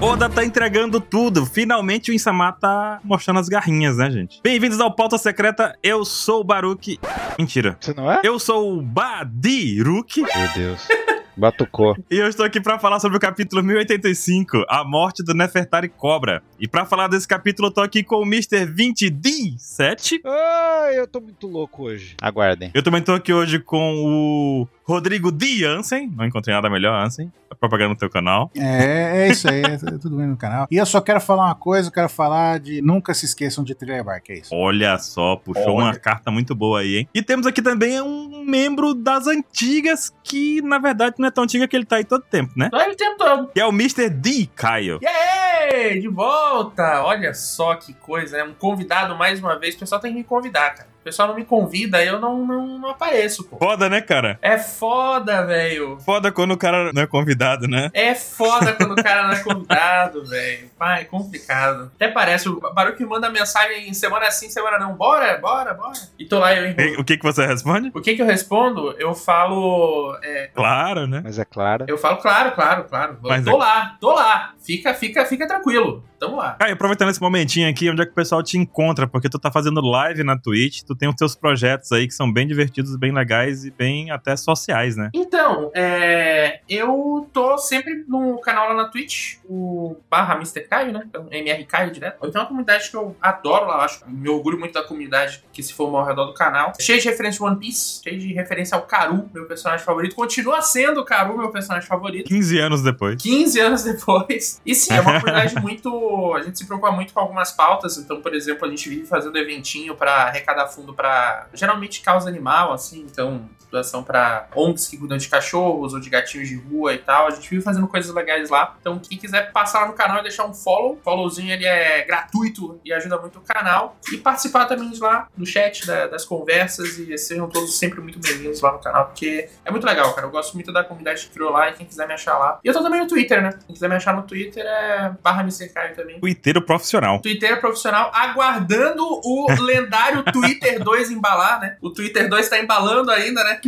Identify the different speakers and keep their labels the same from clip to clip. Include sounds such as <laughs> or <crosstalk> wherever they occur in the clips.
Speaker 1: Oda tá entregando tudo. Finalmente o Insama tá mostrando as garrinhas, né, gente? Bem-vindos ao Pauta Secreta. Eu sou o Baruki. Mentira.
Speaker 2: Você não é?
Speaker 1: Eu sou o Badiruki.
Speaker 2: Meu Deus. Batucou.
Speaker 1: E eu estou aqui para falar sobre o capítulo 1085, A Morte do Nefertari Cobra. E para falar desse capítulo, eu tô aqui com o Mr. 20D7.
Speaker 2: Ai, eu tô muito louco hoje. Aguardem.
Speaker 1: Eu também tô aqui hoje com o Rodrigo D. Ansem. Não encontrei nada melhor, Ansem. Tá propagando no teu canal.
Speaker 3: É, é isso aí, é tudo bem no canal. E eu só quero falar uma coisa, eu quero falar de nunca se esqueçam de trilha barca, é isso.
Speaker 1: Olha só, puxou
Speaker 2: Olha.
Speaker 1: uma carta muito boa aí, hein? E temos aqui também um membro das antigas, que na verdade não é tão antiga que ele tá aí todo tempo, né?
Speaker 4: Só ele tentando.
Speaker 1: Que é o Mr. D. Caio.
Speaker 4: E aí, de volta! Olha só que coisa, né? Um convidado mais uma vez. O pessoal tem que me convidar, cara. O pessoal não me convida, eu não, não, não apareço, pô.
Speaker 1: Foda, né, cara?
Speaker 4: É foda, velho.
Speaker 1: Foda quando o cara não é convidado, né?
Speaker 4: É foda <laughs> quando o cara não é convidado, velho. Pai, é complicado. Até parece, o Baruch me manda mensagem em semana sim, semana não. Bora, bora, bora. E tô lá eu
Speaker 1: E-
Speaker 4: enrolo.
Speaker 1: O que, que você responde?
Speaker 4: O que que eu respondo? Eu falo. é,
Speaker 1: Claro, né?
Speaker 2: Mas é clara.
Speaker 4: eu falo, claro, claro, claro.
Speaker 1: Mas
Speaker 4: tô
Speaker 1: é-
Speaker 4: lá, tô lá. Fica, fica, fica tranquilo. Tamo lá.
Speaker 1: Caio, aproveitando esse momentinho aqui, onde é que o pessoal te encontra? Porque tu tá fazendo live na Twitch, tu tem os teus projetos aí que são bem divertidos, bem legais e bem até sociais, né?
Speaker 4: Então, é, eu tô sempre no canal lá na Twitch, o barra Mr. Caio, né? Então, MR Caio direto. Eu tenho uma comunidade que eu adoro lá, eu acho. Me orgulho muito da comunidade que se formou ao redor do canal. Cheio de referência a One Piece, cheio de referência ao Karu, meu personagem favorito. Continua sendo o Karu, meu personagem favorito.
Speaker 1: 15 anos depois.
Speaker 4: 15 anos depois. E sim, é uma comunidade muito. A gente se preocupa muito com algumas pautas. Então, por exemplo, a gente vive fazendo eventinho pra arrecadar fundo pra. Geralmente causa animal, assim. Então, doação pra ONGs que cuidam de cachorros ou de gatinhos de rua e tal. A gente vive fazendo coisas legais lá. Então, quem quiser passar lá no canal e deixar um follow. Followzinho ele é gratuito e ajuda muito o canal. E participar também de lá do chat, da- das conversas. E sejam todos sempre muito bem-vindos lá no canal, porque é muito legal, cara. Eu gosto muito da comunidade que criou lá e quem quiser me achar lá. E eu tô também no Twitter, né? Quem quiser me achar no Twitter é barra MCK também.
Speaker 1: Twitteiro profissional.
Speaker 4: Twitter é profissional, aguardando o lendário Twitter 2 embalar, né? O Twitter 2 tá embalando ainda, né?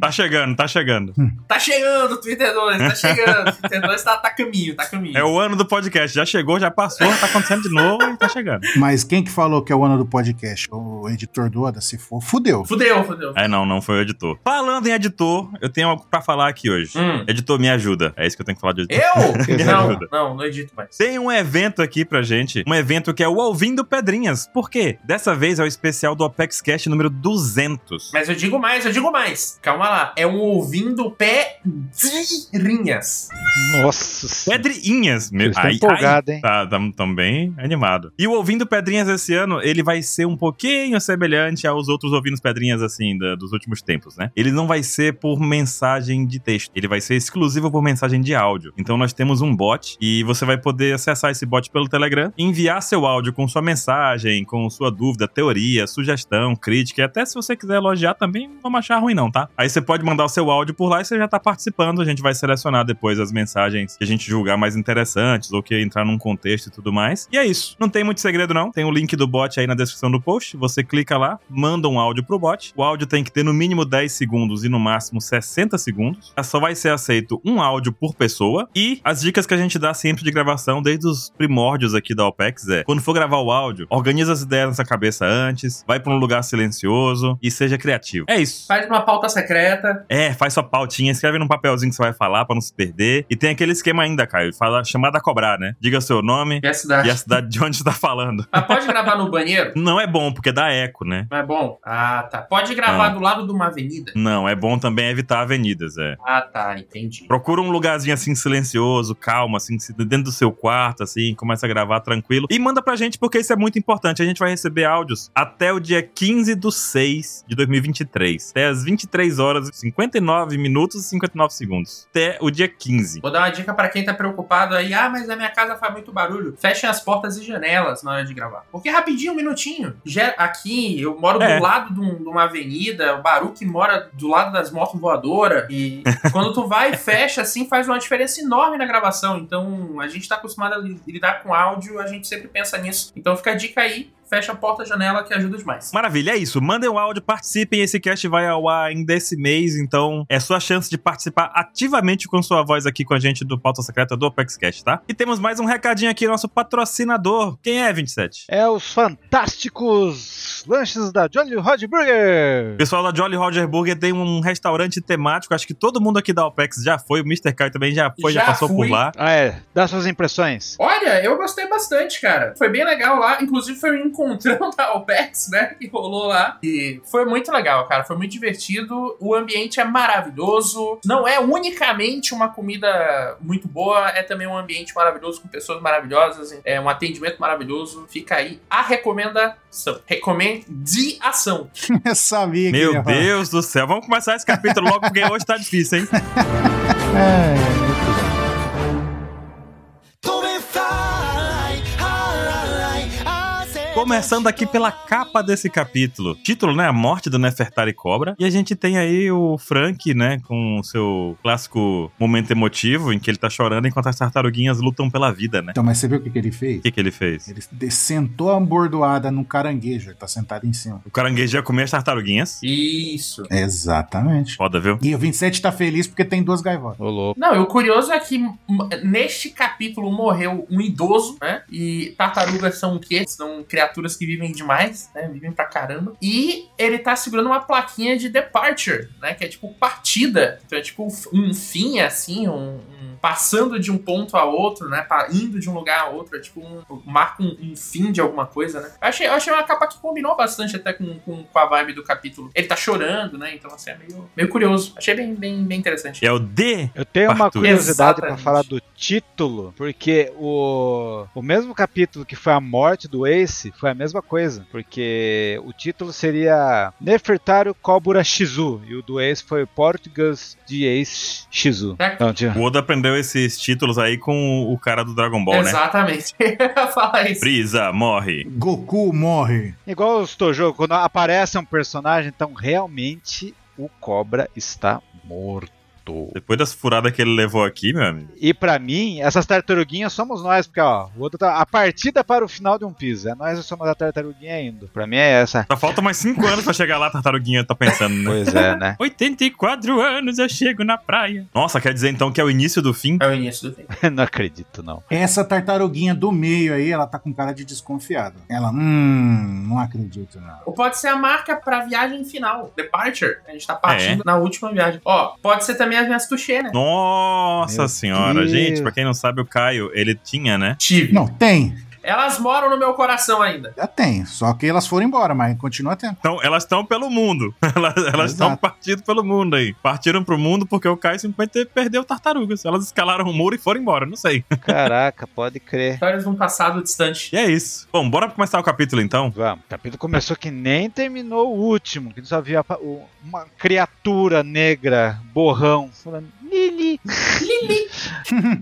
Speaker 1: Tá chegando, tá chegando.
Speaker 4: Tá chegando o Twitter 2, tá chegando. O Twitter 2 tá, tá caminho, tá caminho.
Speaker 1: É o ano do podcast. Já chegou, já passou, tá acontecendo de novo e tá chegando.
Speaker 3: Mas quem que falou que é o ano do podcast? O editor do Oda, se for, fudeu. <laughs>
Speaker 4: Fudeu, fudeu.
Speaker 1: É, não, não foi o editor. Falando em editor, eu tenho algo pra falar aqui hoje.
Speaker 4: Hum.
Speaker 1: Editor, me ajuda. É isso que eu tenho que falar de editor.
Speaker 4: Eu?
Speaker 2: Me
Speaker 4: não,
Speaker 1: ajuda.
Speaker 4: não, não edito mais.
Speaker 1: Tem um evento aqui pra gente, um evento que é o Ouvindo Pedrinhas. Por quê? Dessa vez é o especial do Apex Cash número 200.
Speaker 4: Mas eu digo mais, eu digo mais. Calma lá. É um ouvindo pedrinhas.
Speaker 2: Nossa senhora.
Speaker 1: Pedrinhas, meu.
Speaker 2: Eu estou empolgado, hein?
Speaker 1: Tá, tam- tamo bem animado. E o Ouvindo Pedrinhas esse ano, ele vai ser um pouquinho semelhante aos outros Ouvindo Pedrinhas, assim, da- dos últimos tempos, né? Ele não vai ser por mensagem de texto, ele vai ser exclusivo por mensagem de áudio. Então nós temos um bot e você vai poder acessar esse bot pelo Telegram, enviar seu áudio com sua mensagem, com sua dúvida, teoria, sugestão, crítica, e até se você quiser elogiar também, não vamos achar ruim não, tá? Aí você pode mandar o seu áudio por lá e você já tá participando, a gente vai selecionar depois as mensagens que a gente julgar mais interessantes ou que entrar num contexto e tudo mais. E é isso, não tem muito segredo não, tem o link do bot aí na descrição do post, você clica lá, manda um áudio pro bot, o áudio tem que ter no mínimo 10 segundos e no máximo 60 segundos, só vai ser aceito um áudio por pessoa e as dicas que a gente dá sempre de gravação desde os primórdios aqui da OPEX é, quando for gravar o áudio, organiza as ideias na sua cabeça antes, vai pra um lugar silencioso e seja criativo. É isso.
Speaker 4: Faz uma pauta secreta.
Speaker 1: É, faz sua pautinha, escreve num papelzinho que você vai falar pra não se perder. E tem aquele esquema ainda, Caio, fala chamada a cobrar, né? Diga seu nome
Speaker 4: E a cidade.
Speaker 1: e a cidade de onde você tá falando.
Speaker 4: Mas pode gravar no banheiro?
Speaker 1: Não é bom, porque dá eco, né?
Speaker 4: Não é bom? Ah, tá. Pode gravar do lado de uma avenida?
Speaker 1: Não, é bom também evitar avenidas, é.
Speaker 4: Ah, tá. Entendi.
Speaker 1: Procura um lugarzinho assim silencioso, calmo, assim, se- dentro do seu quarto, assim, começa a gravar tranquilo. E manda pra gente, porque isso é muito importante. A gente vai receber áudios até o dia 15 do 6 de 2023. Até as 23 horas, e 59 minutos e 59 segundos. Até o dia 15.
Speaker 4: Vou dar uma dica pra quem tá preocupado aí. Ah, mas na minha casa faz muito barulho. Fechem as portas e janelas na hora de gravar. Porque rapidinho, um minutinho. Já aqui, eu moro
Speaker 1: É.
Speaker 4: do lado de, um- de uma avenida. O Baruque mora do lado das motos voadoras. E quando tu vai e fecha, assim, faz uma diferença enorme na gravação. Então, a gente tá acostumado a li- lidar com áudio. A gente sempre pensa nisso. Então, fica a dica aí. fecha a porta, a janela, que ajuda demais.
Speaker 1: Maravilha, é isso. Mandem o áudio, participem. Esse cast vai ao ar ainda esse mês, então é sua chance de participar ativamente com sua voz aqui com a gente do Pauta Secreta do ApexCast, tá? E temos mais um recadinho aqui, nosso patrocinador. Quem é, 27?
Speaker 2: É os fantásticos lanches da Jolly Roger
Speaker 1: O
Speaker 2: Burger.
Speaker 1: pessoal da Jolly Roger Burger tem um restaurante temático. Acho que todo mundo aqui da Alpex já foi. O Mr. Kai também já foi, já,
Speaker 4: Já
Speaker 1: passou por
Speaker 4: fui.
Speaker 1: lá.
Speaker 2: Ah, é. Dá suas impressões.
Speaker 4: Olha, eu gostei bastante, cara. Foi bem legal lá. Inclusive, foi um encontrão <laughs> da OPEX, né? Que rolou lá. E foi muito legal, cara. Foi muito divertido. O ambiente é maravilhoso. Não é unicamente uma comida muito boa, é também um ambiente maravilhoso, com pessoas maravilhosas. É um atendimento maravilhoso. Fica aí a recomendação. Recomende ação.
Speaker 3: Eu sabia que
Speaker 1: Meu
Speaker 3: ia falar.
Speaker 1: Deus do céu. Vamos começar esse capítulo logo, porque hoje tá difícil, hein? Começando aqui pela capa desse capítulo. Título, né? A morte do Nefertari Cobra. E a gente tem aí o Frank, né? Com o seu clássico momento emotivo, em que ele tá chorando enquanto as tartaruguinhas lutam pela vida, né?
Speaker 3: Então, mas você viu o que, que ele fez?
Speaker 1: O que, que ele fez?
Speaker 3: Ele de- sentou a bordoada num caranguejo, ele tá sentado em cima.
Speaker 1: O caranguejo ia comer as tartaruguinhas.
Speaker 4: Isso.
Speaker 3: Exatamente.
Speaker 1: Foda, viu?
Speaker 3: E o 27 tá feliz porque tem duas gaivotas.
Speaker 2: Ô, louco.
Speaker 4: Não, e o curioso é que m- neste capítulo morreu um idoso, né? E tartarugas são o quê? São criaturas que vivem demais, né? Vivem pra caramba. E ele tá segurando uma plaquinha de departure, né? Que é tipo partida. Então é tipo um f- um fim, assim, um. um Passando de um ponto a outro, né? pa- Indo de um lugar a outro, é tipo um. Marca um, um fim de alguma coisa, né? Eu achei, eu achei uma capa que combinou bastante até com, com, com a vibe do capítulo. Ele tá chorando, né? Então, assim, é meio, meio curioso. Achei bem, bem, bem interessante.
Speaker 1: É o D.
Speaker 2: Eu tenho uma
Speaker 1: Arthur.
Speaker 2: curiosidade pra
Speaker 4: Exatamente.
Speaker 2: falar do título, porque o, o mesmo capítulo que foi a morte do Ace foi a mesma coisa, porque o título seria Nefertário Cobra Shizu e o do Ace foi Português de Ace Shizu.
Speaker 4: Será que-
Speaker 2: Não, tinha.
Speaker 1: O Oda aprendeu esses títulos aí com o cara do Dragon Ball, né?
Speaker 4: Exatamente. <laughs> Fala isso.
Speaker 1: Brisa, morre.
Speaker 3: Goku morre.
Speaker 2: Igual os Tojo, quando aparece um personagem, então realmente o Cobra está morto.
Speaker 1: Depois das furadas que ele levou aqui, meu amigo.
Speaker 2: E pra mim, essas tartaruguinhas somos nós, porque ó, o outro tá a partida para o final de um piso. É nós somos a tartaruguinha ainda. Pra mim é essa.
Speaker 1: Só falta mais 5 anos pra chegar lá, tartaruguinha tá pensando, né?
Speaker 2: Pois é, né?
Speaker 1: 84 anos eu chego na praia. Nossa, quer dizer então que é o início do fim?
Speaker 4: É o início do tempo.
Speaker 2: <laughs> Não acredito, não.
Speaker 3: Essa tartaruguinha do meio aí, ela tá com cara de desconfiada. Ela, hum, não acredito não.
Speaker 4: Ou pode ser a marca pra viagem final. Departure. A gente tá partindo na última viagem. Ó, pode ser também as minhas touché, né?
Speaker 1: Nossa
Speaker 2: Meu
Speaker 1: senhora,
Speaker 2: Deus.
Speaker 1: gente, pra quem não sabe, o Caio, ele tinha, né?
Speaker 4: Tive.
Speaker 3: Não, tem,
Speaker 4: Elas moram no meu coração ainda.
Speaker 3: já tem. Só que elas foram embora, mas continua tendo.
Speaker 1: Então, elas estão pelo mundo. <laughs> Elas- Elas estão
Speaker 3: Exato.
Speaker 1: partindo pelo mundo aí. Partiram pro mundo porque o Caio simplesmente perdeu tartarugas. Elas escalaram o muro e foram embora, não sei.
Speaker 2: Caraca, pode crer.
Speaker 4: Histórias de um passado distante.
Speaker 1: E é isso. Bom, bora começar o capítulo então. <laughs>
Speaker 2: Vamos. O capítulo começou que nem terminou o último, que só havia pa- o- uma criatura negra, borrão, falando Lili.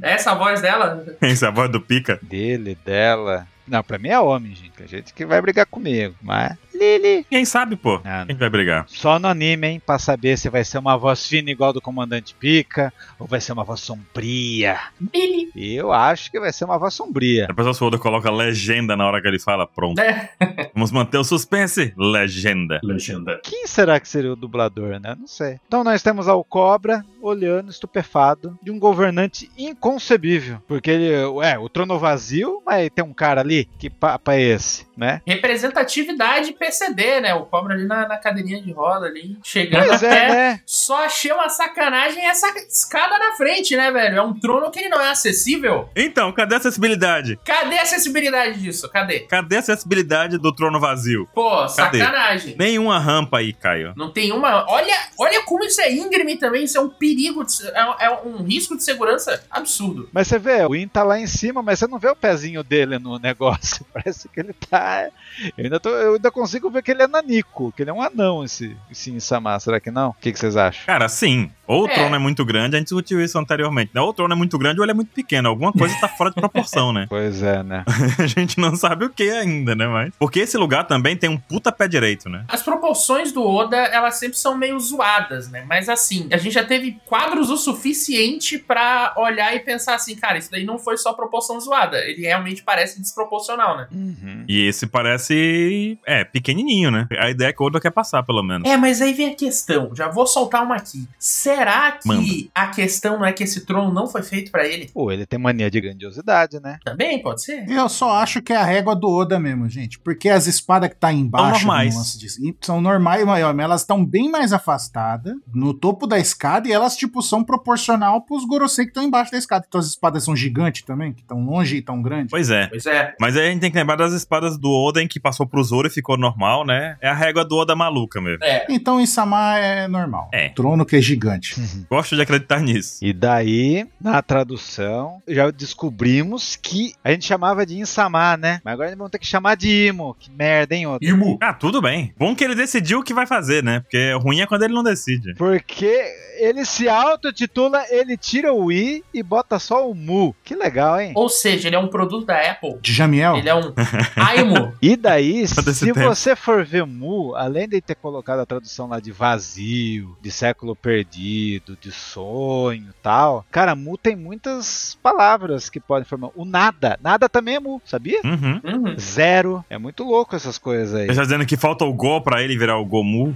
Speaker 4: Essa voz dela.
Speaker 1: Essa é a voz do Pica.
Speaker 2: Dele, dela. Não, pra mim é homem, gente. A gente que vai brigar comigo, mas. Lili.
Speaker 1: Quem sabe, pô?
Speaker 2: Ah, não.
Speaker 1: Quem vai brigar?
Speaker 2: Só no anime, hein? Pra saber se vai ser uma voz fina igual do Comandante Pica ou vai ser uma voz sombria.
Speaker 4: Lili.
Speaker 2: Eu acho que vai ser uma voz sombria.
Speaker 1: A pessoa se o Oda coloca legenda na hora que ele fala, pronto.
Speaker 4: É.
Speaker 1: Vamos manter o suspense. Legenda.
Speaker 4: Legenda.
Speaker 2: Quem será que seria o dublador, né? Não sei. Então nós temos ao Cobra olhando estupefado de um governante inconcebível. Porque ele, é, o trono vazio, mas tem um cara ali. Que papo é esse,
Speaker 4: <laughs>
Speaker 2: né?
Speaker 4: Representatividade PCD, né? O cobra ali na, na cadeirinha de roda ali. Chegando
Speaker 2: Pois
Speaker 4: até.
Speaker 2: é, né?
Speaker 4: Só achei uma sacanagem essa escada na frente, né, velho? É um trono que ele não é acessível.
Speaker 1: Então, cadê a acessibilidade?
Speaker 4: Cadê a acessibilidade disso? Cadê?
Speaker 1: Cadê a acessibilidade do trono vazio?
Speaker 4: Pô,
Speaker 1: Cadê?
Speaker 4: sacanagem.
Speaker 1: Nenhuma rampa aí, Caio.
Speaker 4: Não tem uma. Olha, olha como isso é íngreme também. Isso é um perigo, de- é, é um risco de segurança absurdo.
Speaker 2: Mas você vê, o In tá lá em <laughs> cima, mas você não vê o pezinho dele no negócio. Parece que ele tá. Eu ainda, tô, eu ainda consigo ver que ele é nanico, que ele é um anão esse, esse Insama. Será que não? O que, que vocês acham?
Speaker 1: Cara, sim. Ou o
Speaker 4: É.
Speaker 1: trono é muito grande, a gente discutiu isso anteriormente, né? Ou o trono é muito grande ou ele é muito pequeno. Alguma coisa tá fora de proporção, né? <laughs>
Speaker 2: Pois é, né?
Speaker 1: A gente não sabe o que ainda, né? Mas. Porque esse lugar também tem um puta pé direito, né?
Speaker 4: As proporções do Oda, elas sempre são meio zoadas, né? Mas assim, a gente já teve quadros o suficiente pra olhar e pensar assim, cara, isso daí não foi só proporção zoada, ele realmente parece desproporcional, né?
Speaker 2: Uhum.
Speaker 1: E esse parece. É, pequenininho, né? A ideia é que o Oda quer passar, pelo menos.
Speaker 4: É, mas aí vem a questão, já vou soltar uma aqui. Será que
Speaker 1: Manda.
Speaker 4: a questão não é que esse trono não foi feito pra ele?
Speaker 2: Pô, ele tem mania de grandiosidade, né?
Speaker 4: Também pode ser?
Speaker 3: Eu só acho que é a régua do Oda mesmo, gente. Porque as espadas que tá embaixo
Speaker 1: São normais.
Speaker 3: no lance de- são normais, mas ó, mas elas estão bem mais afastadas no topo da escada e elas, tipo, são proporcional pros Gorosei que estão embaixo da escada. Então as espadas são gigantes também, que estão longe e tão grandes.
Speaker 1: Pois é.
Speaker 4: Pois é.
Speaker 1: Mas aí a gente tem que lembrar das espadas do Oden que passou pro Zoro e ficou normal, né? É a régua do Oda maluca mesmo.
Speaker 4: É.
Speaker 3: Então Insama é normal.
Speaker 1: É. Hum.
Speaker 3: Trono que é gigante.
Speaker 1: Gosto de acreditar nisso.
Speaker 2: E daí, na tradução, já descobrimos que a gente chamava de Insama, né? Mas agora vamos ter que chamar de Imo. Que merda, hein, Oda?
Speaker 4: Imu.
Speaker 1: Ah, tudo bem. Bom que ele decidiu o que vai fazer, né? Porque ruim é quando ele não decide.
Speaker 2: Porque ele se autotitula, ele tira o I e bota só o Mu. Que legal, hein?
Speaker 4: Ou seja, ele é um produto da Apple.
Speaker 3: De Jamiel?
Speaker 4: Ele é um Aimu.
Speaker 2: E daí, se
Speaker 1: Todo esse tempo.
Speaker 2: você for ver Mu, além de ter colocado a tradução lá de vazio, de século perdido, de sonho e tal, cara, Mu tem muitas palavras que podem formar. O nada, nada também é Mu, sabia?
Speaker 1: Uhum.
Speaker 4: Uhum.
Speaker 2: Zero. É muito louco essas coisas aí.
Speaker 1: Ele tá dizendo que falta o Go pra ele virar o Gomu.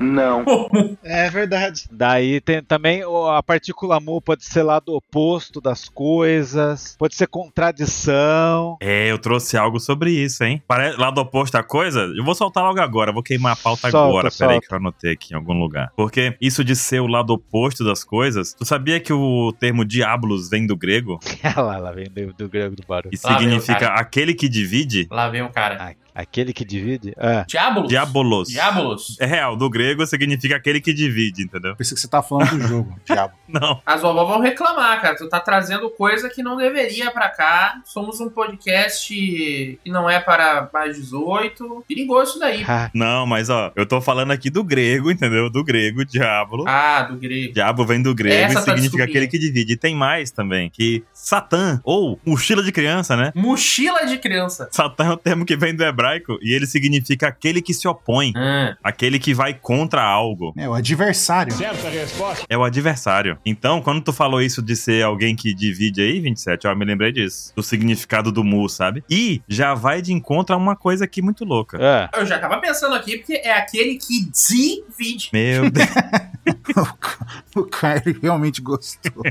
Speaker 2: É verdade. Daí tem também ó, a partícula mu pode ser lado oposto das coisas, pode ser contradição. <laughs>
Speaker 1: É, eu trouxe algo sobre isso, hein? Pare... Lado oposto à coisa, eu vou soltar logo agora, vou queimar a pauta
Speaker 2: Solta,
Speaker 1: agora. Peraí,
Speaker 2: solta.
Speaker 1: que eu anotei aqui em algum lugar. Porque isso de ser o lado oposto das coisas, tu sabia que o termo diabolos vem do grego
Speaker 2: Olha lá, lá vem do, do grego do barulho.
Speaker 1: e
Speaker 4: Lá vem o
Speaker 1: significa aquele que divide?
Speaker 4: Lá vem o cara.
Speaker 2: A- aquele que divide? Ah,
Speaker 4: Diabolos?
Speaker 1: Diabolos.
Speaker 4: Diabolos.
Speaker 1: É real, do grego significa aquele que divide, entendeu?
Speaker 3: Pensei que você tá falando do
Speaker 1: <laughs>
Speaker 3: jogo, diabo.
Speaker 1: Não.
Speaker 4: As vovó vão reclamar, cara. Tu tá trazendo coisa que não deveria pra cá. Somos um podcast que não é para mais 18. Perigoso isso daí.
Speaker 2: ah,
Speaker 1: Não, mas ó, eu tô falando aqui do grego, entendeu? Do grego, diabolo.
Speaker 4: Ah, do grego.
Speaker 1: Diabo vem do grego
Speaker 4: Essa
Speaker 1: e
Speaker 4: tá
Speaker 1: significa
Speaker 4: desculpinha.
Speaker 1: aquele que divide. E tem mais também, que Satã, ou mochila de criança, né?
Speaker 4: Mochila de criança.
Speaker 1: Satã é um termo que vem do hebraico e ele significa aquele que se opõe,
Speaker 4: Ah,
Speaker 1: aquele que vai contra algo.
Speaker 3: É, o adversário.
Speaker 1: É o adversário. Então, quando tu falou isso de ser alguém que divide aí, 27, ó, eu me lembrei disso. Do significado do mu, sabe? E já vai de encontro a uma coisa aqui muito louca.
Speaker 2: ah.
Speaker 4: eu já tava pensando aqui, porque é aquele que divide. <laughs>
Speaker 1: Meu Deus.
Speaker 3: <laughs> O Caio realmente gostou.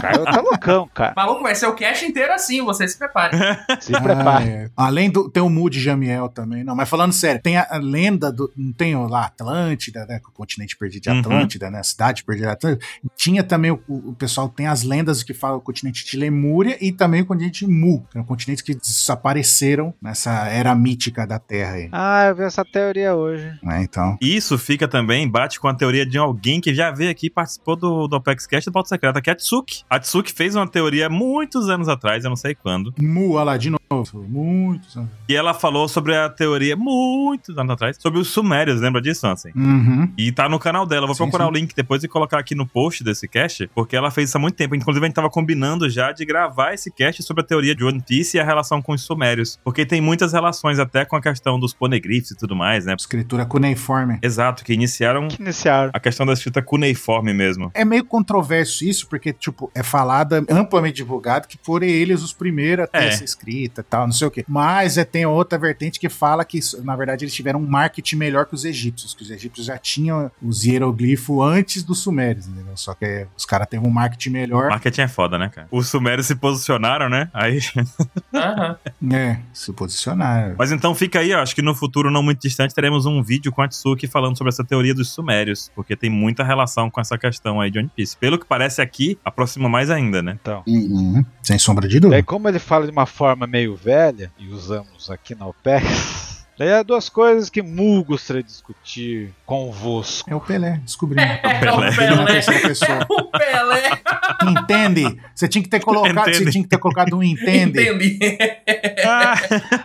Speaker 2: Caio tá loucão, cara.
Speaker 4: Maluco, vai ser o cast inteiro assim, você se prepare.
Speaker 2: Se <laughs> prepara.
Speaker 3: Ah, é. Além do. Tem o Mu de Jamiel também. Não, mas falando sério, tem a, a lenda do. Não tem o lá Atlântida, né? que O continente perdido de
Speaker 1: Uhum.
Speaker 3: Atlântida, né? A cidade perdida de Atlântida. Tinha também o, o pessoal tem as lendas que falam o continente de Lemúria e também o continente de Mu, que é um continente que desapareceram nessa era mítica da Terra aí.
Speaker 2: Ah, eu vi essa teoria hoje.
Speaker 3: Né? Então.
Speaker 1: Isso fica também, bate com a teoria de alguém que já veio aqui e participou do, do Apex Cast do Pauta Secreta, que é a Tsuki. A Tsuki fez uma teoria muitos anos atrás, eu não sei quando,
Speaker 3: Mu, olha lá, de novo. Muitos anos.
Speaker 1: E ela falou sobre a teoria, muitos anos atrás, sobre os sumérios, lembra disso, Ansem?
Speaker 3: Uhum.
Speaker 1: E tá no canal dela, eu vou
Speaker 3: Sim,
Speaker 1: procurar
Speaker 3: sim.
Speaker 1: o link depois e colocar aqui no post desse cast, porque ela fez isso há muito tempo. Inclusive, a gente tava combinando já de gravar esse cast sobre a teoria de One Piece e a relação com os sumérios, porque tem muitas relações até com a questão dos ponegrifes e tudo mais, né?
Speaker 3: Escritura cuneiforme.
Speaker 1: Exato, que iniciaram
Speaker 2: Que iniciaram.
Speaker 1: a questão da escrita cuneiforme mesmo.
Speaker 3: É meio controverso isso, porque, tipo, é falada, amplamente divulgado, que foram eles os primeiros a ter
Speaker 1: É.
Speaker 3: essa escrita e tal, não sei o quê. Mas é, tem outra vertente que fala que, isso- na verdade, eles tiveram um marketing melhor que os egípcios, que os egípcios já tinham os hieroglifos antes dos sumérios, entendeu? Só que é, os caras teve um marketing melhor,
Speaker 1: Marketing é foda, né, cara? Os sumérios se posicionaram, né? Aí <laughs>
Speaker 4: Aham.
Speaker 3: né? Se posicionaram.
Speaker 1: Mas então fica aí, ó, acho que no futuro não muito distante teremos um vídeo com a Tsuki falando sobre essa teoria dos sumérios, porque tem muita relação com essa questão aí de One Piece. Pelo que parece aqui, aproxima mais ainda, né?
Speaker 2: Então.
Speaker 3: Uhum. Sem sombra de dúvida.
Speaker 2: Daí, como ele fala de uma forma meio velha, e usamos aqui na OPEX, <laughs> Daí há duas coisas que Mu gostaria de discutir convosco.
Speaker 3: <laughs> É o Pelé, descobrimos.
Speaker 4: É, o
Speaker 3: Ele é uma
Speaker 4: Pelé.
Speaker 3: terceira pessoa.
Speaker 4: O Pelé.
Speaker 3: Entende? Você tinha que ter colocado, você
Speaker 1: Entende.
Speaker 3: tinha que ter colocado um entende.
Speaker 4: Entendi.
Speaker 1: <laughs> Ah,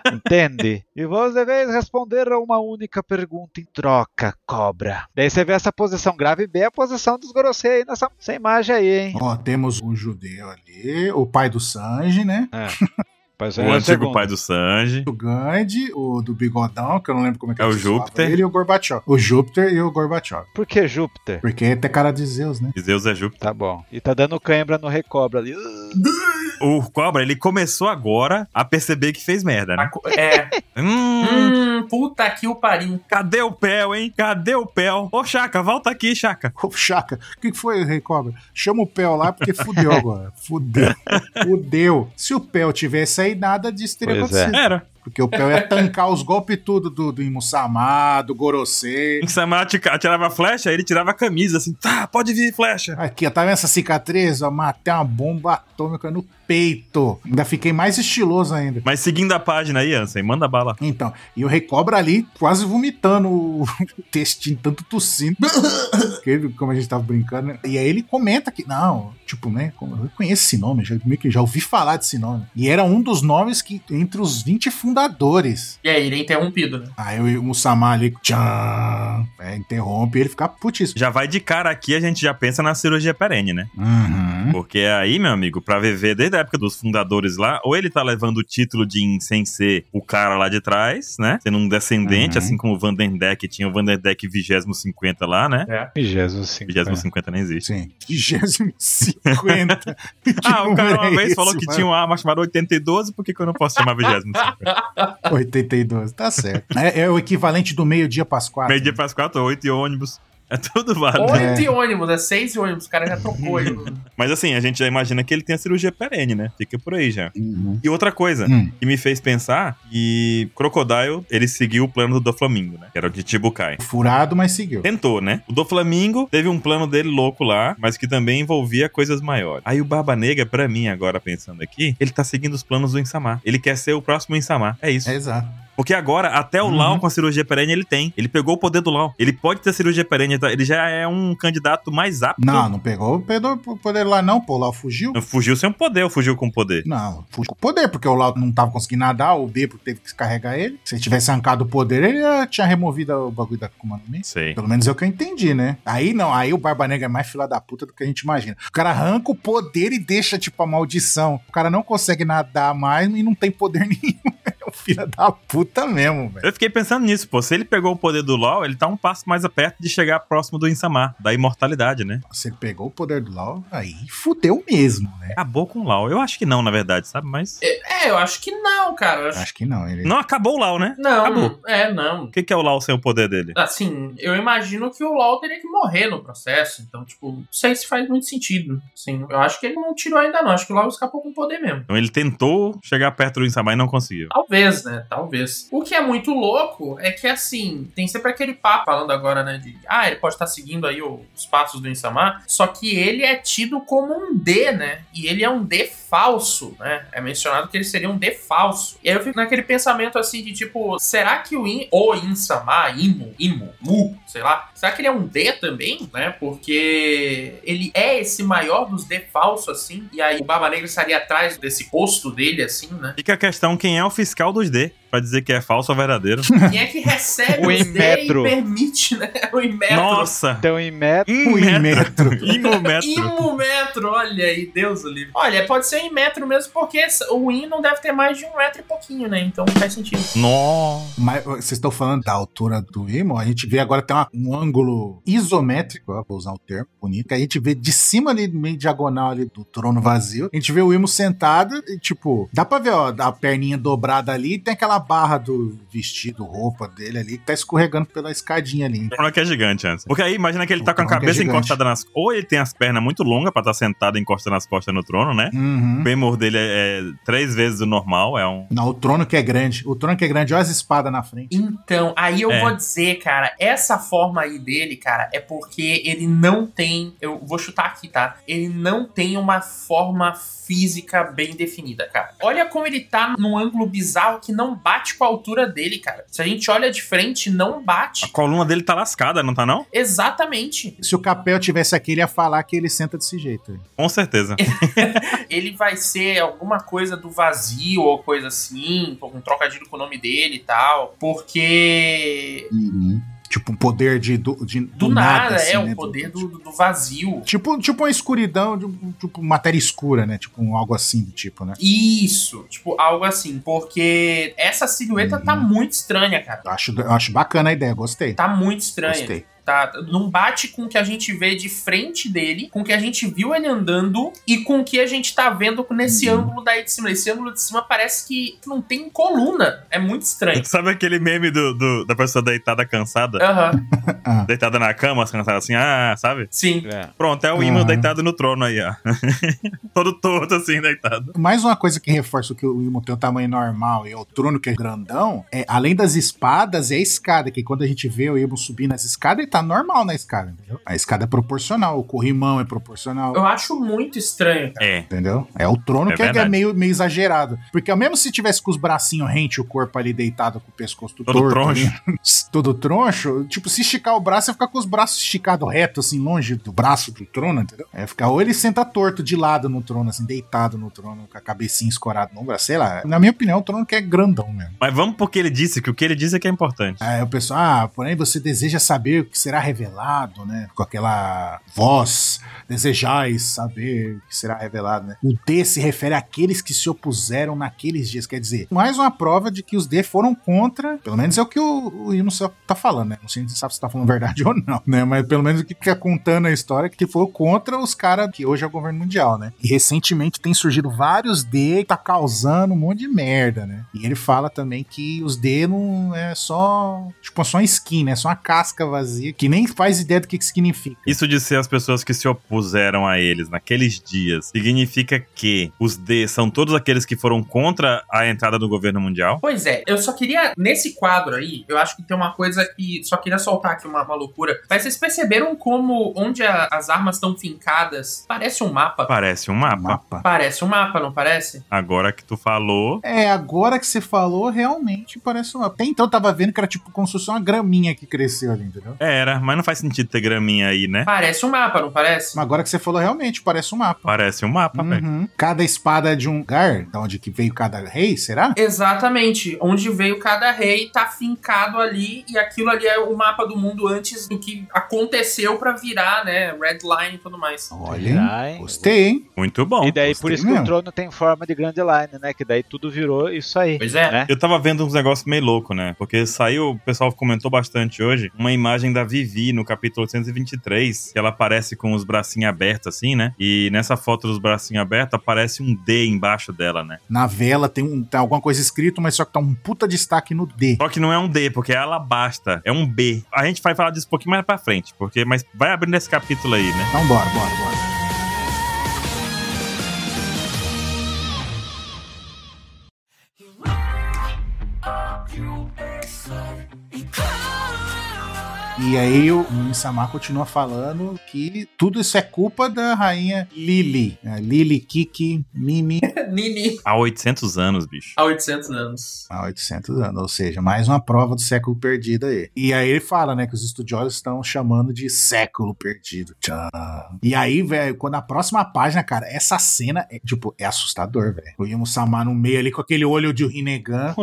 Speaker 2: Entende? E vós deveis responder a uma única pergunta em troca, cobra. Daí você vê essa posição grave B, a posição dos Gorosei aí nessa essa imagem aí, hein?
Speaker 3: Ó, temos o judeu ali, o pai do Sanji, né?
Speaker 2: Pois é,
Speaker 1: o
Speaker 2: a
Speaker 1: antigo
Speaker 2: segunda.
Speaker 1: pai do Sanji.
Speaker 3: O Gandhi, o do bigodão, que eu não lembro como é que
Speaker 1: É o
Speaker 3: se chamava
Speaker 1: Júpiter.
Speaker 3: Ele e o Gorbachev. O Júpiter e o Gorbachev.
Speaker 2: Por que Júpiter?
Speaker 3: Porque tem cara de Zeus, né? <laughs>
Speaker 1: E Zeus é Júpiter.
Speaker 2: Tá bom. E tá dando cãibra no recobra ali.
Speaker 1: O Cobra, ele começou agora a perceber que fez merda, né?
Speaker 4: É.
Speaker 1: Hum,
Speaker 4: Hum, puta que o pariu.
Speaker 1: cadê o Pel, hein? Cadê o Pel? Ô, Chaka, volta aqui, Chaka.
Speaker 3: Ô, Chaca, o que que foi, Rei Cobra? Chama o Pel lá, porque fudeu agora. Fudeu. Fudeu. Se o Pel tivesse aí, nada disso teria
Speaker 2: Pois é.
Speaker 3: acontecido.
Speaker 1: Era.
Speaker 3: Porque o Pel ia tancar os golpes tudo do, do Imusama, do Gorosei.
Speaker 1: Em Samatica atirava a flecha, ele tirava a camisa, assim, tá, pode vir, flecha.
Speaker 3: Aqui, ó, tá vendo essa cicatriz? Ó, matei uma bomba atômica no peito. Ainda fiquei mais estiloso ainda.
Speaker 1: Mas seguindo a página aí, Ansem, manda bala.
Speaker 3: Então, e o Recobra ali quase vomitando o <laughs> textinho, tanto tossindo. <laughs> Que ele, como a gente tava brincando, né? E aí ele comenta que, não, tipo, né? como- Eu conheço esse nome, já, meio que já ouvi falar desse nome. E era um dos nomes que, entre os 20 fundadores.
Speaker 4: E aí, ele é interrompido, né?
Speaker 3: Aí o Musamar ali, tchan, é, interrompe e ele fica putíssimo.
Speaker 1: Já vai de cara aqui, a gente já pensa na cirurgia perene, né?
Speaker 3: Uhum.
Speaker 1: Porque aí, meu amigo, pra viver desde a época dos fundadores lá, ou ele tá levando o título de in- sem ser o cara lá de trás, né? Sendo um descendente,
Speaker 3: Uhum.
Speaker 1: assim como o Vanderdeck tinha o Vanderdeck 2050 lá, né?
Speaker 2: É. Jesus, sim. né?
Speaker 1: 2050 nem existe.
Speaker 3: Sim, 250. <laughs> Que
Speaker 1: <laughs> Ah, o cara
Speaker 3: número
Speaker 1: uma
Speaker 3: é
Speaker 1: vez
Speaker 3: esse,
Speaker 1: falou que
Speaker 3: mano?
Speaker 1: tinha uma arma chamada 82, por que que eu não posso chamar
Speaker 3: <laughs>
Speaker 1: 2050? um-
Speaker 3: 82, tá certo. É, é o equivalente do meio-dia para as quatro.
Speaker 1: Meio dia pras quatro, oito e ônibus. É tudo válido.
Speaker 4: Oito e ônibus, é seis e ônibus. O cara já trocou. ele.
Speaker 1: Mas assim, a gente já imagina que ele tem a cirurgia perene, né? Fica por aí já.
Speaker 3: Uhum.
Speaker 1: E outra coisa,
Speaker 3: Hum.
Speaker 1: que me fez pensar que Crocodile, ele seguiu o plano do Doflamingo, né? Que era o de Chibukai.
Speaker 3: Furado, mas seguiu.
Speaker 1: Tentou, né? O do Flamengo teve um plano dele louco lá, mas que também envolvia coisas maiores. Aí o Barba Negra, pra mim, agora pensando aqui, ele tá seguindo os planos do Insamar. Ele quer ser o próximo Insamar. É isso.
Speaker 3: É, exato.
Speaker 1: Porque agora, até o
Speaker 3: Uhum.
Speaker 1: Lau com a cirurgia perene, ele tem. Ele pegou o poder do Lau. Ele pode ter cirurgia perene, tá? ele já é um candidato mais apto.
Speaker 3: Não, não pegou o Pedro o poder lá, não, pô. O Lau fugiu.
Speaker 1: Não Fugiu sem o poder, ou fugiu com o poder.
Speaker 3: Não, fugiu com o poder, porque o Lau não tava conseguindo nadar, o Bebo teve que carregar ele. Se ele tivesse arrancado o poder, ele já tinha removido o bagulho da Kumano Mi.
Speaker 1: Sei.
Speaker 3: Pelo menos é o que eu entendi, né? Aí não, aí o Barba Negra é mais fila da puta do que a gente imagina. O cara arranca o poder e deixa, tipo, a maldição. O cara não consegue nadar mais e não tem poder <laughs> nenhum. É um filho da puta mesmo, velho.
Speaker 1: Eu fiquei pensando nisso, pô. Se ele pegou o poder do Lau, ele tá um passo mais perto de chegar próximo do Insamar, da imortalidade, né?
Speaker 3: Se ele pegou o poder do Lau, aí fudeu mesmo, né?
Speaker 1: Acabou com o Lau. Eu acho que não, na verdade, sabe? Mas.
Speaker 4: É, eu acho que não, cara. Eu acho...
Speaker 3: Acho que não. Ele...
Speaker 1: Não acabou o Lau, né?
Speaker 4: Não,
Speaker 1: Acabou.
Speaker 4: é, não.
Speaker 1: O que, que é o Lau sem o poder dele?
Speaker 4: Assim, eu imagino que o LoL teria que morrer no processo. Então, tipo, não sei se faz muito sentido. Assim, eu acho que ele não tirou ainda, não. Acho que o LoL escapou com o poder mesmo.
Speaker 1: Então ele tentou chegar perto do Insamar e não conseguiu.
Speaker 4: Talvez, né? Talvez. O que é muito louco é que, assim, tem sempre aquele papo falando agora, né? De, ah, ele pode estar seguindo aí o- os passos do Insama. Só que ele é tido como um D, né? E ele é um D falso, né? É mencionado que ele seria um D falso. E aí eu fico naquele pensamento, assim, de tipo, será que o, in, o Insama, Imo, Imo, Mu, sei lá, será que ele é um D também, né? Porque ele é esse maior dos D falso, assim. E aí o Barba Negra estaria atrás desse posto dele, assim, né?
Speaker 1: Fica a questão quem é o fiscal dos D, pra dizer que é falso ou
Speaker 3: <laughs>
Speaker 1: verdadeiro.
Speaker 4: Quem é que recebe
Speaker 2: O
Speaker 4: os
Speaker 2: Inmetro.
Speaker 4: D e permite, né? O Inmetro.
Speaker 1: Nossa! Um
Speaker 2: Então em meta.
Speaker 3: Ui, É.
Speaker 1: <laughs>
Speaker 3: Um metro.
Speaker 1: Imetro.
Speaker 4: Imumetro, um olha aí, Deus o livre. Olha, pode ser em metro mesmo, porque o in não deve ter mais de um metro e pouquinho, né? Então faz sentido.
Speaker 1: Nossa!
Speaker 3: Mas ó, vocês estão falando da altura do Imo, a gente vê agora tem uma- um ângulo isométrico, ó, vou usar o termo bonito, que a gente vê de cima ali, meio diagonal ali do trono vazio, a gente vê o Imo sentado e tipo, dá pra ver ó, a perninha dobrada ali, tem aquela barra do vestido, roupa dele ali, que tá escorregando pela escadinha ali.
Speaker 1: O Kronok é gigante, antes. Porque aí imagina que ele tá
Speaker 3: O
Speaker 1: com a
Speaker 3: Kronok é
Speaker 1: cabeça
Speaker 3: gigante.
Speaker 1: encostada nas. Ou ele tem as pernas muito longas pra estar sentado encostando as costas no trono, né? O
Speaker 3: Uhum.
Speaker 1: fêmur dele é, é três vezes o normal, é um.
Speaker 3: Não, o trono que é grande, o trono que é grande, olha as espadas na frente.
Speaker 4: Então, aí eu
Speaker 1: É.
Speaker 4: vou dizer, cara, essa forma aí dele, cara, é porque ele não tem. Eu vou chutar aqui, tá? Ele não tem uma forma física bem definida, cara. Olha como ele tá num ângulo bizarro que não bate com a altura dele, cara. Se a gente olha de frente, não
Speaker 1: A
Speaker 4: bate.
Speaker 1: coluna dele tá lascada, não tá não?
Speaker 4: Exatamente.
Speaker 3: Se o Capel tivesse aqui, ele ia falar que ele senta desse jeito. aí.
Speaker 1: Com certeza.
Speaker 4: Ele vai ser alguma coisa do vazio ou coisa assim, um trocadilho com o nome dele e tal. Porque
Speaker 3: Tipo, um poder de, do, de-
Speaker 4: do, nada,
Speaker 3: assim,
Speaker 4: é
Speaker 3: né?
Speaker 4: o poder do, do vazio.
Speaker 3: Tipo, tipo uma escuridão, de um- tipo matéria escura, né? Tipo um- algo assim do tipo, né?
Speaker 4: Isso, tipo, algo assim, porque essa silhueta tá muito estranha, cara.
Speaker 3: Eu acho, eu acho bacana a ideia, gostei.
Speaker 4: Tá muito estranha.
Speaker 3: Tá. Gostei.
Speaker 4: Tá, não bate com o que a gente vê de frente dele, com o que a gente viu ele andando e com o que a gente tá vendo nesse ângulo daí de cima. Esse ângulo de cima parece que não tem coluna. É muito
Speaker 1: <laughs>
Speaker 4: estranho.
Speaker 1: Sabe aquele meme do, do- da pessoa deitada cansada?
Speaker 4: Aham,
Speaker 3: Ah,
Speaker 1: Deitada na cama, cansada assim, ah, sabe?
Speaker 4: sim.
Speaker 2: É.
Speaker 1: Pronto, é o imã
Speaker 3: Uhum.
Speaker 1: deitado no trono aí, ó. <laughs> Todo torto assim, deitado.
Speaker 3: mais uma coisa que reforça o que o Imo tem o tamanho normal e o trono que é grandão, é além das espadas, é a escada, que quando a gente vê o Imo subindo as escadas, ele tá normal na escada, entendeu? A escada é proporcional, o corrimão é proporcional.
Speaker 4: Eu acho muito estranho, cara.
Speaker 1: É.
Speaker 3: Entendeu? É o trono
Speaker 1: É
Speaker 3: que é- que é
Speaker 1: verdade.
Speaker 3: meio, meio exagerado. Porque mesmo se tivesse com os bracinhos rente o corpo ali deitado com o pescoço todo
Speaker 1: Todo
Speaker 3: torto,
Speaker 1: troncho.
Speaker 3: ali, <laughs> todo troncho, tipo, se esticar o braço, ia ficar com os braços esticados reto, assim, longe do braço do trono, entendeu? É ficar, ou ele senta torto de lado no trono, assim, deitado no trono, com a cabecinha escorada no braço, sei lá. Na minha opinião, o trono que é grandão mesmo.
Speaker 1: Mas vamos porque ele disse, que o que ele disse é que é importante.
Speaker 3: Aí o pessoal, ah, porém você deseja saber o que será revelado, né? Com aquela voz, desejais saber o que será revelado, né? O D se refere àqueles que se opuseram naqueles dias, quer dizer, mais uma prova de que os D foram contra, pelo menos é o que o, o Imo só tá falando, né? Não sei se sabe se tá falando verdade <laughs> ou não, né? Mas pelo menos o que tá contando a história é que foram contra os caras que hoje é o governo mundial, né? E recentemente tem surgido vários D que tá causando um monte de merda, né? E ele fala também que os D não é só, tipo, é só uma skin, né? É só uma casca vazia que nem faz ideia do que que significa.
Speaker 1: Isso de ser as pessoas que se opuseram a eles naqueles dias significa que os D são todos aqueles que foram contra a entrada do governo mundial?
Speaker 4: Pois é, eu só queria, nesse quadro aí, eu acho que tem uma coisa que só queria soltar aqui uma, uma loucura. Mas vocês perceberam como onde a- as armas estão fincadas parece um mapa?
Speaker 1: Parece um mapa.
Speaker 3: Mapa.
Speaker 4: Parece um mapa, não parece?
Speaker 1: Agora que tu falou.
Speaker 3: É, agora que você falou, realmente parece um mapa. Até então eu tava vendo que era tipo como se fosse uma graminha que cresceu ali, entendeu?
Speaker 1: Era, mas não faz sentido ter graminha aí, né?
Speaker 4: Parece um mapa, não parece?
Speaker 3: Mas agora que você falou, realmente parece um mapa.
Speaker 1: Parece um mapa, velho.
Speaker 3: Uhum. Cada espada é de um lugar, da onde que veio cada rei, será?
Speaker 4: Exatamente, onde veio cada rei tá fincado ali e aquilo ali é o mapa do mundo antes do que aconteceu pra virar, né, Red Line e tudo mais.
Speaker 3: Olha,
Speaker 2: Será, hein?
Speaker 3: hein? gostei, hein?
Speaker 1: Muito bom.
Speaker 2: E daí,
Speaker 3: gostei
Speaker 2: por isso que
Speaker 3: mesmo.
Speaker 2: o trono tem forma de Grand Line, né? Que daí tudo virou isso aí.
Speaker 4: Pois é.
Speaker 2: Né?
Speaker 1: Eu tava vendo uns negócios meio louco, né? Porque saiu, o pessoal comentou bastante hoje, uma imagem da Vivi no capítulo 823, que ela aparece com os bracinhos abertos assim, né? E nessa foto dos bracinhos abertos aparece um D embaixo dela, né?
Speaker 3: Na vela tem, um, tá alguma coisa escrito, mas só que tá um puta destaque no D.
Speaker 1: Só que não é um D, porque é alabasta, é um B. A gente vai falar disso um pouquinho mais pra frente, porque mas vai abrindo esse capítulo aí, né?
Speaker 3: Então bora, bora, bora. E aí o Insama continua falando que tudo isso é culpa da rainha Lili. É, Lili, Kiki, Mimi.
Speaker 4: <laughs> Nini.
Speaker 1: Há 800 anos, bicho.
Speaker 4: Há 800 anos.
Speaker 3: Há 800 anos, ou seja, mais uma prova do século perdido aí. E aí ele fala, né, que os estudiosos estão chamando de século perdido. Tchan. E aí, velho, quando a próxima página, cara, essa cena é, tipo, é assustador, velho. O Yamo Samar no meio ali com aquele olho de Rinnegan.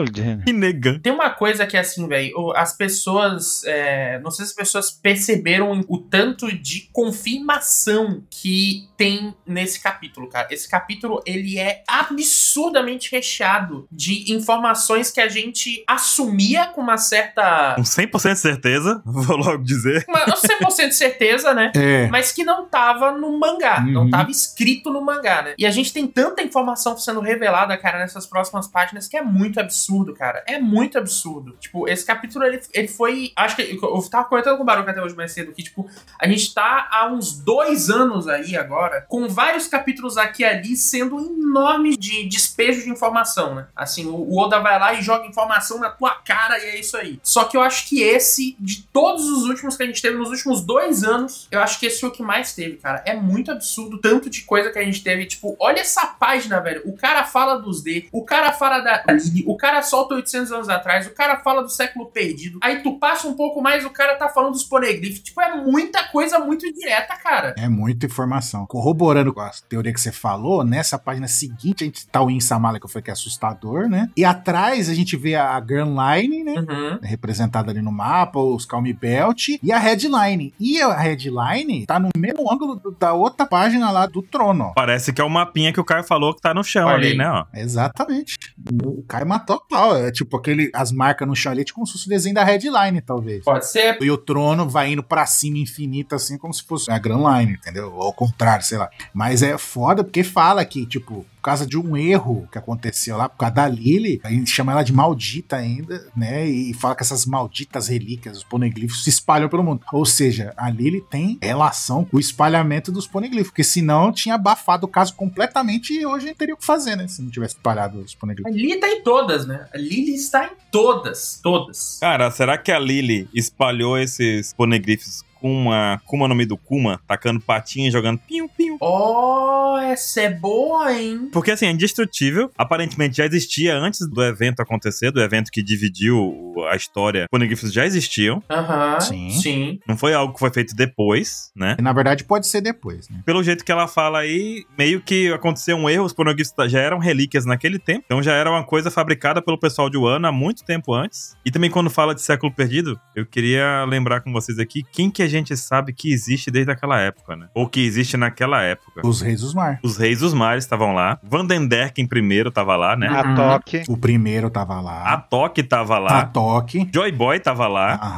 Speaker 1: Que negão.
Speaker 4: Tem uma coisa que é assim, velho, as pessoas. é, não sei se as pessoas perceberam o tanto de confirmação que tem nesse capítulo, cara. Esse capítulo, ele é absurdamente recheado de informações que a gente assumia com uma certa.
Speaker 1: Com 100% de certeza, <laughs> vou logo dizer.
Speaker 4: Uma, não 100% de certeza, né?
Speaker 3: É.
Speaker 4: Mas que não tava no mangá, não
Speaker 3: Uhum.
Speaker 4: tava escrito no mangá, né? E a gente tem tanta informação sendo revelada, cara, nessas próximas páginas que é muito absurdo, cara. É muito absurdo. Tipo, esse capítulo ele, ele foi. Acho que eu tava comentando com o Baruca até hoje mais cedo que, tipo, a gente tá há uns dois anos aí agora, com vários capítulos aqui e ali sendo enorme de despejo de informação, né? Assim, o, o Oda vai lá e joga informação na tua cara e é isso aí. Só que eu acho que esse, de todos os últimos que a gente teve nos últimos dois anos, eu acho que esse foi o que mais teve, cara. É muito absurdo o tanto de coisa que a gente teve. Tipo, olha essa página, velho. O cara fala dos D, o cara fala da Lili, o cara solta 800 anos atrás, o cara fala do século perdido. Aí tu passa um pouco mais, o cara tá falando dos poneglyphs. Tipo, é muita coisa muito direta, cara.
Speaker 3: É muita informação. Corroborando com a teoria que você falou, nessa página seguinte, a gente tá o Insamala, que eu falei que é assustador, né? E atrás a gente vê a Grand Line, né?
Speaker 4: Uhum.
Speaker 3: Representada ali no mapa, os Calm Belt e a Headline. E a Headline tá no mesmo ângulo do- da outra página lá do trono, ó.
Speaker 1: Parece que é o mapinha que o cara falou que tá no chão
Speaker 4: Olha
Speaker 1: ali,
Speaker 4: aí.
Speaker 1: né? Ó.
Speaker 3: Exatamente. O Kai matou total. É tipo aquele, as marcas no chão ali, é tipo como se fosse o desenho da Headline, talvez.
Speaker 4: Pode ser.
Speaker 3: <laughs> E o trono vai indo pra cima infinito, assim, como se fosse a Grand Line, entendeu? Ou ao contrário, sei lá. Mas é foda porque fala que, tipo, por causa de um erro que aconteceu lá, por causa da Lily, a gente chama ela de maldita ainda, né? E fala que essas malditas relíquias, os poneglifos, se espalham pelo mundo. Ou seja, a Lily tem relação com o espalhamento dos poneglifos, porque senão tinha abafado o caso completamente e hoje teria o que fazer, né? Se não tivesse espalhado os
Speaker 4: A
Speaker 3: poneglifos.
Speaker 4: Lili tá em todas, né? A Lili está em todas. Todas.
Speaker 1: Cara, será que a Lily espalhou esses poneglyphs Kuma, Kuma no meio do Kuma, tacando patinha e jogando pinho, pinho?
Speaker 4: Oh, essa é boa, hein?
Speaker 1: Porque assim, é indestrutível. Aparentemente já existia antes do evento acontecer, do evento que dividiu o- a história. Poneglyphs já existiam.
Speaker 4: Aham.
Speaker 3: Sim.
Speaker 4: Sim.
Speaker 1: Não foi algo que foi feito depois, né?
Speaker 3: E, Na verdade, pode ser depois, né?
Speaker 1: Pelo jeito que ela fala aí, meio que aconteceu um erro. Os poneglyphs já eram relíquias naquele tempo. Então já era uma coisa fabricada pelo pessoal de Wano há muito tempo antes. E também quando fala de século perdido, eu queria lembrar com vocês aqui quem que a gente sabe que existe desde aquela época, né? Ou que existe naquela época.
Speaker 3: Os Reis dos Mar.
Speaker 1: Os reis dos mares estavam lá. Vandenderken primeiro tava lá, né?
Speaker 3: Uhum.
Speaker 2: A Toque.
Speaker 3: O primeiro tava
Speaker 1: A
Speaker 3: lá.
Speaker 1: Toque tava Ah, lá.
Speaker 3: A Toque.
Speaker 1: Joy Boy tava lá
Speaker 3: Ah.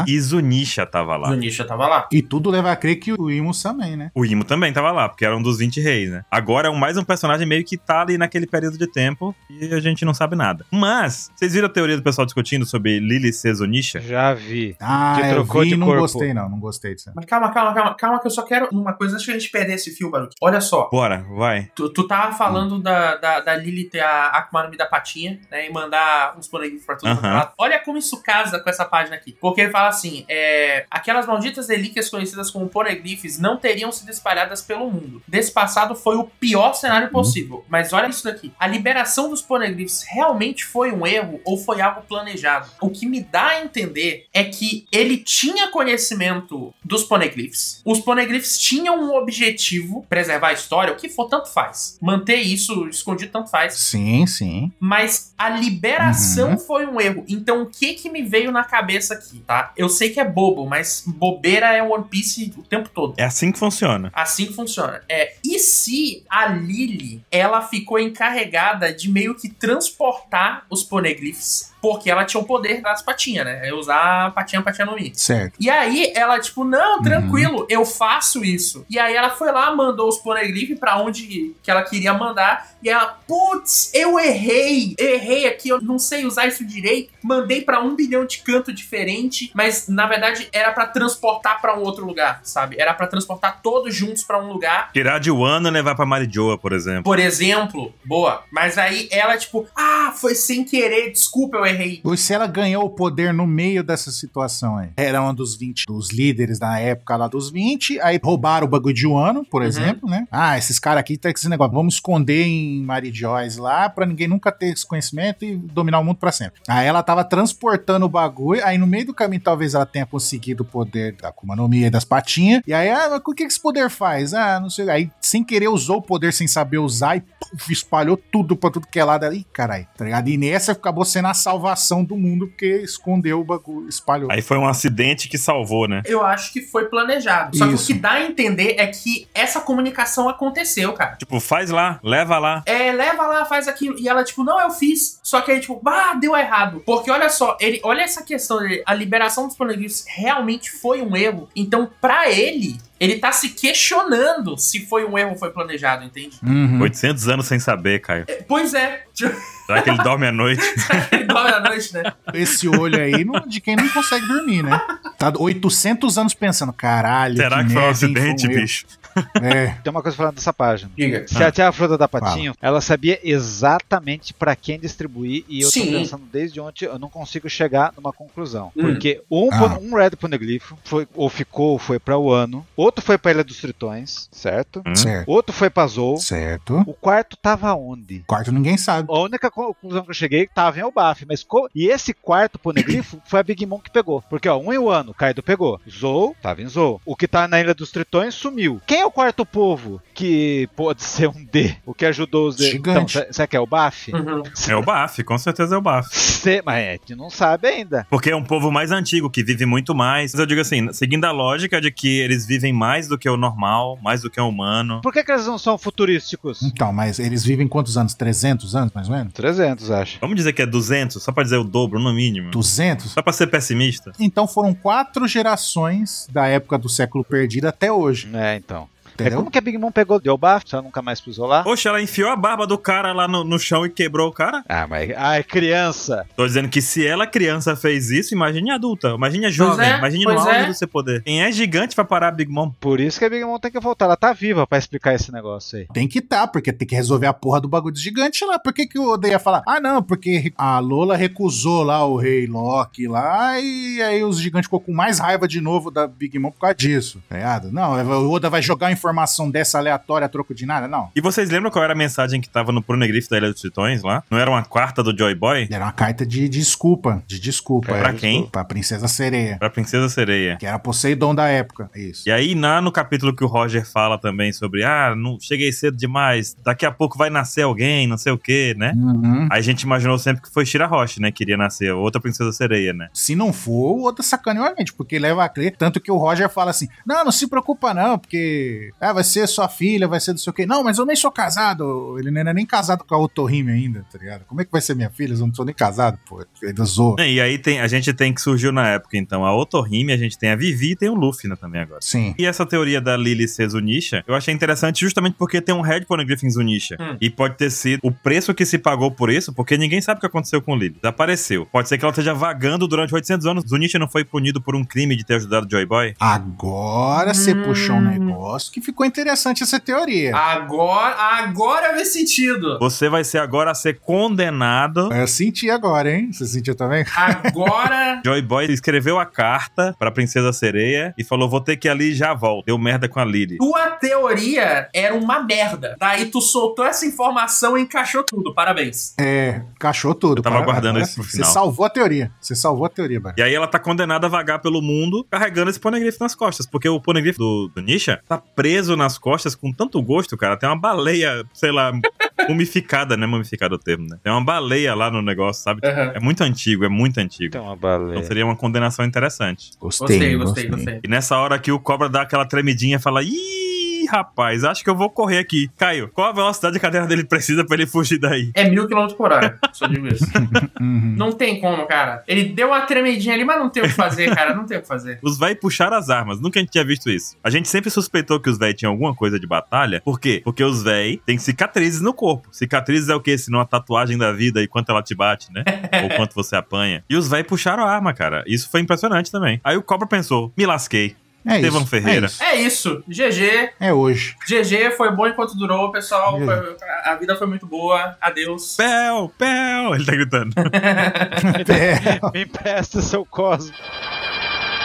Speaker 3: Aham.
Speaker 1: e Zunisha tava lá.
Speaker 4: Zunisha tava lá.
Speaker 3: E tudo leva a crer que o Imus também, né?
Speaker 1: O Imo também tava lá, porque era um dos 20 reis, né? Agora é um- mais um personagem meio que tá ali naquele período de tempo e a gente não sabe nada. Mas, vocês viram a teoria do pessoal discutindo sobre Lily ser Zunisha?
Speaker 2: Já vi.
Speaker 3: Ah,
Speaker 2: Que
Speaker 3: eu
Speaker 2: trocou
Speaker 3: vi e
Speaker 2: de
Speaker 3: não
Speaker 2: corpo.
Speaker 3: gostei, não. Não gostei disso.
Speaker 4: Mas calma, calma, calma, calma, que eu só quero uma coisa antes que a gente perder esse fio, Baruch. Olha só,
Speaker 1: Bora, vai.
Speaker 4: tu, tu tava falando da, da, da Lily ter a Akuma no Mi da patinha, né? E mandar uns bonequinhos pra todo mundo.
Speaker 1: Aham.
Speaker 4: Tá? Olha como isso casa com essa página aqui. Porque ele fala assim: é, aquelas malditas relíquias conhecidas como poneglyphs não teriam sido espalhadas pelo mundo. Desse passado foi o pior cenário possível. Mas olha isso daqui: a liberação dos poneglyphs realmente foi um erro ou foi algo planejado? O que me dá a entender é que ele tinha conhecimento dos poneglyphs. Os poneglyphs tinham um objetivo: preservar a história, o que for, tanto faz. Manter isso escondido, tanto faz
Speaker 3: Sim, sim.
Speaker 4: mas a liberação
Speaker 3: Uhum.
Speaker 4: foi um erro. Então, o que que me veio na cabeça aqui, tá? Eu sei que é bobo, mas bobeira é One Piece o tempo todo.
Speaker 1: É assim que funciona.
Speaker 4: Assim que funciona. É, e se a Lily, ela ficou encarregada de meio que transportar os poneglyphs, porque ela tinha o poder das patinhas, né? É usar a patinha, patinha no Mi.
Speaker 3: Certo.
Speaker 4: E aí ela, tipo, não, tranquilo, eu faço isso. E aí ela foi lá, mandou os poneglyphs pra onde que ela queria mandar. E ela, putz, eu errei. Errei aqui, eu não sei usar isso direito. Mandei pra um bilhão de canto diferente. Mas, na verdade, era pra transportar pra um outro lugar, sabe? Era pra transportar todos juntos pra um lugar.
Speaker 1: Tirar de Wano e levar pra Marijoa, por exemplo.
Speaker 4: Por exemplo, boa. Mas aí ela, tipo, ah, foi sem querer, desculpa, eu errei.
Speaker 3: Ou se ela ganhou o poder no meio dessa situação aí. Era um dos 20, dos líderes na época lá dos 20, aí roubaram o bagulho de Wano, por
Speaker 4: Uhum.
Speaker 3: exemplo, né? Ah, esses caras aqui tá com esse negócio, vamos esconder em Mary Joyce lá pra ninguém nunca ter esse conhecimento e dominar o mundo pra sempre. Aí ela tava transportando o bagulho, aí no meio do caminho talvez ela tenha conseguido o poder da Akuma no Mi e das patinhas, e aí, ah, mas o que que esse poder faz? Ah, não sei. Aí sem querer usou o poder sem saber usar e puf, espalhou tudo pra tudo que é lado ali, caralho, tá ligado? E nessa acabou sendo a salvação do mundo porque escondeu o bagulho, espalhou.
Speaker 1: Aí foi um acidente que salvou, né?
Speaker 4: Eu acho que foi planejado. Só
Speaker 3: Isso.
Speaker 4: que o que dá a entender é que essa comunicação aconteceu, cara.
Speaker 1: Tipo, faz lá, leva lá.
Speaker 4: É, leva lá, faz aquilo. E ela, tipo, não, eu fiz. Só que aí, tipo, ah, deu errado. Porque olha só, ele, olha essa questão dele. A liberação dos planetas realmente foi um erro. Então, pra ele. ele tá se questionando se foi um erro ou foi planejado, entende?
Speaker 3: Uhum.
Speaker 1: 800 anos sem saber, Caio.
Speaker 4: É, Pois é. <laughs>
Speaker 1: Será que ele dorme à noite?
Speaker 4: Ele dorme à noite, né?
Speaker 3: Esse olho aí não- de quem não consegue dormir, né? Tá 800 anos pensando, caralho.
Speaker 1: Será que foi um
Speaker 3: merda, hein,
Speaker 1: acidente,
Speaker 3: erro.
Speaker 1: bicho?
Speaker 3: É,
Speaker 2: Tem uma coisa falando dessa página.
Speaker 4: Diga.
Speaker 2: Se a tia Fruta da Patinho, ela sabia exatamente pra quem distribuir e eu
Speaker 4: Sim.
Speaker 2: tô pensando desde ontem, eu não consigo chegar numa conclusão.
Speaker 4: Hum.
Speaker 2: Porque um,
Speaker 3: Ah.
Speaker 2: pon- um Red Poneglyph foi, ou ficou ou foi pra Wano, outro foi pra Ilha dos Tritões, certo?
Speaker 1: Hum?
Speaker 3: certo.
Speaker 2: Outro foi pra Zou,
Speaker 3: Certo.
Speaker 2: o quarto tava onde?
Speaker 3: Quarto ninguém sabe.
Speaker 2: A única conclusão que eu cheguei tava em Elbaf, mas co- e esse quarto Poneglyph foi a Big Mom que pegou. Porque ó, um em Wano, Kaido pegou. Zou, tava em Zou. O que tá na Ilha dos Tritões sumiu. Quem é o quarto povo que pode <laughs> ser um D? O que ajudou os D?
Speaker 3: Gigante.
Speaker 2: Então, se- será que é o Baf?
Speaker 4: Uhum.
Speaker 1: É o Baf, com certeza é o Baf.
Speaker 2: Se- mas é, a gente não sabe ainda.
Speaker 1: Porque é um povo mais antigo, que vive muito mais. Mas eu digo assim, seguindo a lógica de que eles vivem mais do que o normal, mais do que o humano.
Speaker 2: Por que, que eles não são futurísticos?
Speaker 3: Então, mas eles vivem quantos anos? 300 anos, mais ou menos?
Speaker 2: 300, acho.
Speaker 1: Vamos dizer que é 200, só pra dizer o dobro, no mínimo.
Speaker 3: 200?
Speaker 1: Só pra ser pessimista.
Speaker 3: Então foram quatro gerações da época do século perdido até hoje,
Speaker 2: É, então. É
Speaker 3: entendeu?
Speaker 2: como que a Big Mom pegou o Baf, se ela nunca mais pisou lá?
Speaker 1: Oxe, ela enfiou a barba do cara lá no, no chão e quebrou o cara?
Speaker 2: Ah, mas. Ai, criança!
Speaker 1: Tô dizendo que se ela, criança, fez isso, imagine adulta, imagine a jovem,
Speaker 4: é,
Speaker 1: imagine no
Speaker 4: pois
Speaker 1: auge
Speaker 4: é.
Speaker 1: do seu poder. Quem é gigante vai parar a Big Mom?
Speaker 2: Por isso que a Big Mom tem que voltar. Ela tá viva pra explicar esse negócio aí.
Speaker 3: Tem que tá, porque tem que resolver a porra do bagulho de gigante lá. Por que, que o Oda ia falar? Ah, não, porque a Lola recusou lá o rei Loki lá, e aí os gigantes ficou com mais raiva de novo da Big Mom por causa disso. Tá ligado? Não, o Oda vai jogar uma informação dessa aleatória a troco de nada? Não.
Speaker 1: E vocês lembram qual era a mensagem que tava no Prunegrif da Ilha dos Tritões lá? Não era uma quarta do Joy Boy?
Speaker 3: Era uma carta de desculpa, de desculpa.
Speaker 1: É, Pra quem?
Speaker 3: Pra princesa sereia,
Speaker 1: Pra Princesa Sereia.
Speaker 3: que era Poseidon da época. Isso.
Speaker 1: E aí, lá no capítulo que o Roger fala também sobre, ah, não cheguei cedo demais, daqui a pouco vai nascer alguém, não sei o quê, né?
Speaker 3: Uhum.
Speaker 1: Aí a gente imaginou sempre que foi Shira Roche, né? Queria nascer outra Princesa Sereia, né?
Speaker 3: Se não for, o outro sacaneou a gente, porque leva a crer. Tanto que o Roger fala assim: não, não se preocupa não, porque ah, vai ser sua filha, vai ser não sei o quê. Não, mas eu nem sou casado. Ele não era nem casado com a Otorrime ainda, tá ligado? Como é que vai ser minha filha? Eu não sou nem casado, pô. Ele zoa.
Speaker 1: E aí tem, a gente tem que surgiu na época, então, a Otorrime, a gente tem a Vivi e tem o Luffy né, também agora.
Speaker 3: Sim.
Speaker 1: E essa teoria da Lily ser Zunisha, eu achei interessante justamente porque tem um Red Poneglyph em Zunisha.
Speaker 4: Hum.
Speaker 1: E pode ter sido o preço que se pagou por isso, porque ninguém sabe o que aconteceu com Lily. Desapareceu. Pode ser que ela esteja vagando durante 800 anos. Zunisha não foi punido por um crime de ter ajudado o Joy Boy?
Speaker 3: Agora você
Speaker 4: Hum. Ah.
Speaker 3: puxou um negócio que ficou interessante essa
Speaker 4: É.
Speaker 3: teoria.
Speaker 4: Agora, agora vê sentido.
Speaker 1: Você vai ser agora a ser condenado.
Speaker 3: Eu senti agora, hein? Você sentiu também?
Speaker 4: Agora.
Speaker 1: Joy Boy escreveu a carta pra Princesa Sereia e falou: vou ter que ir ali e já volto. Deu merda com a Lily.
Speaker 4: Tua teoria era uma merda. Daí tu soltou essa informação e encaixou tudo. Parabéns.
Speaker 3: É, cachou tudo.
Speaker 1: Eu tava
Speaker 3: Parabéns.
Speaker 1: aguardando isso pro final.
Speaker 3: Você salvou a teoria. Você salvou a teoria, Barão.
Speaker 1: E aí ela tá condenada a vagar pelo mundo carregando esse poneglyph nas costas. Porque o poneglyph do, do Nisha tá preso nas costas com tanto gosto, cara. Tem uma baleia, sei lá, mumificada, né? Mumificada é o termo, né? Tem uma baleia lá no negócio, sabe? É muito antigo, é muito antigo.
Speaker 2: uma
Speaker 1: Então
Speaker 2: baleia.
Speaker 1: seria uma condenação interessante.
Speaker 4: Gostei, gostei, gostei.
Speaker 1: E nessa hora que o cobra dá aquela tremidinha e fala: Ih, rapaz, acho que eu vou correr aqui. Caio, qual a velocidade que a cadeira dele precisa pra ele fugir daí?
Speaker 4: É mil quilômetros por <laughs> hora, só digo isso.
Speaker 3: Uhum.
Speaker 4: Não tem como, cara. Ele deu uma tremidinha ali, mas não tem o que fazer, cara. Não tem o que fazer.
Speaker 1: Os véi puxaram as armas. Nunca a gente tinha visto isso. A gente sempre suspeitou que os véi tinham alguma coisa de batalha. Por quê? Porque os véi têm cicatrizes no corpo. Cicatrizes é o quê? Se não a tatuagem da vida e quanto ela te bate, né? Ou quanto você apanha. E os véi puxaram a arma, cara. Isso foi impressionante também. Aí o Cobra pensou, me lasquei.
Speaker 3: É
Speaker 1: Estevão
Speaker 3: isso,
Speaker 1: Ferreira.
Speaker 3: É, isso.
Speaker 4: É isso. GG.
Speaker 3: É
Speaker 4: <laughs>
Speaker 3: hoje.
Speaker 4: GG foi bom enquanto durou, pessoal.
Speaker 3: E aí?
Speaker 4: Foi- a vida foi muito boa. Adeus.
Speaker 1: Pel, pel. <laughs> Ele tá gritando.
Speaker 3: É.
Speaker 2: Me empresta seu cosmo.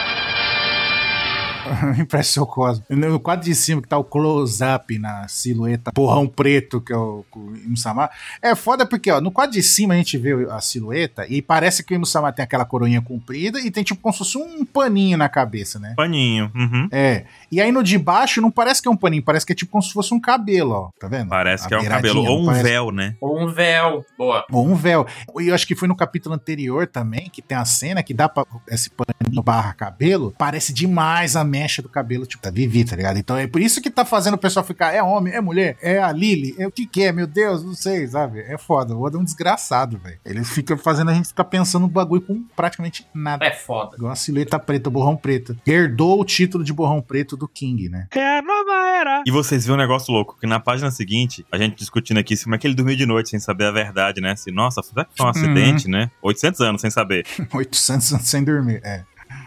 Speaker 3: <laughs> Impressa seu cosmo. No quadro de cima que tá o close-up na silhueta porrão preto, que é o, o Imusama. É foda porque, ó, no quadro de cima a gente vê a silhueta e parece que o Imusama tem aquela coroinha comprida e tem tipo como se fosse um paninho na cabeça, né?
Speaker 1: Paninho. Uhum.
Speaker 3: É. E aí no de baixo não parece que é um paninho, parece que é tipo como se fosse um cabelo, ó. Tá vendo?
Speaker 1: Parece
Speaker 3: A
Speaker 1: que é um
Speaker 3: beiradinha,
Speaker 1: cabelo. Ou um
Speaker 3: parece-
Speaker 1: véu, né?
Speaker 4: Ou um véu. Boa.
Speaker 3: Ou um véu. E eu acho que foi no capítulo anterior também, que tem a cena que dá pra esse paninho barra cabelo. Parece demais a mecha do cabelo, tipo, da Vivi, tá ligado? Então é por isso que tá fazendo o pessoal ficar, é homem, é mulher, é a Lily, é o que que é, meu Deus, não sei, sabe? É foda, o Oda é um desgraçado, velho. Ele fica fazendo a gente ficar pensando no bagulho com praticamente nada.
Speaker 4: É foda.
Speaker 3: Igual a silhueta preta, o borrão preto. Herdou o título de borrão preto do King, né? <laughs>
Speaker 2: É a nova era.
Speaker 1: E vocês viram um negócio louco, que na página seguinte, a gente discutindo aqui se como é que ele dormiu de noite sem saber a verdade, né? Se, nossa, será que foi um
Speaker 4: Uhum.
Speaker 1: acidente, né? 800 anos sem saber.
Speaker 3: 800 anos sem dormir, é.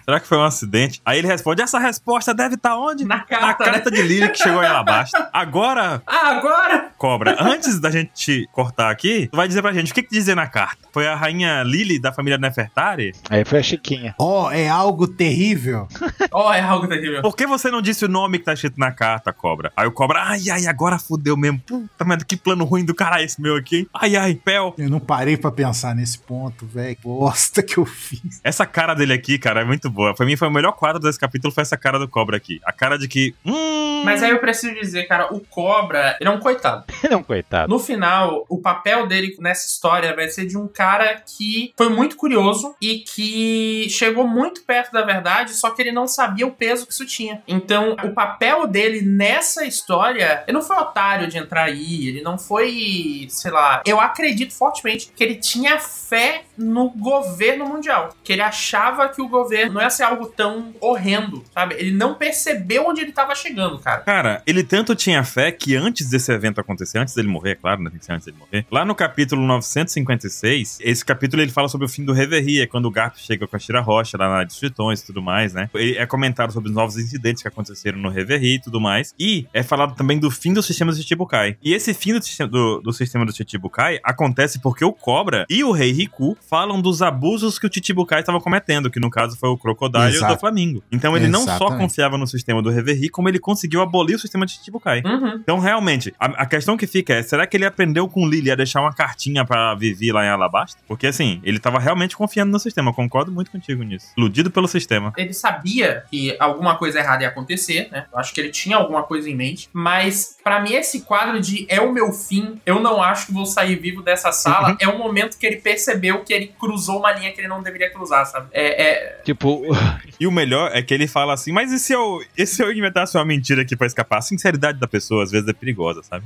Speaker 1: Será que foi um acidente? Aí ele responde: essa resposta deve estar onde?
Speaker 4: Na carta, né?
Speaker 1: de Lily que chegou aí lá abaixo. Agora,
Speaker 4: Ah, agora!
Speaker 1: cobra, antes da gente te cortar aqui, tu vai dizer pra gente o que, que dizia na carta. Foi a rainha Lily da família Nefertari?
Speaker 2: Aí foi a Chiquinha. <laughs>
Speaker 3: Oh, é algo terrível.
Speaker 4: Ó, é algo terrível.
Speaker 1: Por que você não disse o nome que tá escrito na carta, cobra? Aí o cobra, ai, ai, agora fudeu mesmo. Puta merda, que plano ruim do caralho esse meu aqui, hein? Ai, ai, Pel.
Speaker 3: Eu não parei pra pensar nesse ponto, velho. Bosta que eu fiz.
Speaker 1: Essa cara dele aqui, cara, é muito boa. Pra mim foi o melhor quadro desse capítulo, foi essa cara do cobra aqui. A cara de que, hum,
Speaker 4: Mas aí eu preciso dizer, cara, o Cobra, ele é um coitado.
Speaker 2: Ele é um coitado.
Speaker 4: No final, o papel dele nessa história vai ser de um cara que foi muito curioso e que chegou muito perto da verdade, só que ele não sabia o peso que isso tinha. Então, o papel dele nessa história, ele não foi otário de entrar aí, ele não foi, sei lá, eu acredito fortemente que ele tinha fé no governo mundial, que ele achava que o governo não ia ser algo tão horrendo, sabe? Ele não percebeu onde ele tava chegando, cara.
Speaker 1: Cara, ele tanto tinha fé que antes desse evento acontecer, antes dele morrer, é claro, né? Tem que ser antes dele morrer. Lá no capítulo 956, esse capítulo ele fala sobre o fim do Reverie, é quando o Garp chega com a Shira Rocha lá na Distritões e tudo mais, né? Ele é comentado sobre os novos incidentes que aconteceram no Reverie e tudo mais. E é falado também do fim dos sistemas de Chichibukai. E esse fim do, sistema- do, do sistema do Chichibukai acontece porque o Cobra e o Rei Riku falam dos abusos que o Chichibukai estava cometendo, que no caso foi o Crocodile e o
Speaker 3: Exato.
Speaker 1: do Flamingo. Então ele não só
Speaker 3: Exatamente.
Speaker 1: confiava no sistema do Reverie, como ele conseguiu abolir o sistema de Chichibukai.
Speaker 4: Uhum.
Speaker 1: Então, realmente, a, a questão que fica é: será que ele aprendeu com Lily a deixar uma cartinha pra Vivi lá em Alabasta? Porque, assim, ele tava realmente confiando no sistema. Eu concordo muito contigo nisso. Iludido pelo sistema.
Speaker 4: ele sabia que alguma coisa errada ia acontecer, né? Eu acho que ele tinha alguma coisa em mente, mas pra mim esse quadro de é o meu fim, eu não acho que vou sair vivo dessa sala, é um momento que ele percebeu que ele cruzou uma linha que ele não deveria cruzar, sabe? É, é-
Speaker 2: Tipo, <laughs>
Speaker 1: E o melhor é que ele fala assim: mas e se eu, e se eu inventasse uma mentira aqui pra escapar? A sinceridade da pessoa às vezes é perigosa, sabe?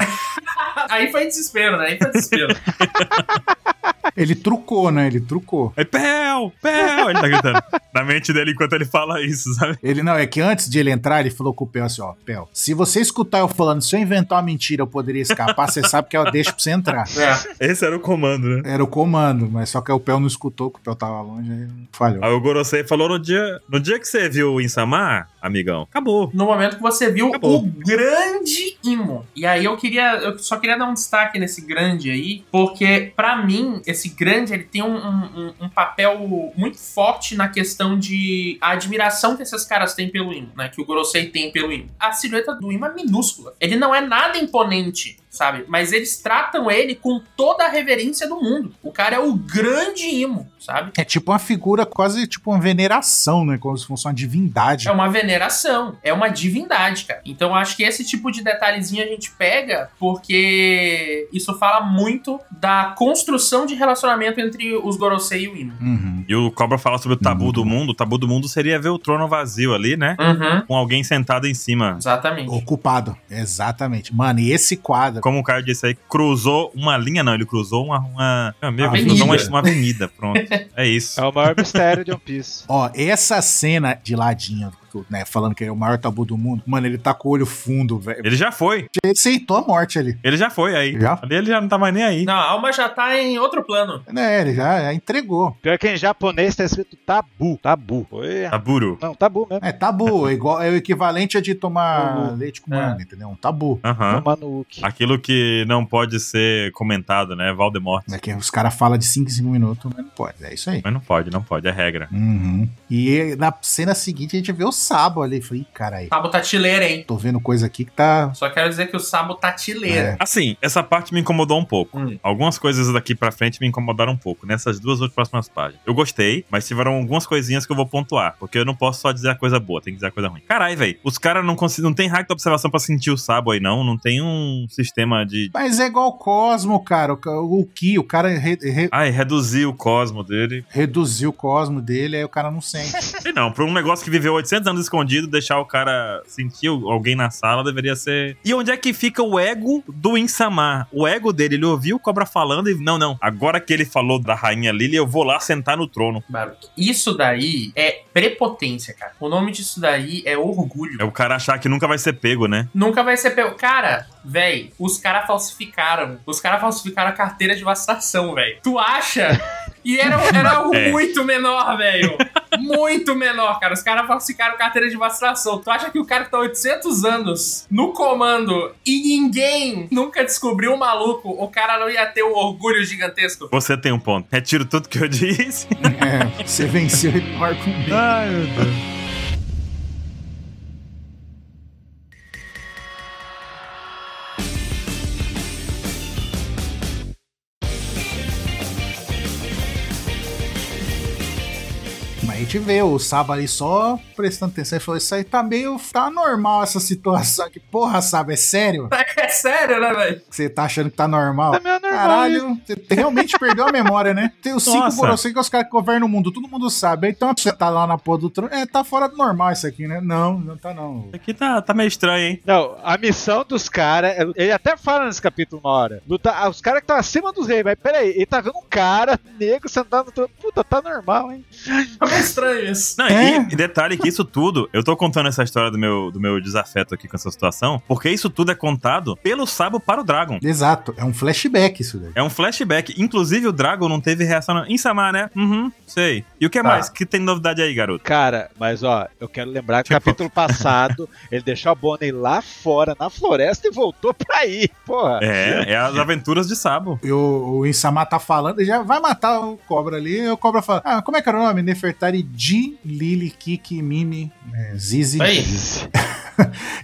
Speaker 4: Aí foi desespero, né? Aí foi desespero.
Speaker 3: Ele trucou, né? Ele trucou.
Speaker 1: Aí, Pel, Pel, É, ele tá gritando na mente dele enquanto ele fala isso, sabe?
Speaker 3: Ele não, é que antes de ele entrar, ele falou com o Pel assim, ó, Pel, se você escutar eu falando, se eu inventar uma mentira, eu poderia escapar, você sabe que eu deixo pra você entrar.
Speaker 4: É.
Speaker 1: Esse era o comando, né?
Speaker 3: Era o comando, mas só que o Pel não escutou, que o Pel tava longe, aí falhou.
Speaker 1: Aí o Gorosei falou: no dia, no dia que você viu o Insamar, amigão, acabou.
Speaker 4: No momento que você viu
Speaker 1: Acabou.
Speaker 4: o grande Imo. E aí eu queria. Eu só queria dar um destaque nesse grande aí, porque pra mim, esse grande ele tem um, um- um- um papel muito forte na questão de a admiração que esses caras têm pelo Imo, né? Que o Gorosei tem pelo Imo. A silhueta do Imo é minúscula. Ele não é nada imponente, sabe? Mas eles tratam ele com toda a reverência do mundo. O cara é o grande Imo, sabe?
Speaker 3: É tipo uma figura quase tipo uma veneração, né? Como se fosse uma divindade.
Speaker 4: É uma veneração, é uma divindade, cara. Então eu acho que esse tipo de detalhezinho a gente pega porque isso fala muito da construção de relacionamento entre os Gorosei e o Imo.
Speaker 3: Uhum.
Speaker 1: E o Cobra fala sobre o tabu
Speaker 3: Uhum.
Speaker 1: do mundo. O tabu do mundo seria ver o trono vazio ali, né?
Speaker 4: Uhum.
Speaker 1: Com alguém sentado em cima.
Speaker 4: Exatamente.
Speaker 3: Ocupado. Exatamente. Mano, e esse quadro.
Speaker 1: Como o Caio disse aí, cruzou uma linha, não, ele cruzou uma. uma meu amigo,
Speaker 3: Avenida.
Speaker 1: cruzou uma, uma avenida, pronto. É isso.
Speaker 2: é o maior mistério de One Piece.
Speaker 3: Ó, essa cena de ladinho, né? Falando que é o maior tabu do mundo. Mano, ele tá com o olho fundo, velho.
Speaker 1: Ele já foi,
Speaker 3: Ele aceitou a morte ali.
Speaker 1: ele já foi aí.
Speaker 3: Já?
Speaker 1: Ali ele já não tá mais nem aí.
Speaker 4: Não, a alma já tá em outro plano.
Speaker 3: É, ele já, já entregou.
Speaker 2: Pior que em japonês tá escrito tabu. Tabu. Foi.
Speaker 1: Taburo.
Speaker 2: Não, tabu mesmo.
Speaker 3: É tabu, é igual é o equivalente a de tomar
Speaker 2: Tabu.
Speaker 3: leite com manga, entendeu? Um tabu.
Speaker 1: Aham.
Speaker 2: No Manuki.
Speaker 1: Aquilo que não pode ser comentado, né? Valdemort.
Speaker 3: É que os caras falam de 5 em 5 minutos, mas não pode. É isso aí.
Speaker 1: Mas não pode, não pode, é regra.
Speaker 3: Uhum. E na cena seguinte a gente vê o Sabo ali. Falei, "Ih, caralho,
Speaker 4: Sabo tá tileira, hein?
Speaker 3: tô vendo coisa aqui que tá.
Speaker 4: Só quero dizer que o Sabo tá tileira.
Speaker 3: É.
Speaker 1: Assim, essa parte me incomodou um pouco.
Speaker 4: Hum.
Speaker 1: Algumas coisas daqui pra frente me incomodaram um pouco, nessas duas outras próximas páginas. Eu gostei, mas tiveram algumas coisinhas que eu vou pontuar, porque eu não posso só dizer a coisa boa, tem que dizer a coisa ruim. Caralho, velho, os caras não conseguem, não tem hack de observação pra sentir o sabo aí não, não tem um sistema de...
Speaker 3: Mas é igual o Cosmo, cara. O, ca- o Ki, o cara re- re-
Speaker 1: Ai, reduzir o cosmo dele.
Speaker 3: reduziu o Cosmo dele, aí o cara não sente.
Speaker 1: E não, pra um negócio que viveu 800 anos escondido, deixar o cara sentir alguém na sala deveria ser. E onde é que fica o ego do Insamar? O ego dele, ele ouviu o cobra falando e. Não, não. Agora que ele falou da rainha Lily, eu vou lá sentar no trono.
Speaker 4: Baruto. Isso daí é prepotência, cara. O nome disso daí é orgulho.
Speaker 1: É o cara achar que nunca vai ser pego, né?
Speaker 4: Nunca vai ser pego. Cara, véi, os caras falsificaram. Os caras falsificaram a carteira de vacinação, véi. Tu acha? E era, um, era algo
Speaker 1: É.
Speaker 4: muito menor, velho. Muito menor, cara. Os caras falsificaram carteira de vacinação. Tu acha que o cara que tá 800 anos no comando e ninguém nunca descobriu o maluco, o cara não ia ter um orgulho gigantesco? <laughs>
Speaker 1: Você tem um ponto. Retiro tudo que eu <laughs> disse.
Speaker 3: É, <laughs> você venceu e marca um bem.
Speaker 2: Ai, meu Deus.
Speaker 3: Mas a gente vê o Saba ali só prestando atenção e falou: Isso aí tá meio. tá normal essa situação. Que porra, Saba, é sério?
Speaker 4: É sério, né, velho?
Speaker 3: Você tá achando que tá normal?
Speaker 2: Tá meio normal,
Speaker 3: Caralho, você realmente perdeu a memória, né? Tem os cinco
Speaker 1: Nossa.
Speaker 3: Borosei que é os caras que governam o mundo, todo mundo sabe. Então você tá lá na porra do trono. É, tá fora do normal isso aqui, né? Não, não tá não.
Speaker 1: Aqui tá, tá meio estranho, hein?
Speaker 2: Não, a missão dos caras. Ele até fala nesse capítulo uma hora. Luta, ah, os caras que estão acima dos reis, mas peraí, ele tá vendo um cara negro sentado no trono. Puta, tá normal, hein?
Speaker 4: É meio estranho isso.
Speaker 1: Não,
Speaker 3: É.
Speaker 1: e detalhe que isso tudo, eu tô contando essa história do meu, do meu desafeto aqui com essa situação, porque isso tudo é contado pelo Sabo para o Dragon.
Speaker 3: Exato, é um flashback isso daí.
Speaker 1: É um flashback. Inclusive, o Dragon não teve reação. Não. Insamar, né? Uhum, sei. E o que
Speaker 4: Tá.
Speaker 1: mais? Que tem novidade aí, garoto?
Speaker 2: Cara, mas ó, eu quero lembrar que no capítulo passado ele deixou a Bonnie lá fora, na floresta, e voltou pra aí. Porra.
Speaker 1: É, é as aventuras de Sabo.
Speaker 3: E o, o Insama tá falando, ele já vai matar o Cobra ali. E o Cobra fala: Ah, como é que era o nome? Nefertari Di, Lili, Kiki, Mimi, é, Zizi.
Speaker 4: Aí.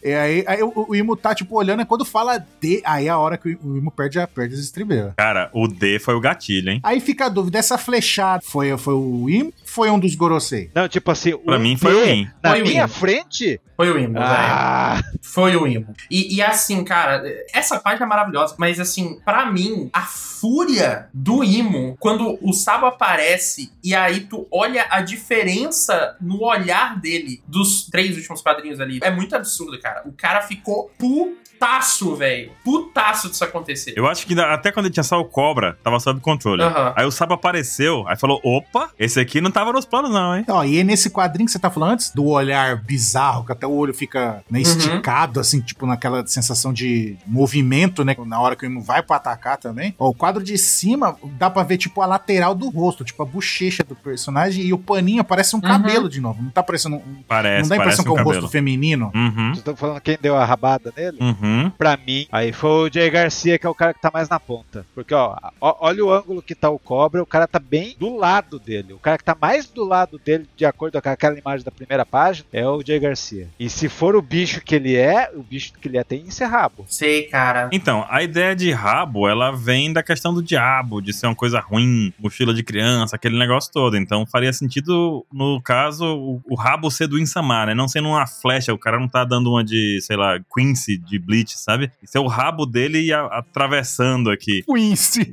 Speaker 3: E aí, aí o, o Imo tá, tipo, olhando, e quando fala D, aí é a hora que o Imo perde, a- perde as estribeiras.
Speaker 1: Cara, o D foi o gatilho, hein?
Speaker 3: Aí fica a dúvida, essa flechada foi, foi o Imo foi um dos Gorosei?
Speaker 2: Não, tipo assim,
Speaker 1: Pra
Speaker 2: o
Speaker 1: mim foi o
Speaker 2: D
Speaker 1: Win.
Speaker 2: Na
Speaker 4: Foi o
Speaker 2: minha
Speaker 4: Win.
Speaker 2: frente?
Speaker 4: Foi o Imo, velho.
Speaker 2: Ah,
Speaker 4: Foi o Imo. E, e assim, cara, essa página é maravilhosa, mas assim, pra mim, a fúria do Imo, quando o Sabo aparece e aí tu olha a diferença no olhar dele dos três últimos quadrinhos ali, é muito absurdo, cara. O cara ficou putaço, velho. Putaço disso acontecer.
Speaker 1: Eu acho que ainda- até quando ele tinha só o Cobra, tava sob controle.
Speaker 4: Aham.
Speaker 1: Aí o Sabo apareceu, aí falou: opa, esse aqui não tava nos planos, não, hein?
Speaker 3: Ó, e aí nesse quadrinho que você tá falando antes, do olhar bizarro, que até o olho fica né, esticado, assim, tipo naquela sensação de movimento, né? Na hora que o Imo vai pra atacar também. Ó, o quadro de cima dá pra ver, tipo, a lateral do rosto, tipo, a bochecha do personagem e o paninho parece um cabelo de novo. Não tá parecendo. um-
Speaker 1: Parece,
Speaker 3: não dá a
Speaker 1: parece um
Speaker 3: impressão que é um
Speaker 1: cabelo.
Speaker 3: rosto feminino.
Speaker 1: Uhum.
Speaker 2: vocês estão tá falando quem deu a rabada nele?
Speaker 1: Uhum.
Speaker 2: Pra mim, aí foi o Jay Garcia, que é o cara que tá mais na ponta. Porque, ó, ó- olha o ângulo que tá o cobra, o cara tá bem do lado dele. O cara que tá mais do lado dele, de acordo com aquela imagem da primeira página, é o Jay Garcia. E se for o bicho que ele é, o bicho que ele é tem encerrabo.
Speaker 4: Sei, cara.
Speaker 1: Então, a ideia de rabo, ela vem da questão do diabo, de ser uma coisa ruim, mochila de criança, aquele negócio todo. Então, faria sentido, no caso, o, o rabo ser do Insamar, né? Não sendo uma flecha, o cara não tá dando uma de, sei lá, Quincy, de Bleach, sabe? Isso é o rabo dele e a- atravessando aqui. <laughs>
Speaker 3: Quincy.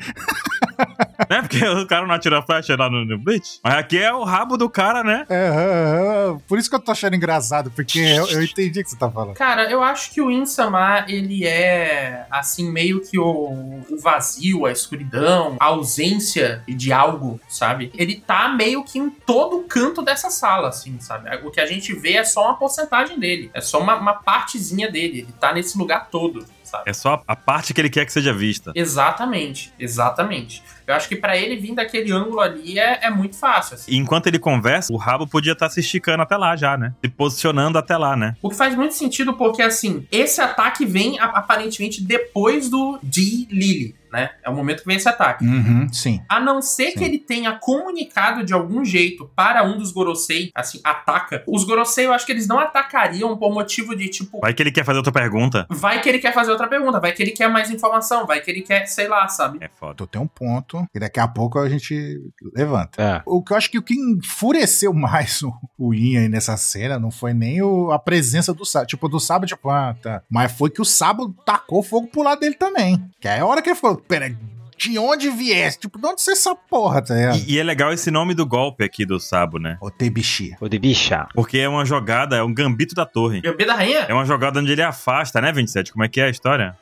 Speaker 1: né? Porque o cara não atira a flecha lá no, no Bleach. Mas aqui é o rabo do cara, né?
Speaker 3: É, é, é, é. por isso que eu tô achando engraçado, porque eu, eu entendi o que você tá falando.
Speaker 4: Cara, eu acho que o Insama, ele é, assim, meio que o, o vazio, a escuridão, a ausência de algo, sabe? Ele tá meio que em todo canto dessa sala, assim, sabe? O que a gente vê é só uma porcentagem dele, é só uma, uma partezinha dele, ele tá nesse lugar todo, sabe?
Speaker 1: É só a parte que ele quer que seja vista.
Speaker 4: Exatamente, exatamente. Eu acho que pra ele vir daquele ângulo ali é, é muito fácil, assim.
Speaker 1: E enquanto ele conversa, o rabo podia estar se esticando até lá já, né? Se posicionando até lá, né?
Speaker 4: O que faz muito sentido porque, assim, esse ataque vem a- aparentemente depois do de Lily, né? É o momento que vem esse ataque.
Speaker 3: Uhum, sim.
Speaker 4: A não ser que
Speaker 3: Sim.
Speaker 4: ele tenha comunicado de algum jeito para um dos Gorosei, assim, ataca. Os Gorosei, eu acho que eles não atacariam por motivo de, tipo,
Speaker 1: Vai que ele quer fazer outra pergunta.
Speaker 4: vai que ele quer fazer outra pergunta, vai que ele quer mais informação, vai que ele quer, sei lá, sabe?
Speaker 1: É foda.
Speaker 3: Tu tem um ponto, e daqui a pouco a gente levanta.
Speaker 2: É.
Speaker 3: O que eu acho que o que enfureceu mais o, o Ian aí nessa cena não foi nem o- a presença do Sabo. Tipo, do Sabo, tipo, ah, tá. Mas foi que o Sabo tacou fogo pro lado dele também. Que aí é a hora que ele falou, pera, de onde viesse? Tipo, de onde você essa porra, tá ligado?
Speaker 1: E, e é legal esse nome do golpe aqui do Sabo, né?
Speaker 3: Otebishi.
Speaker 2: O de bicha.
Speaker 1: Porque é uma jogada, é um gambito da torre.
Speaker 4: Bebê da rainha?
Speaker 1: É uma jogada onde ele afasta, né, 27? Como é que é a história?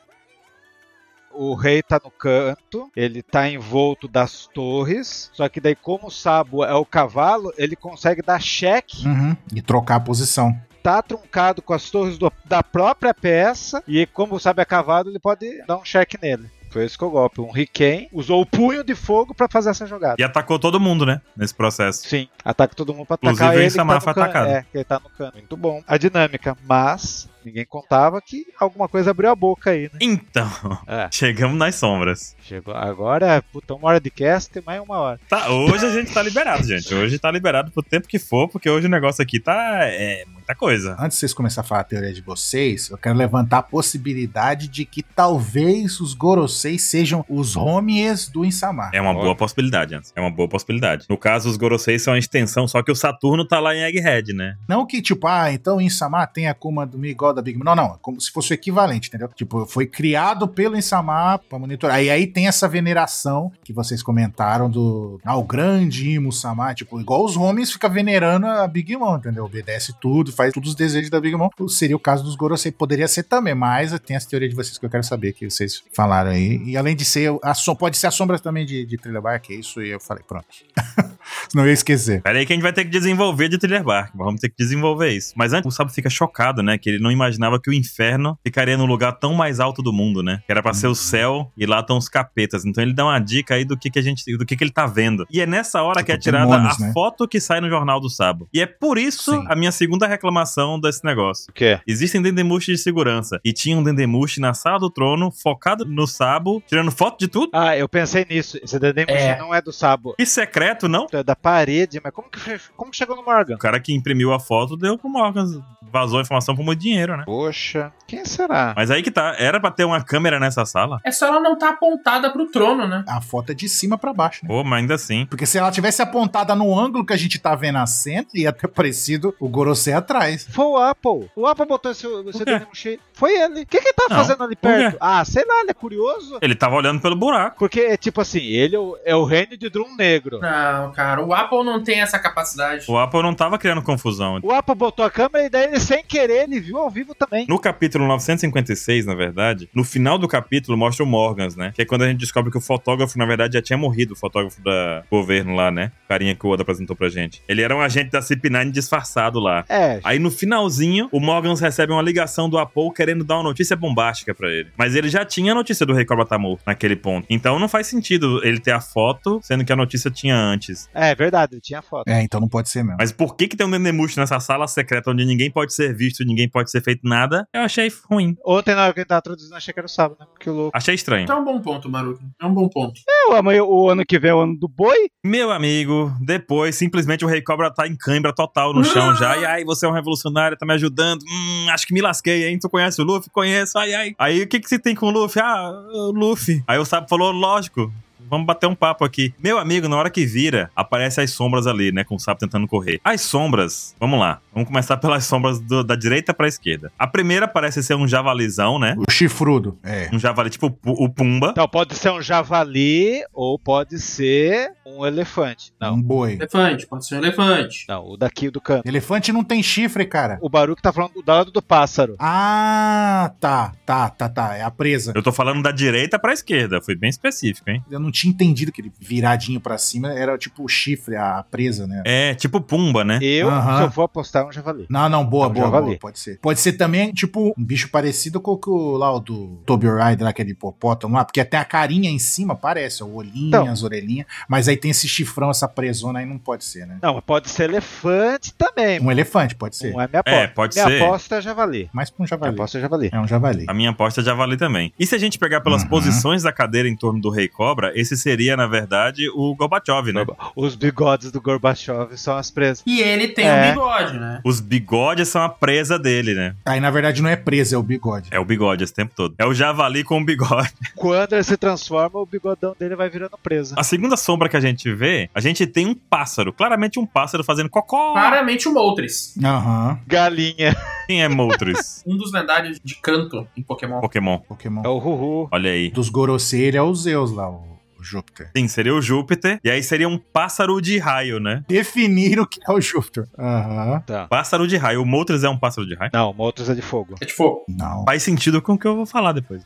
Speaker 2: O rei tá no canto, ele tá envolto das torres, só que daí como o Sabo é o cavalo, ele consegue dar cheque,
Speaker 3: Uhum. E trocar a posição.
Speaker 2: tá truncado com as torres do- da própria peça, e como o Sabo é cavalo, ele pode dar um cheque nele. Foi isso que eu golpe. Um Riken usou o punho de fogo pra fazer essa jogada.
Speaker 1: E atacou todo mundo, né? Nesse processo.
Speaker 2: Sim, ataca todo mundo pra
Speaker 1: Inclusive,
Speaker 2: atacar
Speaker 1: o
Speaker 2: ele.
Speaker 1: Isamar
Speaker 2: que
Speaker 1: foi
Speaker 2: tá no cano.
Speaker 1: atacado.
Speaker 2: É, que ele tá no cano. Muito bom. A dinâmica, mas ninguém contava que alguma coisa abriu a boca aí, né?
Speaker 1: Então, <laughs>
Speaker 2: É,
Speaker 1: chegamos nas sombras.
Speaker 2: chegou. Agora, é, puta, uma hora de cast e mais uma hora.
Speaker 1: Tá, hoje a gente tá liberado, gente. Hoje tá liberado pro tempo que for, porque hoje o negócio aqui tá. É muita coisa.
Speaker 3: Antes de vocês começarem a falar a teoria de vocês, eu quero levantar a possibilidade de que talvez os Goroseis sejam os homies do Insamar.
Speaker 1: É uma boa possibilidade, Anderson. É uma boa possibilidade. No caso, os Goroseis são a extensão, só que o Saturno tá lá em Egghead, né?
Speaker 3: Não que, tipo, ah, então o Insamar tem a Kuma do Mi igual a da Big Mom. Não, não. É como se fosse o equivalente, entendeu? Tipo, foi criado pelo Insamar pra monitorar. E aí tem essa veneração que vocês comentaram do. Ah, o grande Imo Samar. Tipo, igual os homens fica venerando a Big Mom, entendeu? Obedece tudo, faz todos os desejos da Big Mom. Seria o caso dos Gorosei. Poderia ser também, mas tem essa teoria de vocês que eu quero saber, que vocês falaram aí. E além de ser. A som, pode ser a sombra também de, de Trilhabar, que é isso. E eu falei, pronto. <laughs> Senão eu ia esquecer.
Speaker 1: Pera aí que a gente vai ter que desenvolver de Thriller Bark. Vamos ter que desenvolver isso. Mas antes, o Sabo fica chocado, né? Que ele não imaginava que o inferno ficaria no lugar tão mais alto do mundo, né? Que era pra ser o céu e lá estão os capetas. Então ele dá uma dica aí do que, que a gente. do que, que ele tá vendo. E é nessa hora que é
Speaker 3: Tipo,
Speaker 1: tirada
Speaker 3: demônios,
Speaker 1: a
Speaker 3: né?
Speaker 1: foto que sai no jornal do Sabo. E é por isso
Speaker 3: Sim.
Speaker 1: a minha segunda reclamação desse negócio.
Speaker 2: O quê?
Speaker 1: Existem dendemushi de segurança. E tinha um dendemushi na sala do trono, focado no Sabo, tirando foto de tudo.
Speaker 2: Ah, eu pensei nisso. Esse Dedemushi
Speaker 4: É.
Speaker 2: não é do Sabo.
Speaker 1: E secreto, não?
Speaker 2: É da parede, mas como que, che- como que chegou no Morgan?
Speaker 1: O cara que imprimiu a foto deu pro Morgan. Vazou a informação por muito dinheiro, né?
Speaker 2: Poxa, quem será?
Speaker 1: Mas aí que tá. Era pra ter uma câmera nessa sala?
Speaker 4: É só ela não tá apontada pro trono, né?
Speaker 3: A foto é de cima pra baixo, né?
Speaker 1: Pô, mas ainda assim.
Speaker 3: Porque se ela tivesse apontada no ângulo que a gente tá vendo a cena, ia ter parecido o Gorosei atrás.
Speaker 2: Foi o Apple. O Apple botou esse, esse
Speaker 1: quê?
Speaker 2: Dedemushi. Foi ele. O que que ele tá
Speaker 1: Não.
Speaker 2: fazendo ali
Speaker 1: quê?
Speaker 2: perto? Ah, sei lá, ele é curioso.
Speaker 1: Ele tava olhando pelo buraco.
Speaker 2: Porque é tipo assim, ele é o, é o reino de Drum Negro.
Speaker 4: Não, cara, o Apple não tem essa capacidade.
Speaker 1: O Apple não tava criando confusão.
Speaker 2: O Apple botou a câmera e daí ele sem querer ele viu ao vivo também.
Speaker 1: No capítulo 956, na verdade, no final do capítulo mostra o Morgans, né? Que é quando a gente descobre que o fotógrafo, na verdade, já tinha morrido, o fotógrafo da- do governo lá, né? O carinha que o Oda apresentou pra gente. Ele era um agente da CP9 disfarçado lá.
Speaker 2: É.
Speaker 1: Aí no finalzinho, o Morgans recebe uma ligação do Apol querendo dar uma notícia bombástica pra ele. Mas ele já tinha a notícia do Rei Cobra tá morto naquele ponto. Então não faz sentido ele ter a foto, sendo que a notícia tinha antes.
Speaker 2: É verdade, ele tinha foto.
Speaker 3: É, então não pode ser mesmo.
Speaker 1: Mas por que que tem um Nenemush nessa sala secreta onde ninguém pode ser visto, ninguém pode ser feito nada? Eu achei ruim.
Speaker 2: Ontem na hora que ele tava traduzindo, achei que era o sábado, né? Que louco.
Speaker 1: Achei estranho.
Speaker 4: Então é um bom ponto, Maruki. É um bom ponto.
Speaker 2: Eu amei o ano que vem é o ano do boi.
Speaker 1: Meu amigo, depois simplesmente o Rei Cobra tá em cãibra total no chão já. E ai, você é um revolucionário, tá me ajudando. Hum, acho que me lasquei, hein? Tu conhece o Luffy? Conheço, ai, ai. Aí o que que você tem com o Luffy? Ah, o Luffy. Aí o Sabo falou, lógico. Vamos bater um papo aqui. Meu amigo, na hora que vira, aparece as sombras ali, né? Com o sapo tentando correr. As sombras, vamos lá. Vamos começar pelas sombras do- da direita pra esquerda. A primeira parece ser um javalizão, né?
Speaker 3: O chifrudo. É.
Speaker 1: Um javali tipo o Pu- o Pumba.
Speaker 2: Então pode ser um javali ou pode ser um elefante. Não,
Speaker 3: Um boi.
Speaker 4: Elefante, pode ser um elefante.
Speaker 2: não, o daqui do canto.
Speaker 3: Elefante não tem chifre, cara.
Speaker 2: O Baruque tá falando do lado do pássaro.
Speaker 3: Ah, tá, tá, tá, tá. É a presa.
Speaker 1: Eu tô falando da direita pra esquerda. Foi bem específico, hein?
Speaker 3: Eu não tinha entendido que ele viradinho pra cima era tipo o chifre, a presa, né?
Speaker 1: É, tipo Pumba, né?
Speaker 2: Eu,
Speaker 3: Aham.
Speaker 2: se eu for apostar, é um javali.
Speaker 3: Não, não, boa,
Speaker 2: Não,
Speaker 3: boa,
Speaker 2: javali.
Speaker 3: boa, pode ser. Pode ser também, tipo, um bicho parecido com o que o lá o do Toby Ride, lá, aquele hipopótamo lá, porque até a carinha em cima parece, o olhinho,
Speaker 2: Então.
Speaker 3: as orelhinhas, mas aí tem esse chifrão, essa presona aí, não pode ser, né?
Speaker 2: Não, mas pode ser elefante também.
Speaker 3: Um elefante, pode ser.
Speaker 2: Não é minha aposta.
Speaker 1: É, pode
Speaker 2: minha
Speaker 1: ser.
Speaker 2: aposta é javali.
Speaker 3: Mas pra um
Speaker 2: Minha
Speaker 3: javali.
Speaker 2: aposta é javali.
Speaker 3: É um javali.
Speaker 1: A minha aposta é javali também. E se a gente pegar pelas
Speaker 3: Uhum.
Speaker 1: posições da cadeira em torno do Rei Cobra, esse seria, na verdade, o Gorbachev, né?
Speaker 2: Os bigodes do Gorbachev são as presas.
Speaker 4: E ele tem
Speaker 2: É.
Speaker 4: um bigode, né?
Speaker 1: Os bigodes são a presa dele, né?
Speaker 3: Aí, na verdade, não é presa, é o bigode.
Speaker 1: É o bigode esse tempo todo. É o javali com o bigode.
Speaker 2: Quando ele se transforma, o bigodão dele vai virando presa.
Speaker 1: A segunda sombra que a gente vê, a gente tem um pássaro. Claramente um pássaro fazendo cocó.
Speaker 4: Claramente o Moltres,
Speaker 2: É.
Speaker 3: Aham.
Speaker 2: Galinha.
Speaker 1: Quem é Moltres?
Speaker 4: um dos lendários de canto em Pokémon.
Speaker 1: Pokémon.
Speaker 3: Pokémon.
Speaker 2: É o Ruhu.
Speaker 1: Olha aí.
Speaker 3: Dos Gorosei, ele é o Zeus lá, o Júpiter.
Speaker 1: Sim, seria o Júpiter. E aí seria um pássaro de raio, né?
Speaker 3: Definir o que é o Júpiter. Aham.
Speaker 2: Tá.
Speaker 1: Pássaro de raio. O Moltres é um pássaro de raio?
Speaker 2: Não, Moltres é de fogo.
Speaker 4: É tipo,
Speaker 3: Não.
Speaker 1: Faz sentido com o que eu vou falar depois.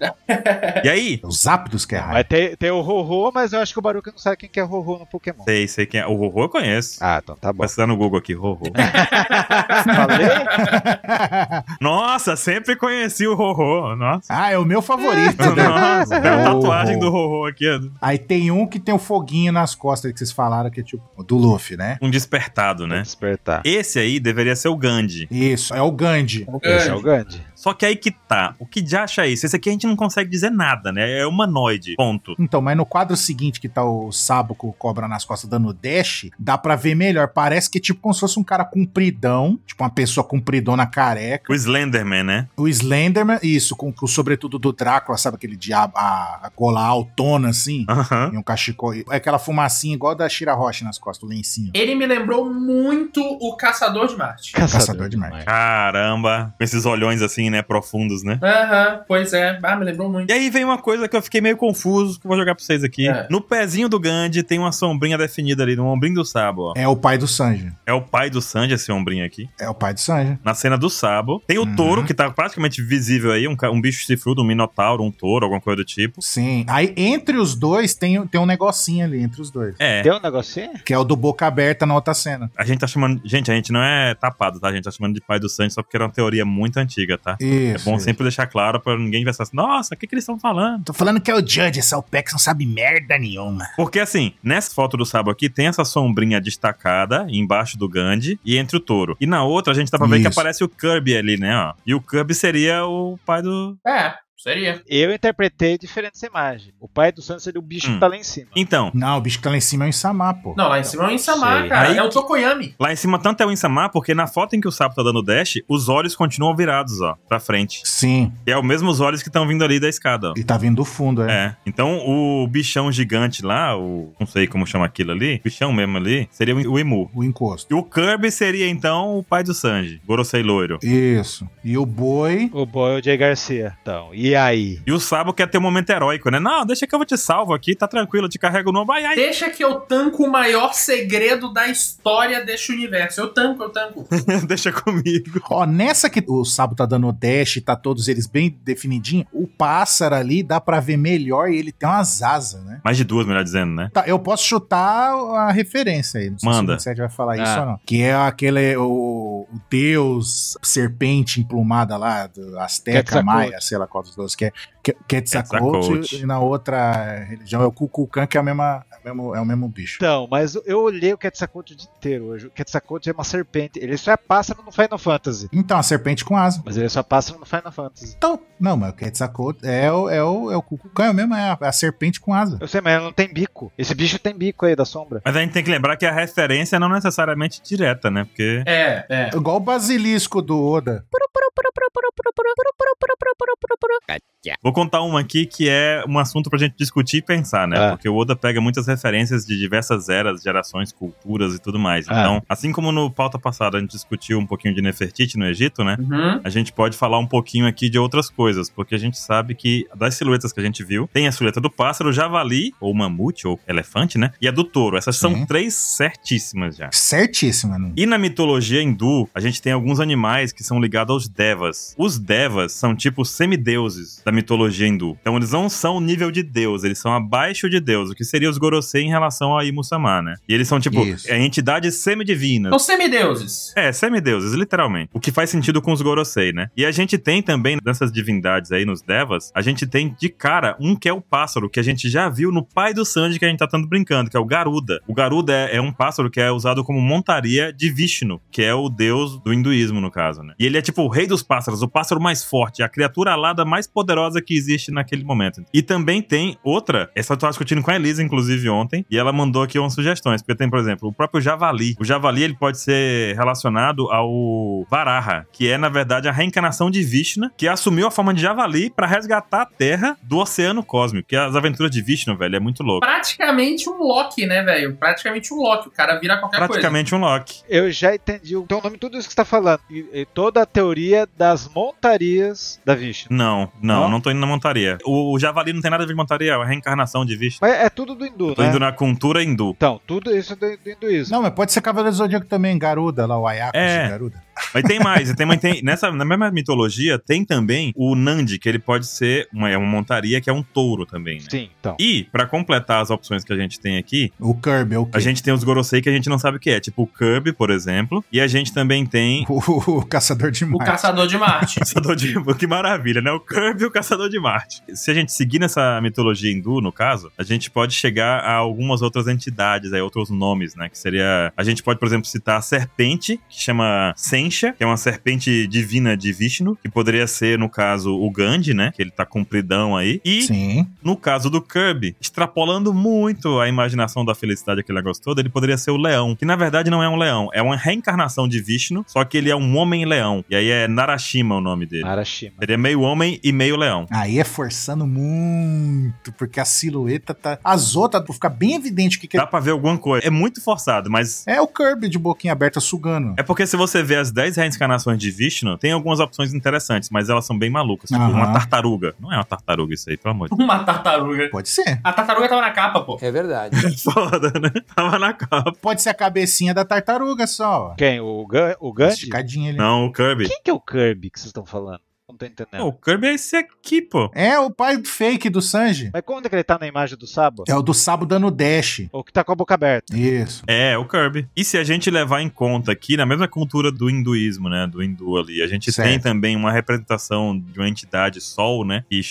Speaker 1: e aí?
Speaker 3: É os ápidos que é raio.
Speaker 2: Mas tem, tem o Rorô, mas eu acho que o Baruca não sabe quem que é Rorô no Pokémon.
Speaker 1: Sei, sei quem é. O Rorô eu conheço.
Speaker 2: Ah, então tá bom.
Speaker 1: Vou dar no Google aqui, Rorô.
Speaker 2: Falei?
Speaker 1: Nossa, sempre conheci o Rorô.
Speaker 3: <laughs>
Speaker 1: Nossa.
Speaker 3: ah, é o meu favorito.
Speaker 2: <laughs>
Speaker 1: Nossa, tem uma
Speaker 3: Rorô.
Speaker 1: tatuagem do Rorô aqui. ó.
Speaker 3: Aí tem um que tem um foguinho nas costas que vocês falaram, que é tipo o do Luffy, né?
Speaker 1: Um despertado, né?
Speaker 2: Despertar.
Speaker 1: Esse aí deveria ser o Gandhi.
Speaker 3: Isso, é o Gandhi.
Speaker 2: Esse é o Gandhi.
Speaker 1: Só que aí que tá. O que de acha isso? Esse aqui a gente não consegue dizer nada, né? É humanoide. Ponto.
Speaker 3: Então, mas no quadro seguinte que tá o Sabo com o cobra nas costas dando dash, dá pra ver melhor. Parece que é tipo como se fosse um cara compridão, tipo uma pessoa compridona careca.
Speaker 1: O Slenderman, né?
Speaker 3: O Slenderman, isso, com com o sobretudo do Drácula, sabe aquele diabo, a, a gola altona assim,
Speaker 1: Aham.
Speaker 3: e um cachecol. É aquela fumacinha igual a da Shira Roche nas costas, o lencinho.
Speaker 4: ele me lembrou muito o Caçador de Marte.
Speaker 3: Caçador de Marte.
Speaker 1: Caramba. Com esses olhões assim, né? Profundos, né?
Speaker 4: Aham, pois é. Ah, me lembrou muito.
Speaker 1: E aí vem uma coisa que eu fiquei meio confuso, que eu vou jogar pra vocês aqui.
Speaker 4: É.
Speaker 1: No pezinho do Gandhi tem uma sombrinha definida ali, no ombrinho do Sabo, ó.
Speaker 3: É o pai do Sanji.
Speaker 1: É o pai do Sanji esse ombrinho aqui.
Speaker 3: É o pai do Sanji.
Speaker 1: Na cena do Sabo. Tem o
Speaker 3: Uhum.
Speaker 1: touro, que tá praticamente visível aí, um, ca- um bicho chifrudo, um minotauro, um touro, alguma coisa do tipo.
Speaker 3: Sim. Aí entre os dois tem, tem um negocinho ali, entre os dois.
Speaker 1: É,
Speaker 2: Deu um negocinho?
Speaker 3: Que é o do boca aberta na outra cena.
Speaker 1: a gente tá chamando... Gente, a gente não é tapado, tá? A gente tá chamando de pai do Sanji só porque era uma teoria muito antiga, tá?
Speaker 3: Isso.
Speaker 1: É bom
Speaker 3: isso.
Speaker 1: sempre deixar claro pra ninguém pensar assim, nossa, o que, que eles estão falando?
Speaker 3: Tô falando que é o Judge, essa OPEX não sabe merda nenhuma.
Speaker 1: Porque assim, nessa foto do Sabo aqui, tem essa sombrinha destacada embaixo do Gandhi e entre o touro. E na outra, a gente dá pra ver que
Speaker 3: Isso.
Speaker 1: aparece o Kirby ali, né? Ó. E o Kirby seria o pai do.
Speaker 4: É, seria.
Speaker 2: Eu interpretei diferentes imagens. O pai do Sanji seria o bicho
Speaker 1: Hum.
Speaker 2: que tá lá em cima.
Speaker 1: Então,
Speaker 3: Não, o bicho que tá lá em cima é o Insama, pô.
Speaker 4: Não, lá em cima é o Insamar,
Speaker 2: Sei.
Speaker 4: cara.
Speaker 1: Aí
Speaker 4: é o Tokoyami.
Speaker 1: lá em cima tanto é o Insamar, porque na foto em que o Sabo tá dando dash, os olhos continuam virados, ó, pra frente.
Speaker 3: Sim,
Speaker 1: E é os mesmos olhos que estão vindo ali da escada, ó.
Speaker 3: ele tá vindo do fundo, é.
Speaker 1: É. Então o bichão gigante lá, o. Não sei como chama aquilo ali, bichão mesmo ali, seria o o Emu.
Speaker 3: O encosto.
Speaker 1: E o Kirby seria então o pai do Sanji, Gorosei Loiro.
Speaker 3: Isso. E o boi.
Speaker 2: O boy é o Jay Garcia. Então, e aí?
Speaker 1: E o Sabo quer ter um momento heróico, né? Não, deixa que eu vou te salvo aqui, tá tranquilo, eu te carrego no ombro. Ai, <laughs> ai.
Speaker 4: Deixa que eu tanco o maior segredo da história deste universo. Eu tanco, eu tanco.
Speaker 1: deixa comigo.
Speaker 3: Ó, nessa que o Sabo tá dando o dash, tá todos eles bem definidinho, o pássaro ali dá pra ver melhor e ele tem umas asas, né?
Speaker 1: Mais de duas, melhor dizendo, né?
Speaker 3: Tá, eu posso chutar a referência aí. Não sei
Speaker 1: Manda.
Speaker 3: se o 27 vai falar
Speaker 2: Ah.
Speaker 3: isso ou não. Que é aquele, o, o deus serpente emplumada lá, do Azteca,
Speaker 2: Quetzalcoatl.
Speaker 3: Maia, sei lá qual dos dois que é. Que- Quetzalcoatl.
Speaker 1: Quetzalcoatl.
Speaker 3: E na outra religião é o Kukulkan, que é, a mesma, é o mesmo, é o mesmo bicho.
Speaker 2: Então, mas eu olhei o Quetzalcoatl o dia inteiro hoje. O Quetzalcoatl é uma serpente. Ele só é pássaro no Final Fantasy.
Speaker 3: Então, a serpente com asa.
Speaker 2: Mas ele é só pássaro no Final Fantasy.
Speaker 3: Então, não, mas o Quetzalcoatl é o, é o, é o Kukulkan, é o mesmo, é a, a serpente com asa.
Speaker 2: Eu sei, mas ele não tem bico. Esse bicho tem bico aí da sombra.
Speaker 1: Mas a gente tem que lembrar que a referência não necessariamente direta, né? Porque.
Speaker 4: É, é.
Speaker 3: Igual o basilisco do Oda.
Speaker 1: Vou contar uma aqui que é um assunto pra gente discutir e pensar, né?
Speaker 2: Ah.
Speaker 1: Porque o Oda pega muitas referências de diversas eras, gerações, culturas e tudo mais.
Speaker 2: Ah.
Speaker 1: Então, assim como no pauta passada a gente discutiu um pouquinho de Nefertiti no Egito, né?
Speaker 4: Uhum.
Speaker 1: a gente pode falar um pouquinho aqui de outras coisas, porque a gente sabe que das silhuetas que a gente viu, tem a silhueta do pássaro, javali, ou mamute, ou elefante, né? E a do touro. Essas são
Speaker 3: Sim.
Speaker 1: três certíssimas já.
Speaker 3: Certíssimo, não.
Speaker 1: E na mitologia hindu, a gente tem alguns animais que são ligados aos devas. Os devas são tipo semideuses da mitologia hindu. Então eles não são o nível de deus, eles são abaixo de deus, o que seria os Gorosei em relação a Imusama, né? E eles são tipo
Speaker 3: Isso.
Speaker 1: é, entidades semidivinas.
Speaker 4: São Então, semideuses.
Speaker 1: É, semideuses, literalmente. O que faz sentido com os Gorosei, né? E a gente tem também, nessas divindades aí, nos Devas, a gente tem de cara um que é o pássaro, que a gente já viu no pai do Sanji que a gente tá tanto brincando, que é o Garuda. O Garuda é, é um pássaro que é usado como montaria de Vishnu, que é o deus do hinduísmo, no caso, né? E ele é tipo o rei dos pássaros, o pássaro mais forte, a criatura alada mais poderosa que existe naquele momento. E também tem outra, essa eu tava discutindo com a Elisa, inclusive, ontem, e ela mandou aqui umas sugestões, porque tem, por exemplo, o próprio javali. O javali, ele pode ser relacionado ao Varaha, que é, na verdade, a reencarnação de Vishnu, que assumiu a forma de javali pra resgatar a Terra do oceano cósmico, que é as aventuras de Vishnu, velho, é muito louco.
Speaker 4: Praticamente um Loki, né, velho? Praticamente um Loki. O cara vira qualquer
Speaker 1: Praticamente um Loki.
Speaker 2: Eu já entendi o teu nome, tudo isso que você tá falando. E, e toda a teoria das montarias da Vishnu.
Speaker 1: Não, não, não,
Speaker 2: Não?
Speaker 1: não tô indo na montaria. O, o javali não tem nada a ver com montaria, é uma reencarnação de vista.
Speaker 2: Mas é tudo do hindu,
Speaker 1: Tô
Speaker 2: né?
Speaker 1: indo na cultura hindu.
Speaker 2: Então, tudo isso é do, do hinduísmo.
Speaker 3: Não, mas pode ser Cavaleiro do Zodíaco também, Garuda, lá o Ayakus
Speaker 1: É.
Speaker 3: de Garuda.
Speaker 1: Mas tem mais, e tem, mas tem, nessa, na mesma mitologia tem também o Nandi, que ele pode ser uma, é uma montaria que é um touro também, né?
Speaker 2: Sim, então.
Speaker 1: E, pra completar as opções que a gente tem aqui,
Speaker 3: O Kirby, é o
Speaker 1: a gente tem os Gorosei que a gente não sabe o que é, tipo o Cub, por exemplo, e a gente também tem
Speaker 3: <laughs> o, o Caçador de
Speaker 4: O
Speaker 3: Marte.
Speaker 4: Caçador de Marte. <laughs>
Speaker 1: Caçador de <laughs> Que maravilha, né? O Kirby e o Caçador de Marte. Se a gente seguir nessa mitologia hindu, no caso, a gente pode chegar a algumas outras entidades, aí, outros nomes, né? Que seria. A gente pode, por exemplo, citar a serpente, que chama Sensha, que é uma serpente divina de Vishnu, que poderia ser, no caso, o Gandhi, né? Que ele tá compridão aí. E,
Speaker 3: Sim.
Speaker 1: no caso do Kirby, extrapolando muito a imaginação da felicidade, aquele negócio todo, ele poderia ser o leão, que na verdade não é um leão, é uma reencarnação de Vishnu, só que ele é um homem-leão. E aí é Narashima o nome dele.
Speaker 2: Arashima.
Speaker 1: Seria é meio homem e meio leão.
Speaker 3: Aí é forçando muito, porque a silhueta tá. As outras, pra ficar bem evidente o que, que é.
Speaker 1: Dá pra ver alguma coisa. É muito forçado, mas.
Speaker 3: É o Kirby de boquinha aberta sugando.
Speaker 1: É porque se você ver as 10 reencarnações de Vishnu, tem algumas opções interessantes, mas elas são bem malucas. Tipo,
Speaker 3: Aham.
Speaker 1: uma tartaruga. Não é uma tartaruga isso aí, pelo <laughs> amor de
Speaker 4: Uma tartaruga.
Speaker 3: Pode ser.
Speaker 4: A tartaruga tava na capa, pô.
Speaker 5: É verdade.
Speaker 1: Deus. Foda, né? Tava na capa.
Speaker 3: Pode ser a cabecinha da tartaruga só. ó.
Speaker 2: Quem? O, Gan, o Gandhi?
Speaker 3: Esticadinha ali.
Speaker 1: Não, o Kirby.
Speaker 2: Quem que é o Kirby que vocês estão falando? Não tô entendendo.
Speaker 1: Pô, o Kirby é esse aqui, pô.
Speaker 3: É o pai do fake do Sanji.
Speaker 2: Mas quando é que ele tá na imagem do Sabo?
Speaker 3: É o do Sabo dando dash.
Speaker 2: Ou que tá com a boca aberta?
Speaker 3: Isso.
Speaker 1: É, o Kirby. E se a gente levar em conta aqui, na mesma cultura do hinduísmo, né? Do hindu ali, a gente
Speaker 3: Certo.
Speaker 1: tem também uma representação de uma entidade sol, né? Que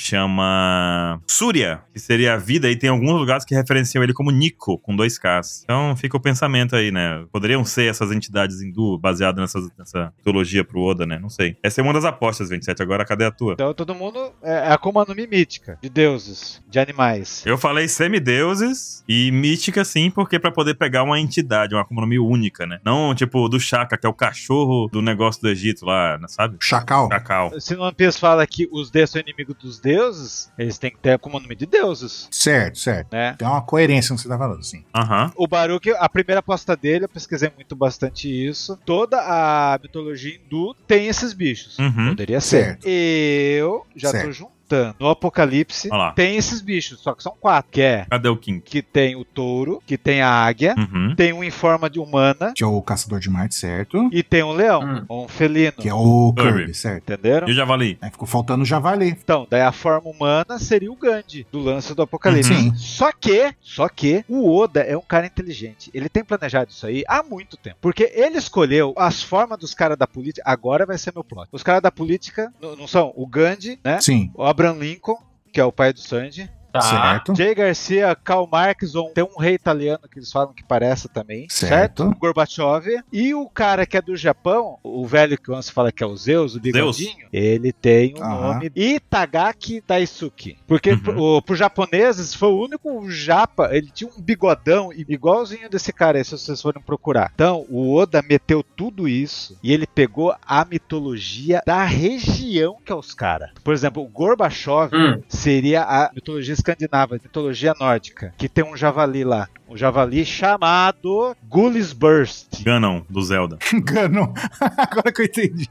Speaker 1: chama Surya, que seria a vida, e tem alguns lugares que referenciam ele como Nico, com dois Ks. Então fica o pensamento aí, né? Poderiam ser essas entidades hindu baseadas nessas- nessa mitologia pro Oda, né? Não sei. Essa é uma das apostas, 27. Agora cadê a tua?
Speaker 2: Então todo mundo é é a Akuma no Mi mítica, de deuses, de animais.
Speaker 1: Eu falei semideuses e mítica, sim, porque pra poder pegar uma entidade, uma Akuma no Mi única, né? Não tipo do Chaka, que é o cachorro do negócio do Egito lá, né, sabe?
Speaker 3: Chacal.
Speaker 1: Cacau.
Speaker 2: Se no One Piece fala que os deuses são inimigos dos deuses, eles têm que ter Akuma no Mi de deuses,
Speaker 3: Certo, certo.
Speaker 2: né?
Speaker 3: Tem uma coerência no que você tá falando, sim.
Speaker 1: Aham.
Speaker 2: O Baruch, a primeira aposta dele, eu pesquisei muito bastante isso. Toda a mitologia hindu tem esses bichos.
Speaker 1: Uhum.
Speaker 2: Poderia ser.
Speaker 3: Certo.
Speaker 2: Eu já tô
Speaker 3: Certo.
Speaker 2: juntando. No Apocalipse
Speaker 1: Olha lá.
Speaker 2: tem esses bichos, só que são quatro. Que é
Speaker 1: Cadê o King?
Speaker 2: que tem o touro, que tem a águia,
Speaker 1: Uhum.
Speaker 2: tem um em forma de humana
Speaker 3: Que é o Caçador de Marte, certo?
Speaker 2: e tem um leão,
Speaker 4: Hum.
Speaker 2: ou um felino.
Speaker 3: Que é o
Speaker 1: Kirby.
Speaker 3: Kirby, certo?
Speaker 2: Entenderam?
Speaker 1: E o Javali?
Speaker 3: Aí ficou faltando o Javali.
Speaker 2: Então, daí a forma humana seria o Gandhi, do lance do Apocalipse.
Speaker 3: Uhum. Sim.
Speaker 2: Só que, só que, o Oda é um cara inteligente. Ele tem planejado isso aí há muito tempo. Porque ele escolheu as formas dos caras da política. Agora vai ser meu plot. Os caras da política n- não são o Gandhi, né?
Speaker 3: Sim.
Speaker 2: O Abraham Lincoln, que é o pai do Sanji.
Speaker 4: Tá.
Speaker 3: Certo.
Speaker 2: Jay Garcia, Karl Marx, ou tem um rei italiano que eles falam que parece também.
Speaker 3: Certo.
Speaker 2: O Gorbachev. E o cara que é do Japão, o velho que você fala que é o Zeus, o bigodinho, ele tem um
Speaker 3: Aham.
Speaker 2: nome Itagaki Daisuke. Porque
Speaker 1: Uhum.
Speaker 2: pro, o- pros japoneses foi o único japa, ele tinha um bigodão i- igualzinho desse cara aí, se vocês forem procurar. Então, o Oda meteu tudo isso e ele pegou a mitologia da região que é os caras. Por exemplo, o Gorbachev
Speaker 4: Hum.
Speaker 2: seria a mitologia escandinava, a mitologia nórdica, que tem um javali lá. Um javali chamado Gulisburst.
Speaker 1: Ganon, do Zelda.
Speaker 3: Engano. <laughs> Agora que eu entendi.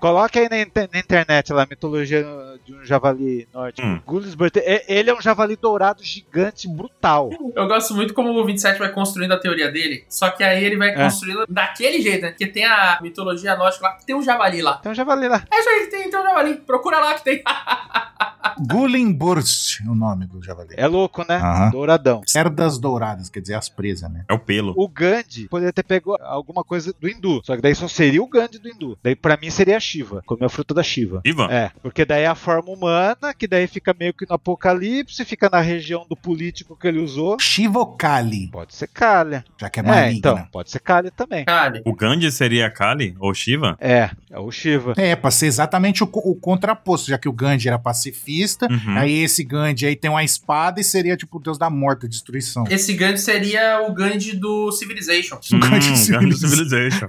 Speaker 2: Coloca aí na, inter- na internet lá, a mitologia de um javali nórdico.
Speaker 1: Hum.
Speaker 2: Gulisburst, é- ele é um javali dourado gigante, brutal.
Speaker 4: Eu gosto muito como o 27 vai construindo a teoria dele, só que aí ele vai
Speaker 2: É.
Speaker 4: construindo daquele jeito, né? Porque tem a mitologia nórdica lá, que tem um javali lá.
Speaker 2: Tem um javali lá.
Speaker 4: É isso aí que tem, tem um javali. Procura lá que tem. <laughs>
Speaker 3: Gulimburst, o nome do Javali.
Speaker 2: É louco, né?
Speaker 3: Aham.
Speaker 2: Douradão.
Speaker 3: Cerdas douradas, quer dizer, as presas, né?
Speaker 1: É o pelo.
Speaker 2: O Gandhi poderia ter pego alguma coisa do hindu. Só que daí só seria o Gandhi do hindu. Daí pra mim seria a Shiva. Comeu a fruta da Shiva.
Speaker 1: Ivan?
Speaker 2: É, <laughs> porque daí é a forma humana, que daí fica meio que no apocalipse, fica na região do político que ele usou.
Speaker 3: Shivokali,
Speaker 2: Pode ser Kali.
Speaker 3: já que é
Speaker 2: É,
Speaker 3: maligna.
Speaker 2: então, pode ser Kali também.
Speaker 4: Cara,
Speaker 1: O Gandhi seria Kali ou Shiva?
Speaker 2: É, é o Shiva.
Speaker 3: É, pra ser exatamente o, co- o contraposto, já que o Gandhi era pacifista,
Speaker 1: Uhum.
Speaker 3: aí esse Gandhi aí tem uma espada e seria tipo o deus da morte, da destruição.
Speaker 4: esse Gandhi seria o Gandhi do Civilization.
Speaker 1: Hum,
Speaker 3: Gandhi
Speaker 1: Gandhi
Speaker 3: Civilization.
Speaker 1: Civilization.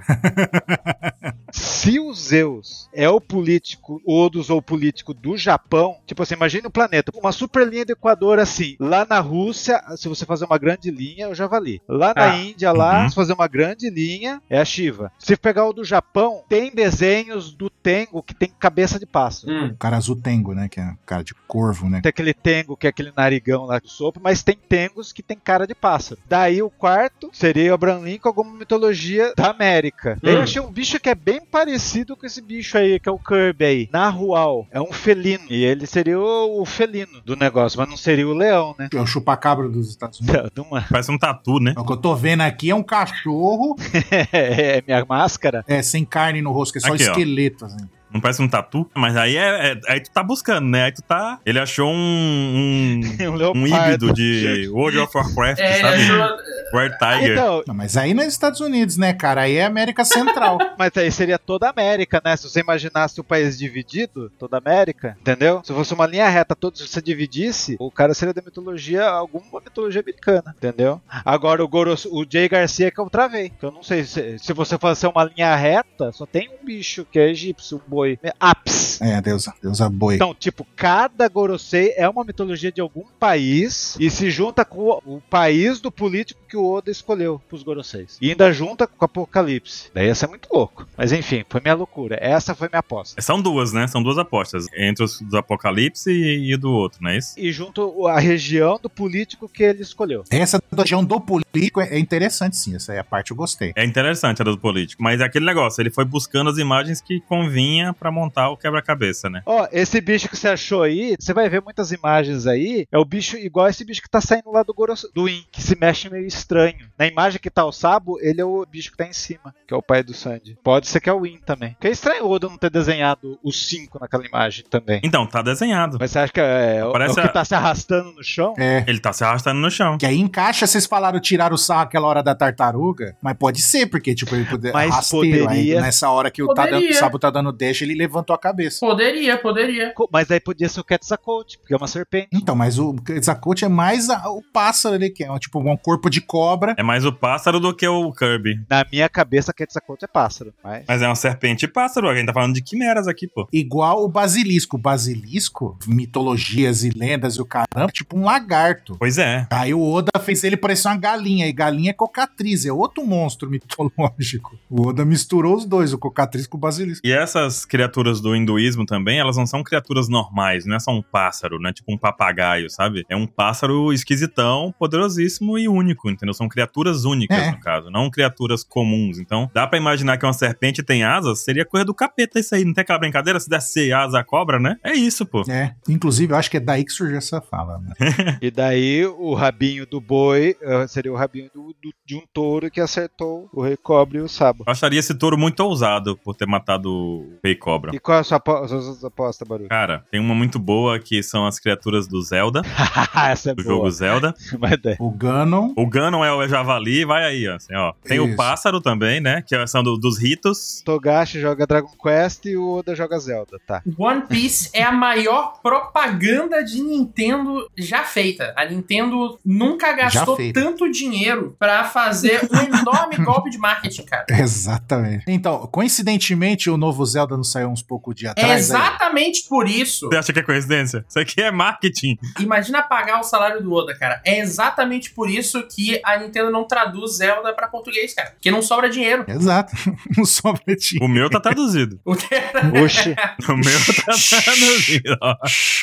Speaker 2: se o Zeus é o político, Odus ou político do Japão, tipo assim, imagina o planeta, uma super linha do Equador assim, lá na Rússia, se você fazer uma grande linha, é o javali. Lá na
Speaker 4: Ah,
Speaker 2: Índia, lá,
Speaker 1: uhum.
Speaker 2: se fazer uma grande linha, é a Shiva. Se pegar o do Japão, tem desenhos do Tengu que tem cabeça de pássaro.
Speaker 4: Hum.
Speaker 3: O cara azul tengo, né? Que é o cara de corvo, né?
Speaker 2: Tem aquele tengo, que é aquele narigão lá do sopro, mas tem tengos que tem cara de pássaro. Daí o quarto seria o Abraham Lincoln, alguma mitologia da América. Daí eu
Speaker 4: Hum.
Speaker 2: achei um bicho que é bem parecido com esse bicho aí, que é o Kirby aí. Nahual. É um felino. E ele seria o, o felino do negócio, mas não seria o leão, né?
Speaker 3: É o chupacabra dos Estados Unidos.
Speaker 2: Não, não é.
Speaker 1: Parece um tatu, né?
Speaker 3: O que eu tô vendo aqui é um cachorro
Speaker 2: <laughs> é minha máscara. <laughs>
Speaker 3: é, sem carne no rosto, que é só
Speaker 1: Aqui, ó.
Speaker 3: esqueleto, assim.
Speaker 1: Não parece um tatu? Mas aí é, é- Aí tu tá buscando, né? Aí tu tá. Ele achou um.
Speaker 2: Um
Speaker 1: Um, um
Speaker 2: leopardo.
Speaker 1: híbrido
Speaker 2: <laughs>
Speaker 1: de World of Warcraft,
Speaker 4: É, ele
Speaker 1: sabe?
Speaker 4: achou.
Speaker 1: Red Tiger.
Speaker 2: Então,
Speaker 3: Não, mas aí nos Estados Unidos, né, cara? Aí é América Central.
Speaker 2: Mas aí seria toda a América, né? Se você imaginasse o país dividido, toda a América, entendeu? Se fosse uma linha reta, todos se você dividisse, o cara seria da mitologia, alguma mitologia americana, entendeu? Agora o Goros, o Jay Garcia que eu travei. Que eu não sei se, se você fazer uma linha reta, só tem um bicho que é egípcio, um boi. Apis.
Speaker 3: é, Deus, Deus a boi.
Speaker 2: Então, tipo, cada Gorosei é uma mitologia de algum país e se junta com o, o país do político que o Oda escolheu pros Goroseis. E ainda junta com o Apocalipse. Daí ia ser muito louco. Mas enfim, foi minha loucura. Essa foi minha aposta.
Speaker 1: São duas, né? São duas apostas. Entre os do Apocalipse e, e do outro, não é isso?
Speaker 2: E junto o- a região do político que ele escolheu.
Speaker 3: Essa da região do político é é interessante, sim. Essa aí é a parte que eu gostei.
Speaker 1: É interessante a do político. Mas é aquele negócio, ele foi buscando as imagens que convinha pra montar o quebra-cabeça, né?
Speaker 2: Ó, esse bicho que você achou aí, você vai ver muitas imagens aí, é o bicho igual esse bicho que tá saindo lá do Goros do In, que se mexe meio estranho. Na imagem que tá o Sabo, ele é o bicho que tá em cima, que é o pai do Sandy. Pode ser que é o In também. Porque é estranho o Oda não ter desenhado os cinco naquela imagem também.
Speaker 1: Então, tá desenhado.
Speaker 2: Mas você acha que é, é o-
Speaker 1: Parece
Speaker 2: é o
Speaker 1: a-
Speaker 2: que tá se arrastando no chão?
Speaker 3: É.
Speaker 1: Ele tá se arrastando no chão.
Speaker 3: Que aí encaixa, vocês falaram tirar o sarro aquela hora da tartaruga, mas pode ser, porque, tipo, ele poder,
Speaker 2: Mas
Speaker 3: rasteiro, aí
Speaker 2: poderia.
Speaker 3: nessa hora que o, tá
Speaker 4: Poderia.
Speaker 3: dando, o Sabo tá dando deixa, ele levantou a cabeça.
Speaker 4: Poderia, poderia.
Speaker 2: Co- Mas aí podia ser o Quetzalcoatl, porque é uma serpente.
Speaker 3: Então, mas o Zacote é mais a- o pássaro ali, que é um, tipo um corpo de cobra.
Speaker 1: É mais o pássaro do que o Kirby.
Speaker 2: Na minha cabeça, Quetzalcoatl é pássaro.
Speaker 1: <laughs>
Speaker 2: Mas...
Speaker 1: Mas é uma serpente e pássaro. A gente tá falando de quimeras aqui, pô.
Speaker 3: Igual o basilisco. O basilisco, mitologias e lendas e o caramba, é tipo um lagarto.
Speaker 1: Pois é.
Speaker 3: Aí o Oda fez ele parecer uma galinha, e galinha é cocatriz, é outro monstro mitológico. O Oda misturou os dois, o cocatriz com o basilisco.
Speaker 1: E essas criaturas do hinduísmo também, elas não são criaturas normais, não é só um pássaro, não é tipo um papagaio, sabe? É um pássaro esquisitão, poderosíssimo e único, entendeu? São criaturas únicas,
Speaker 3: É.
Speaker 1: no caso, não criaturas comuns. Então, dá pra imaginar que uma serpente tem asas, seria coisa do capeta isso aí, não tem aquela brincadeira? Se desse asa à cobra, né? É isso, pô.
Speaker 3: É, inclusive, eu acho que é daí que surgiu essa fala.
Speaker 1: <laughs>
Speaker 3: né?
Speaker 2: E daí o rabinho do boi eh, seria o rabinho do- do- de um touro que acertou o rei cobre e o sabo.
Speaker 1: Eu acharia esse touro muito ousado por ter matado o Rei Cobra.
Speaker 2: E qual é a sua apo- as suas apostas, Baru?
Speaker 1: Cara, tem uma muito boa que são as criaturas do Zelda,
Speaker 2: <laughs> Essa é
Speaker 1: do
Speaker 2: boa.
Speaker 1: jogo Zelda.
Speaker 2: Mas daí-
Speaker 3: O Ganon.
Speaker 1: O Ganon é o javali, vai aí, ó. assim, ó. Tem o
Speaker 3: Isso.
Speaker 1: pássaro também, né? Que são do- dos ritos.
Speaker 2: Togashi joga Dragon Quest e o Oda joga Zelda,
Speaker 4: <laughs>
Speaker 2: tá.
Speaker 4: One Piece é a maior propaganda de Nintendo já feita. A Nintendo nunca gastou
Speaker 3: feita.
Speaker 4: tanto dinheiro pra fazer um enorme golpe de marketing, cara.
Speaker 3: Exatamente. Então, coincidentemente, o novo Zelda não saiu uns poucos dias
Speaker 4: É
Speaker 3: atrás. aí?
Speaker 4: exatamente por isso.
Speaker 1: Você acha que é coincidência? Isso aqui é marketing.
Speaker 4: Imagina pagar o salário do Oda, cara. É exatamente por isso que a Nintendo não traduz Zelda pra português, cara. Porque não sobra dinheiro.
Speaker 3: Exato. <laughs> Não sobra de-
Speaker 1: O meu tá traduzido.
Speaker 4: O que-
Speaker 2: Oxi.
Speaker 1: O meu tá
Speaker 3: <laughs>
Speaker 1: traduzido, ó.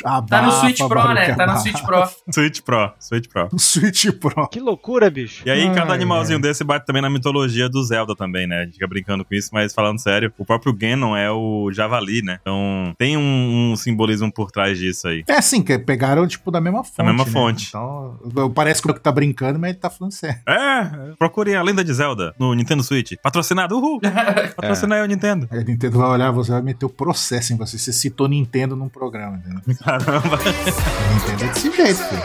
Speaker 3: Ah, Abafa,
Speaker 4: Tá no Switch Pro,
Speaker 3: Baruch,
Speaker 4: né? Tá no
Speaker 3: abafa.
Speaker 4: Switch Pro.
Speaker 1: Switch Pro, Switch Pro.
Speaker 3: No <laughs> Switch Pro.
Speaker 2: Que loucura, <laughs> bicho.
Speaker 1: E aí, cada
Speaker 3: Ai,
Speaker 1: animalzinho desse bate também na mitologia do Zelda também, né? A gente fica brincando com isso, mas falando sério, o próprio Ganon é o javali, né? Então, tem um, um simbolismo por trás disso aí.
Speaker 3: É assim, que pegaram, tipo, da mesma fonte.
Speaker 1: mesma
Speaker 3: né?
Speaker 1: fonte.
Speaker 3: Então, eu- parece que o Baruch tá brincando, mas ele tá falando sério.
Speaker 1: É, procurem a lenda de Zelda no Nintendo Switch. Patrocinado,
Speaker 3: <laughs>
Speaker 1: uhul! Patrocina aí o Nintendo.
Speaker 3: Aí a Nintendo vai olhar, você vai meter o processo em você. Você citou Nintendo num programa, entendeu?
Speaker 1: Caramba.
Speaker 3: Nintendo é desse jeito, filho.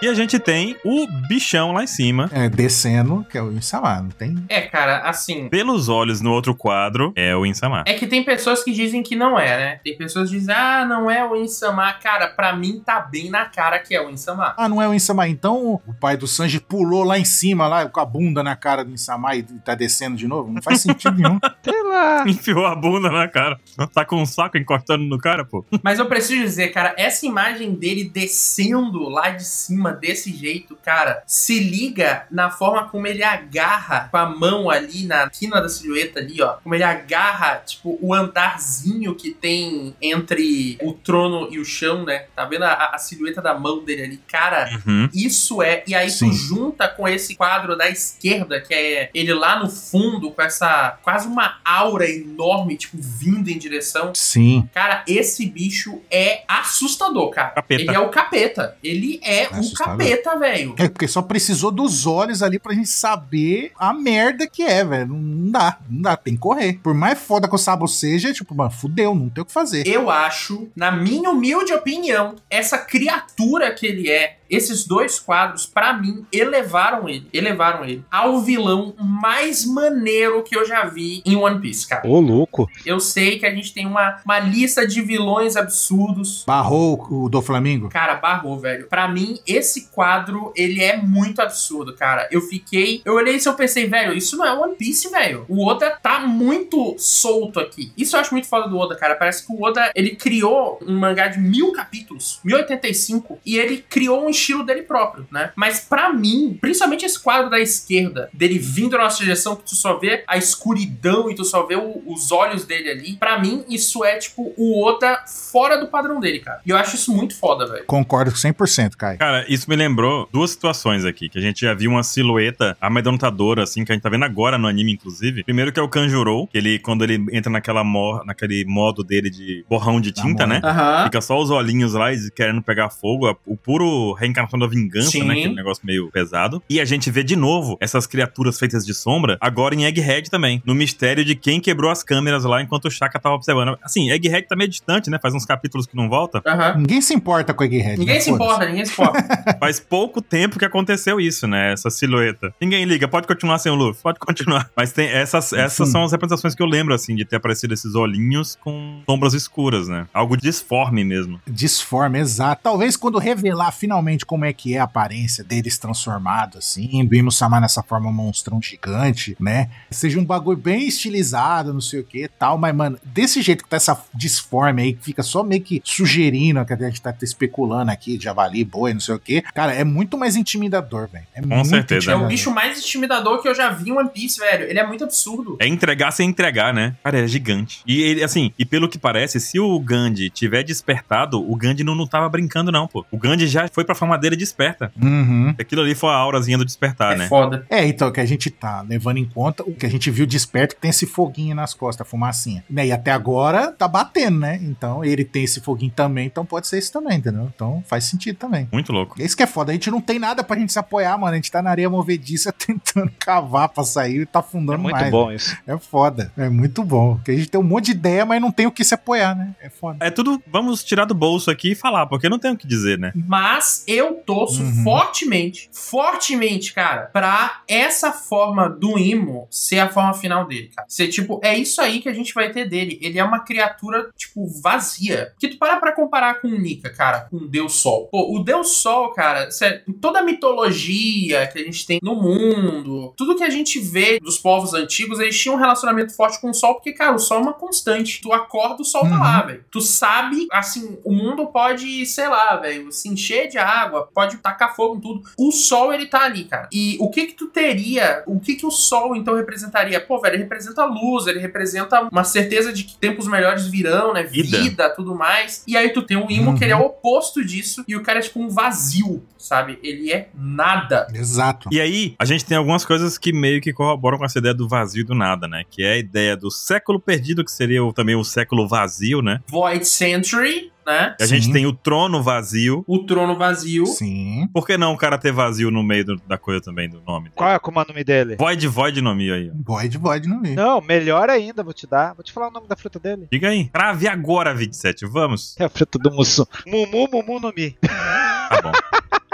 Speaker 1: E a gente tem o bichão lá em cima.
Speaker 3: É, descendo, que é o Insama, não tem.
Speaker 4: É, cara, assim.
Speaker 1: Pelos olhos no outro quadro é o Insama.
Speaker 4: É que tem pessoas que dizem que não é, né? Tem pessoas que dizem, ah, não é o Insama. Cara, pra mim tá bem na cara que é o Insama.
Speaker 3: Ah, não é o Insama. Então o pai do Sanji pulou lá em cima, lá com a bunda na cara do Insama e tá descendo de novo? Não faz sentido nenhum.
Speaker 2: Sei lá.
Speaker 1: <laughs> Enfiou a bunda na cara. Tá com um saco encostando no cara, pô.
Speaker 4: Mas eu preciso dizer, cara, essa imagem dele descendo lá de cima desse jeito, cara, se liga na forma como ele agarra com a mão ali na quina da silhueta ali, ó. Como ele agarra, tipo, o andarzinho que tem entre o trono e o chão, né? Tá vendo a, a silhueta da mão dele ali? Cara,
Speaker 1: Uhum.
Speaker 4: isso é. E aí
Speaker 3: Sim.
Speaker 4: tu junta com esse quadro da esquerda, que é ele lá no fundo, com essa quase uma aura enorme, tipo, vindo em direção.
Speaker 3: Sim.
Speaker 4: Cara, esse bicho é assustador, cara.
Speaker 1: Capeta.
Speaker 4: Ele é o capeta. Ele é, o
Speaker 3: assustador.
Speaker 4: capeta, velho.
Speaker 3: É porque só precisou dos olhos ali pra gente saber a merda que é, velho. Não- Não dá, não dá, tem que correr. Por mais foda que o Sabo seja, tipo, mano, fudeu, não tem o que fazer.
Speaker 4: Eu acho, na minha humilde opinião, essa criatura que ele é, esses dois quadros, pra mim, elevaram ele, elevaram ele ao vilão mais maneiro que eu já vi em One Piece, cara.
Speaker 2: Ô, louco.
Speaker 4: Eu sei que a gente tem uma, uma lista de vilões absurdos.
Speaker 3: Barrou o do Flamengo?
Speaker 4: Cara, barrou, velho. Pra mim, esse quadro, ele é muito absurdo, cara. Eu fiquei. Eu olhei isso e eu pensei, velho, isso não é One Piece, velho. O Oda tá muito solto aqui. Isso eu acho muito foda do Oda, cara. Parece que o Oda, ele criou um mangá de mil capítulos, 1085, e ele criou um estilo dele próprio, né? Mas pra mim, principalmente esse quadro da esquerda, dele vindo na nossa direção, que tu só vê a escuridão e tu só vê o- os olhos dele ali. Pra mim, isso é, tipo, o Oda fora do padrão dele, cara. E eu acho isso muito foda, velho.
Speaker 3: Concordo 100%, Kai.
Speaker 1: Cara, isso me lembrou duas situações aqui, que a gente já viu uma silhueta amedrontadora, assim, que a gente tá vendo agora no anime, inclusive. Primeiro que é o Kanjurou, que ele, quando ele entra naquela mo- naquele modo dele de borrão de tinta,
Speaker 3: Namoro.
Speaker 1: né?
Speaker 4: Aham.
Speaker 1: Fica só os olhinhos lá e querendo pegar fogo. a- O puro reencarnação da vingança,
Speaker 4: Sim.
Speaker 1: né? Aquele negócio meio pesado. E a gente vê de novo essas criaturas feitas de sombra, agora em Egghead também. No mistério de quem quebrou as câmeras lá enquanto o Chaka tava observando. Assim, Egghead tá meio distante, né? Faz uns capítulos que não
Speaker 4: <laughs>
Speaker 1: volta.
Speaker 4: Aham.
Speaker 3: Ninguém se importa com o Egghead.
Speaker 4: Ninguém
Speaker 3: né?
Speaker 4: se
Speaker 3: Foda-se.
Speaker 4: importa, ninguém se importa.
Speaker 1: Faz pouco tempo que aconteceu isso, né? Essa silhueta. Ninguém liga, pode continuar sem o Luffy, pode continuar. <laughs> Mas tem essas, essas
Speaker 3: Sim.
Speaker 1: são as representações que eu lembro, assim, de ter aparecido esses olhinhos com sombras escuras, né? Algo disforme mesmo.
Speaker 3: Disforme, exato. Talvez quando revelar finalmente como é que é a aparência deles transformado, assim, do Imusama nessa forma um monstrão gigante, né? Seja um bagulho bem estilizado, não sei o que tal, mas, mano, desse jeito que tá essa disforme aí, que fica só meio que sugerindo, que a gente tá especulando aqui, javali, boi, não sei o que, cara, é muito mais intimidador, velho. É muito
Speaker 1: certeza.
Speaker 4: É
Speaker 3: intimidador.
Speaker 4: o bicho mais intimidador que eu já vi em One Piece, velho. Ele é muito absurdo.
Speaker 1: É entregar sem entregar, né? Cara, é gigante. E ele, assim, e pelo que parece, se o Gandhi tiver despertado, o Gandhi não, não tava brincando, não, pô. O Gandhi já foi pra formadeira desperta.
Speaker 3: Uhum.
Speaker 1: Aquilo ali foi a aurazinha do despertar,
Speaker 4: é
Speaker 1: né?
Speaker 4: foda.
Speaker 3: É, então, que a gente tá levando em conta o que a gente viu de esperto que tem esse foguinho nas costas, a fumacinha. Né? E até agora tá batendo, né? Então ele tem esse foguinho também, então pode ser isso também, entendeu? Então faz sentido também.
Speaker 1: Muito louco.
Speaker 3: É isso que é foda, a gente não tem nada pra gente se apoiar, mano. A gente tá na areia movediça <laughs> tentando cavar pra sair e tá
Speaker 2: É
Speaker 3: afundando
Speaker 2: muito
Speaker 3: mais.
Speaker 2: bom isso.
Speaker 3: É foda, é muito bom. Porque a gente tem um monte de ideia, mas não tem o que se apoiar, né? É foda.
Speaker 1: É tudo, vamos tirar do bolso aqui e falar, porque não tem o que dizer, né?
Speaker 4: Mas eu torço
Speaker 3: Uhum.
Speaker 4: fortemente, fortemente, cara, pra essa forma do Imo ser a forma final dele, cara. Ser tipo, é isso aí que a gente vai ter dele. Ele é uma criatura, tipo, vazia. Que tu para pra comparar com o Nika, cara, com o Deus Sol. Pô, o Deus Sol, cara, sério, em toda a mitologia que a gente tem no mundo, tudo que a gente vê dos povos antigos, eles tinham um relacionamento forte com o Sol, porque, cara, o Sol é uma constante. Tu acorda, o Sol tá
Speaker 3: Uhum.
Speaker 4: lá, velho. Tu sabe, assim, o mundo pode, sei lá, velho, se encher de água, pode tacar fogo em tudo. O Sol, ele tá ali, cara. E o que que tu teria, o que que o Sol, então, representaria? Pô, velho, ele representa a luz, ele representa uma certeza de que tempos melhores virão, né?
Speaker 1: Vida.
Speaker 4: Vida vida, tudo mais. E aí tu tem o Imo,
Speaker 3: Uhum.
Speaker 4: que ele é o oposto disso, e o cara é tipo um vazio, sabe? Ele é nada.
Speaker 3: Exato.
Speaker 1: E aí, a gente tem algumas coisas que meio que corroboram com essa ideia do vazio e do nada, né? Que é a ideia do século perdido, que seria o- também o século vazio, né?
Speaker 4: Void Century, né?
Speaker 1: A
Speaker 3: Sim.
Speaker 1: gente tem o trono vazio.
Speaker 4: O trono vazio.
Speaker 3: É. Sim.
Speaker 1: Por que não o cara ter vazio no meio do- da coisa também, do nome?
Speaker 2: Qual é como é o nome dele?
Speaker 1: Void, void nome aí. ó.
Speaker 3: Void, void não vi.
Speaker 2: Não, melhor ainda, vou te dar. Vou te falar o nome da fruta dele.
Speaker 1: Diga aí. Trave agora, 27. Vamos.
Speaker 2: É a fruta do Mussum. Mumu, Mumu no Mi.
Speaker 1: Tá bom.
Speaker 2: <laughs>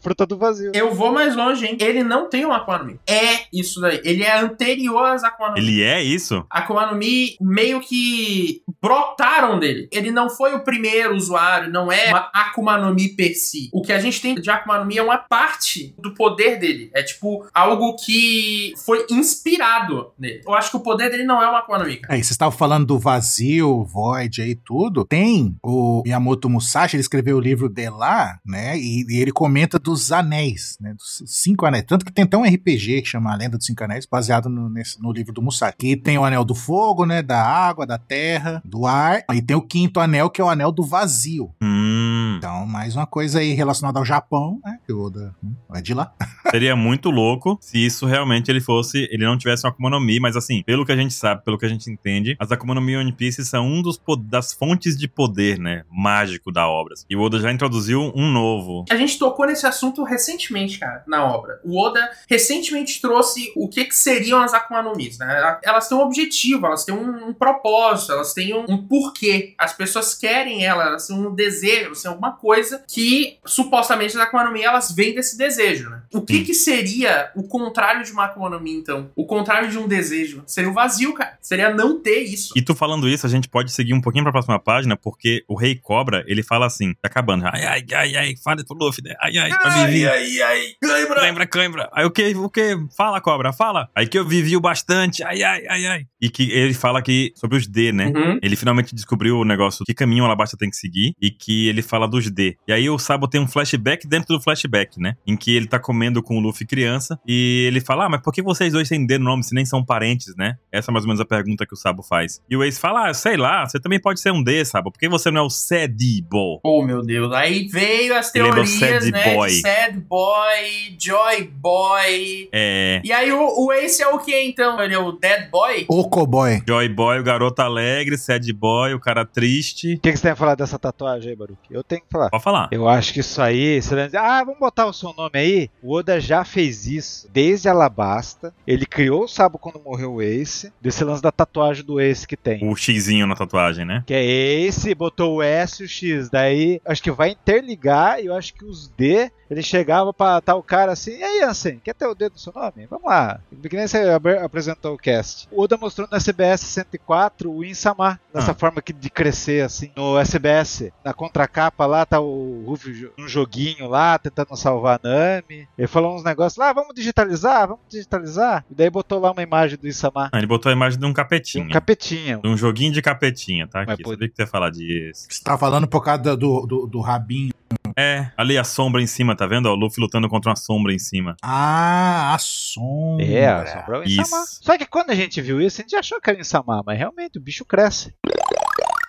Speaker 2: Fruta do vazio.
Speaker 4: Eu vou mais longe, hein? Ele não tem um Akuma no Mi. É isso daí. Ele é anterior às Akuma no Mi.
Speaker 1: Ele é isso?
Speaker 4: Akuma no Mi meio que brotaram dele. Ele não foi o primeiro usuário, não é uma Akuma no Mi per si. O que a gente tem de Akuma no Mi é uma parte do poder dele. É tipo algo que foi inspirado nele. Eu acho que o poder dele não é uma Akuma no Mi, cara.
Speaker 3: Aí, vocês estavam falando do vazio, void aí, tudo. Tem o Miyamoto Musashi, ele escreveu o livro de lá, né? E, e ele comenta dos anéis, né? Dos cinco anéis. Tanto que tem até um RPG que chama A Lenda dos Cinco Anéis, baseado no, nesse- no livro do Musashi. Que tem o anel do fogo, né? Da água, da terra, do ar. E tem o quinto anel, que é o anel do vazio.
Speaker 1: Hum.
Speaker 3: Então, mais uma coisa aí relacionada ao Japão, né? Que o Oda hum, é de lá.
Speaker 1: Seria muito louco se isso realmente ele fosse, ele não tivesse uma Akuma no Mi, mas assim, pelo que a gente sabe, pelo que a gente entende, as Akuma no Mi e One Piece são um dos po- das fontes de poder, né, mágico da obra. E o Oda já introduziu um novo.
Speaker 4: A gente tocou nesse assunto recentemente, cara, na obra. O Oda recentemente trouxe o que, que seriam as Akuma no Mis, né? Elas têm um objetivo, elas têm um, um propósito, elas têm um, um porquê. As pessoas querem ela, elas têm um desejo, elas têm alguma coisa que supostamente as Akuma no Mi elas vêm desse desejo, né? O que,
Speaker 1: Sim.
Speaker 4: que seria o contrário de uma Akuma no Mi, então? O contrário de um desejo? Seria o vazio, cara. Seria não ter isso.
Speaker 1: E tu falando isso, a gente pode seguir um pouquinho pra próxima página, porque o Rei Cobra, ele fala assim, tá acabando. já. Ai, ai, ai, ai, fale pro Luffy, né? ai, ai, pra mim vir.
Speaker 4: ai, ai. Lembra?
Speaker 1: Cãibra, cãibra. Aí o que, o que? Fala, cobra, fala. Aí que eu vivi o bastante, ai, ai, ai, ai. E que ele fala aqui sobre os D, né?
Speaker 4: Uhum.
Speaker 1: Ele finalmente descobriu o negócio, que caminho o Alabasta tem que seguir, e que ele fala dos D. E aí o Sabo tem um flashback dentro do flashback, né? Em que ele tá comendo com o Luffy criança, e ele fala, ah, mas por que vocês dois têm D no nome, se nem são parentes, né? Essa é mais ou menos a pergunta que o Sabo faz. E o Ace fala, ah, sei lá, você também pode ser um D, Sabo, por que você não é o Sedibo?
Speaker 4: Oh, meu Deus. Aí veio as
Speaker 1: Ele lembra o
Speaker 4: teorias,
Speaker 1: Sad
Speaker 4: né?
Speaker 1: Boy.
Speaker 4: De sad Boy, Joy Boy.
Speaker 1: É...
Speaker 4: E aí o, o Ace é o que, então? Ele é o Dead Boy?
Speaker 3: O cowboy.
Speaker 1: Joy Boy, o garoto alegre, Sad Boy, o cara triste.
Speaker 2: O que, que você tem a falar dessa tatuagem aí, Baruque? Eu tenho que falar.
Speaker 1: Pode falar.
Speaker 2: Eu acho que isso aí, você lembra, ah, vamos botar o seu nome aí. O Oda já fez isso desde Alabasta. Ele criou o Sabo quando morreu o Ace. Desse lance da tatuagem do Ace que tem.
Speaker 1: O xizinho na tatuagem, né?
Speaker 2: Que é Ace, botou o S e o X. Daí, acho que vai interligar e eu acho que os D, ele chegava pra tal cara assim, e aí, Ansem, quer ter o D no seu nome? Vamos lá. Que nem você ab- apresentou o cast. O Oda mostrou no SBS 104 o Insama, dessa
Speaker 1: Ah.
Speaker 2: forma que de crescer, assim. No SBS, na contracapa lá, tá o Ruffy jo- num joguinho lá, tentando salvar a Nami. Ele falou uns negócios lá, "Ah, vamos digitalizar, vamos digitalizar. E daí botou lá uma imagem do Insama.
Speaker 1: Ah, Ele botou a imagem de um
Speaker 2: De
Speaker 1: capetinho.
Speaker 2: um capetinha.
Speaker 1: De um joguinho de capetinha, tá?
Speaker 2: Mas
Speaker 1: Aqui.
Speaker 2: pô-
Speaker 1: Sabia que você ia falar disso.
Speaker 3: Você tá falando por causa do, do, do rabinho.
Speaker 1: É, ali a sombra em cima, tá vendo? Ó, O Luffy lutando contra uma sombra em cima.
Speaker 3: Ah, a sombra.
Speaker 2: É, assombrou o
Speaker 1: Isso.
Speaker 2: Insama. Só que quando a gente viu isso, a gente achou que era Insama, mas realmente o bicho cresce.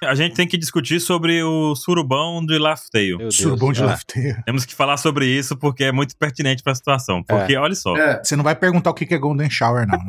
Speaker 1: A gente tem que discutir sobre o surubão de Laugh Tale.
Speaker 2: Meu
Speaker 3: Surubão de
Speaker 2: Ah,
Speaker 3: lafteira.
Speaker 1: Temos que falar sobre isso porque é muito pertinente pra situação. Porque, olha só.
Speaker 4: É.
Speaker 3: Você não vai perguntar o que que é Golden Shower,
Speaker 2: <laughs>
Speaker 3: não. né?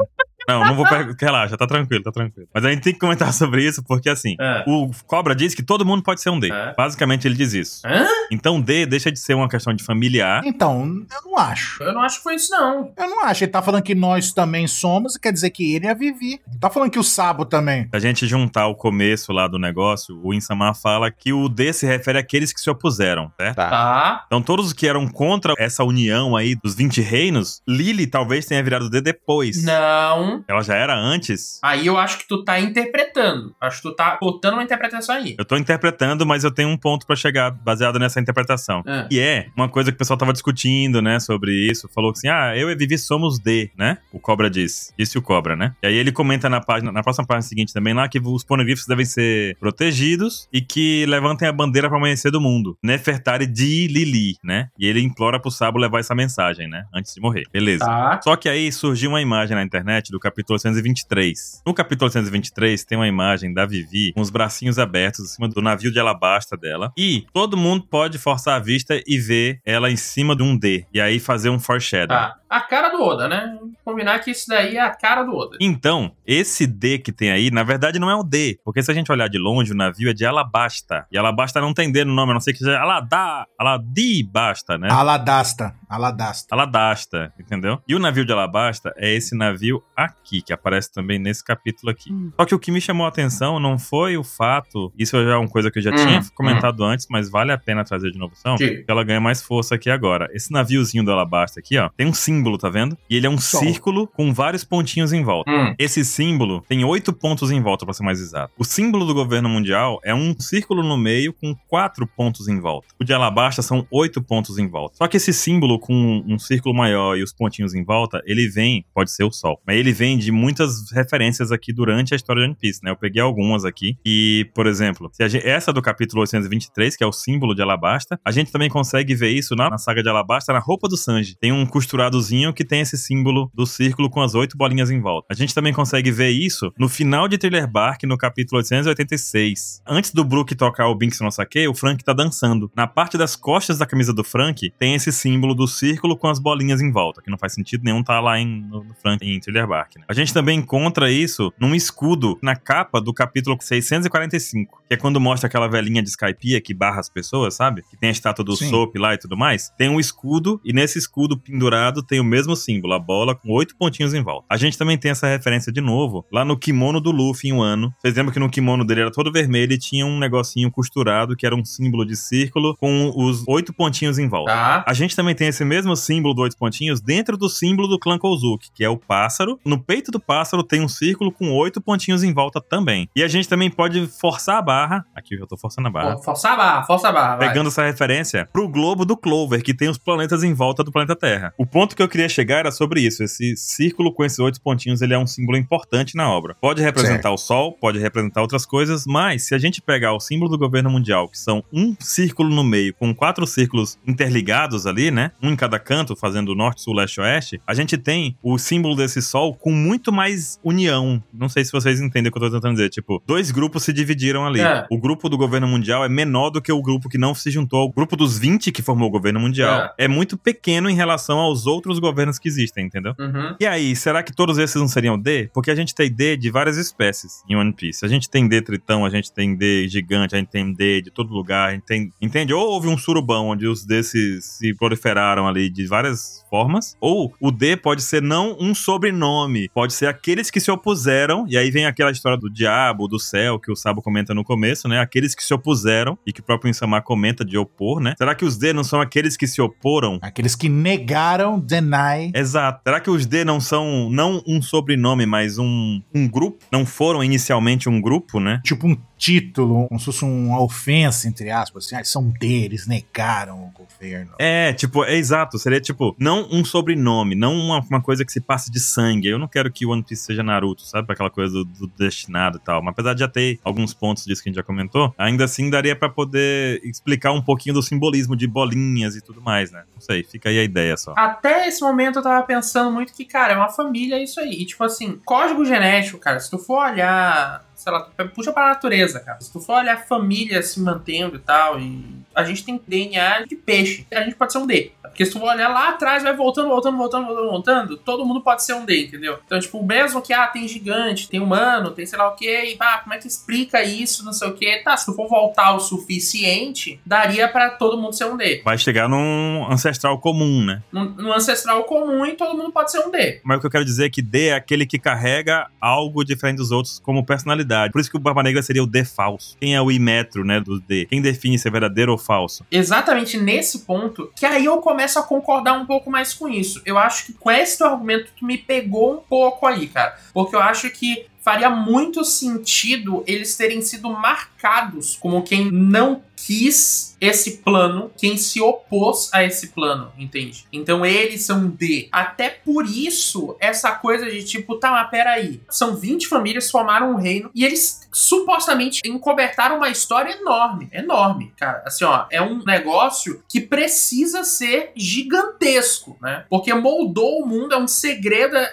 Speaker 1: Não, não vou pegar. Relaxa, tá tranquilo, tá tranquilo. Mas a gente tem que comentar <laughs> sobre isso porque, assim.
Speaker 4: É.
Speaker 1: O Cobra diz que todo mundo pode ser um D.
Speaker 4: É.
Speaker 1: Basicamente, ele diz isso.
Speaker 4: Hã?
Speaker 1: Então, D deixa de ser uma questão de familiar.
Speaker 3: Então, eu não acho.
Speaker 4: Eu não acho que foi isso, não.
Speaker 3: Eu não acho. Ele tá falando que nós também somos, quer dizer que ele é a Vivi. Não tá falando que o Sabo também.
Speaker 1: Se a gente juntar o começo lá do negócio, o Insama fala que o D se refere àqueles que se opuseram, certo?
Speaker 2: Tá.
Speaker 4: Tá.
Speaker 1: Então, todos os que eram contra essa união aí dos 20 reinos, Lily talvez tenha virado D depois.
Speaker 4: Não.
Speaker 1: Ela já era antes.
Speaker 4: Aí eu acho que tu tá interpretando. Acho que tu tá botando uma interpretação aí.
Speaker 1: Eu tô interpretando, mas eu tenho um ponto pra chegar baseado nessa interpretação.
Speaker 4: Ah.
Speaker 1: E é uma coisa que o pessoal tava discutindo, né, sobre isso. Falou assim: ah, eu e Vivi somos D, né? O Cobra disse. Disse o Cobra, né? E aí ele comenta na página, na próxima página seguinte também lá, que os poneglyphs devem ser protegidos e que levantem a bandeira para amanhecer do mundo. Nefertari de Lili, né? E ele implora pro Sabo levar essa mensagem, né? Antes de morrer. Beleza.
Speaker 4: Tá.
Speaker 1: Só que aí surgiu uma imagem na internet do capítulo 823. No capítulo 823 tem uma imagem da Vivi com os bracinhos abertos em cima do navio de alabasta dela. E todo mundo pode forçar a vista e ver ela em cima de um D. E aí fazer um foreshadow.
Speaker 4: Tá. a cara do Oda, né? Vamos combinar que isso daí é a cara do Oda.
Speaker 1: Então, esse D que tem aí, na verdade não é o D, porque se a gente olhar de longe, o navio é de Alabasta. E Alabasta não tem D no nome, a não ser que seja Aladá, Aladibasta,
Speaker 2: É?
Speaker 1: né?
Speaker 3: Aladasta. Aladasta.
Speaker 1: Aladasta, entendeu? E o navio de Alabasta é esse navio aqui, que aparece também nesse capítulo aqui. Só que o que me chamou a atenção não foi o fato, isso já é uma coisa que eu já
Speaker 4: Hum,
Speaker 1: tinha
Speaker 4: hum.
Speaker 1: comentado antes, mas vale a pena trazer de novo, são,
Speaker 4: Sim.
Speaker 1: que ela ganha mais força aqui agora. Esse naviozinho do Alabasta aqui, ó, tem um símbolo, tá vendo? E ele é um
Speaker 3: Sol.
Speaker 1: círculo com vários pontinhos em volta.
Speaker 4: Hum.
Speaker 1: Esse símbolo tem oito pontos em volta, pra ser mais exato. O símbolo do governo mundial é um círculo no meio com quatro pontos em volta. O de alabasta são oito pontos em volta. Só que esse símbolo com um círculo maior e os pontinhos em volta, ele vem, pode ser o sol, mas ele vem de muitas referências aqui durante a história de One Piece, né? Eu peguei algumas aqui e, por exemplo, se a gente- essa do capítulo 823, que é o símbolo de alabasta, a gente também consegue ver isso na, na saga de alabasta, na roupa do Sanji. Tem um costuradozinho que tem esse símbolo do círculo com as oito bolinhas em volta. A gente também consegue ver isso no final de Thriller Bark, no capítulo 886. Antes do Brook tocar o Binks no Saque, o Frank tá dançando. Na parte das costas da camisa do Frank, tem esse símbolo do círculo com as bolinhas em volta, que não faz sentido nenhum tá lá em, no, no Frank, em Thriller Bark. né? A gente também encontra isso num escudo na capa do capítulo 645, que é quando mostra aquela velhinha de Skypiea que barra as pessoas, sabe? Que tem a estátua do
Speaker 3: Sim.
Speaker 1: Soap Soap lá e tudo mais, tem um escudo e nesse escudo pendurado tem o mesmo símbolo, a bola com oito pontinhos em volta. A gente também tem essa referência de novo lá no kimono do Luffy em um ano. Vocês lembram que no kimono dele era todo vermelho e tinha um negocinho costurado que era um símbolo de círculo com os oito pontinhos em volta.
Speaker 4: Tá?
Speaker 1: A gente também tem esse mesmo símbolo do oito pontinhos dentro do símbolo do clã Kozuki, que é o pássaro. No peito do pássaro tem um círculo com oito pontinhos em volta também. E a gente também pode forçar a barra. Aqui eu já tô forçando a barra.
Speaker 4: Pô, Força a barra, força a barra. vai.
Speaker 1: Pegando essa referência pro globo do Clover, que tem os planetas em volta do planeta Terra. O ponto que eu queria chegar era sobre isso. Esse círculo com esses oito pontinhos, ele é um símbolo importante na obra. Pode representar o Sol, pode representar outras coisas, mas se a gente pegar o símbolo do governo mundial, que são um círculo no meio, com quatro círculos interligados ali, né? Um em cada canto, fazendo norte, sul, leste, oeste, a gente tem o símbolo desse Sol com muito mais união. Não sei se vocês entendem o que eu tô tentando dizer. Tipo, dois grupos se dividiram ali.
Speaker 4: É.
Speaker 1: O grupo do governo mundial é menor do que o grupo que não se juntou ao grupo dos 20 que formou o governo mundial. É, muito pequeno em relação aos outros governos que existem, entendeu?
Speaker 4: Uhum.
Speaker 1: E aí, será que todos esses não seriam D? Porque a gente tem D de várias espécies em One Piece. A gente tem D tritão, a gente tem D gigante, a gente tem D de todo lugar, a gente tem. Entende? Ou houve um surubão onde os D se, se proliferaram ali de várias formas. Ou o D pode ser não um sobrenome, pode ser aqueles que se opuseram. E aí vem aquela história do diabo, do céu, que o Sabo comenta no começo, né? Aqueles que se opuseram e que o próprio Insama comenta de opor, né? Será que os D não são aqueles que se oporam
Speaker 3: Aqueles que negaram, deny.
Speaker 1: Exato. Será que os D não são não um sobrenome, mas um, um grupo? Não foram inicialmente um grupo, né?
Speaker 3: Tipo um título, como se fosse uma ofensa, entre aspas. Assim, ah, são deles, negaram o governo.
Speaker 1: É, tipo, é exato. Seria tipo, não um sobrenome, não uma, uma coisa que se passe de sangue. Eu não quero que One Piece seja Naruto, sabe? Aquela coisa do, do destinado e tal. Mas apesar de já ter alguns pontos disso que a gente já comentou, ainda assim daria pra poder explicar um pouquinho do simbolismo de bolinhas e tudo mais, né? Não sei, fica aí a ideia só.
Speaker 4: Até esse momento eu tava pensando muito que, cara, é uma família é isso aí. E, tipo assim, código genético, cara, se tu for olhar, sei lá, tu pe- puxa pra natureza, cara. Se tu for olhar família se mantendo e tal, e a gente tem DNA de peixe. A gente pode ser um D. Porque se tu for olhar lá atrás, vai voltando, voltando, voltando, voltando, voltando, todo mundo pode ser um D, entendeu? Então, tipo, mesmo que, ah, tem gigante, tem humano, tem sei lá o quê, e, pá, como é que explica isso, não sei o quê. Tá, se tu for voltar o suficiente, daria pra todo mundo ser um D.
Speaker 1: Vai chegar num ancestral comum, né?
Speaker 4: No, no ancestral comum e todo mundo pode ser um D.
Speaker 1: Mas o que eu quero dizer é que D é aquele que carrega algo diferente dos outros como personalidade. Por isso que o Barba Negra seria o D falso. Quem é o imetro, né, do D? Quem define se é verdadeiro ou falso?
Speaker 4: Exatamente nesse ponto que aí eu começo a concordar um pouco mais com isso. Eu acho que com esse teu argumento tu me pegou um pouco aí, cara. Porque eu acho que faria muito sentido eles terem sido marcados como quem não quis esse plano, quem se opôs a esse plano, entende? Então eles são D. Até por isso, essa coisa de tipo, tá, mas peraí. São 20 famílias, formaram um reino e eles supostamente encobertaram uma história enorme. Enorme, cara. Assim, ó, é um negócio que precisa ser gigantesco, né? Porque moldou o mundo, é um segredo, é,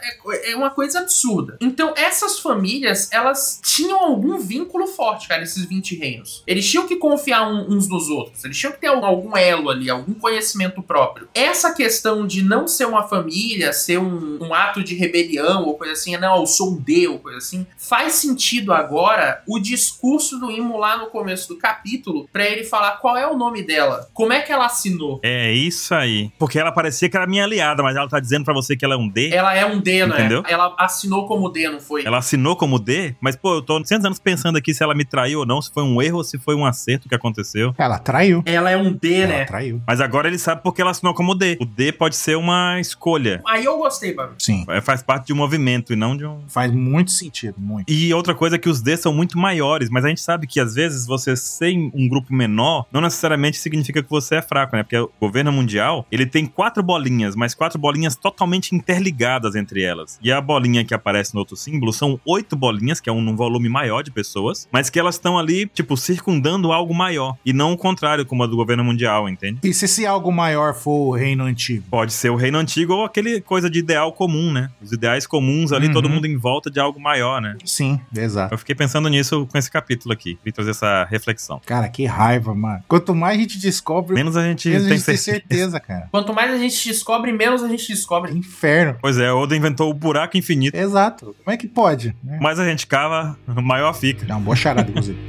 Speaker 4: é uma coisa absurda. Então, essas famílias, elas tinham algum vínculo forte, cara, esses 20 reinos. Eles tinham que confiar um, uns dos outros. Eles tinham que ter algum elo ali, algum conhecimento próprio. Essa questão de não ser uma família, ser um, um ato de rebelião ou coisa assim, não, eu sou um D ou coisa assim, faz sentido agora o discurso do Imo lá no começo do capítulo pra ele falar qual é o nome dela, como é que ela assinou.
Speaker 1: É isso aí. Porque ela parecia que era minha aliada, mas ela tá dizendo pra você que ela é um D.
Speaker 4: Ela é um D, não
Speaker 1: Entendeu?
Speaker 4: é? Ela assinou como D, não foi?
Speaker 1: Ela assinou como D, mas pô, eu tô 900 anos pensando aqui se ela me traiu ou não, se foi um erro ou se foi um acerto que aconteceu.
Speaker 3: Ela traiu.
Speaker 4: Ela é um D, né?
Speaker 3: Ela traiu.
Speaker 1: Mas agora ele sabe porque ela assinou como D. O D pode ser uma escolha.
Speaker 4: Aí eu gostei, Babi.
Speaker 3: Sim.
Speaker 1: É, Faz parte de um movimento e não de um.
Speaker 3: Faz muito sentido, muito.
Speaker 1: E outra coisa é que os D são muito maiores, mas a gente sabe que às vezes você ser um grupo menor não necessariamente significa que você é fraco, né? Porque o governo mundial, ele tem quatro bolinhas, mas quatro bolinhas totalmente interligadas entre elas. E a bolinha que aparece no outro símbolo são oito bolinhas, que é um, um volume maior de pessoas, mas que elas estão ali, tipo, circundando algo maior. E não o contrário, como a do governo mundial, entende?
Speaker 3: E se esse algo maior for o reino antigo?
Speaker 1: Pode ser o reino antigo ou aquele coisa de ideal comum, né? Os ideais comuns ali,
Speaker 3: Uhum.
Speaker 1: todo mundo em volta de algo maior, né?
Speaker 3: Sim, exato.
Speaker 1: Eu fiquei pensando nisso com esse capítulo aqui. Vim trazer essa reflexão.
Speaker 3: Cara, que raiva, mano. Quanto mais a gente descobre,
Speaker 1: Menos a gente
Speaker 3: menos a
Speaker 1: tem
Speaker 3: gente tem
Speaker 1: certeza.
Speaker 3: certeza, cara.
Speaker 4: Quanto mais a gente descobre, menos a gente descobre.
Speaker 3: Inferno.
Speaker 1: Pois é, Oda inventou o buraco infinito.
Speaker 3: Exato. Como é que pode? Né?
Speaker 1: Mais a gente cava, maior fica.
Speaker 3: É uma boa charada, inclusive.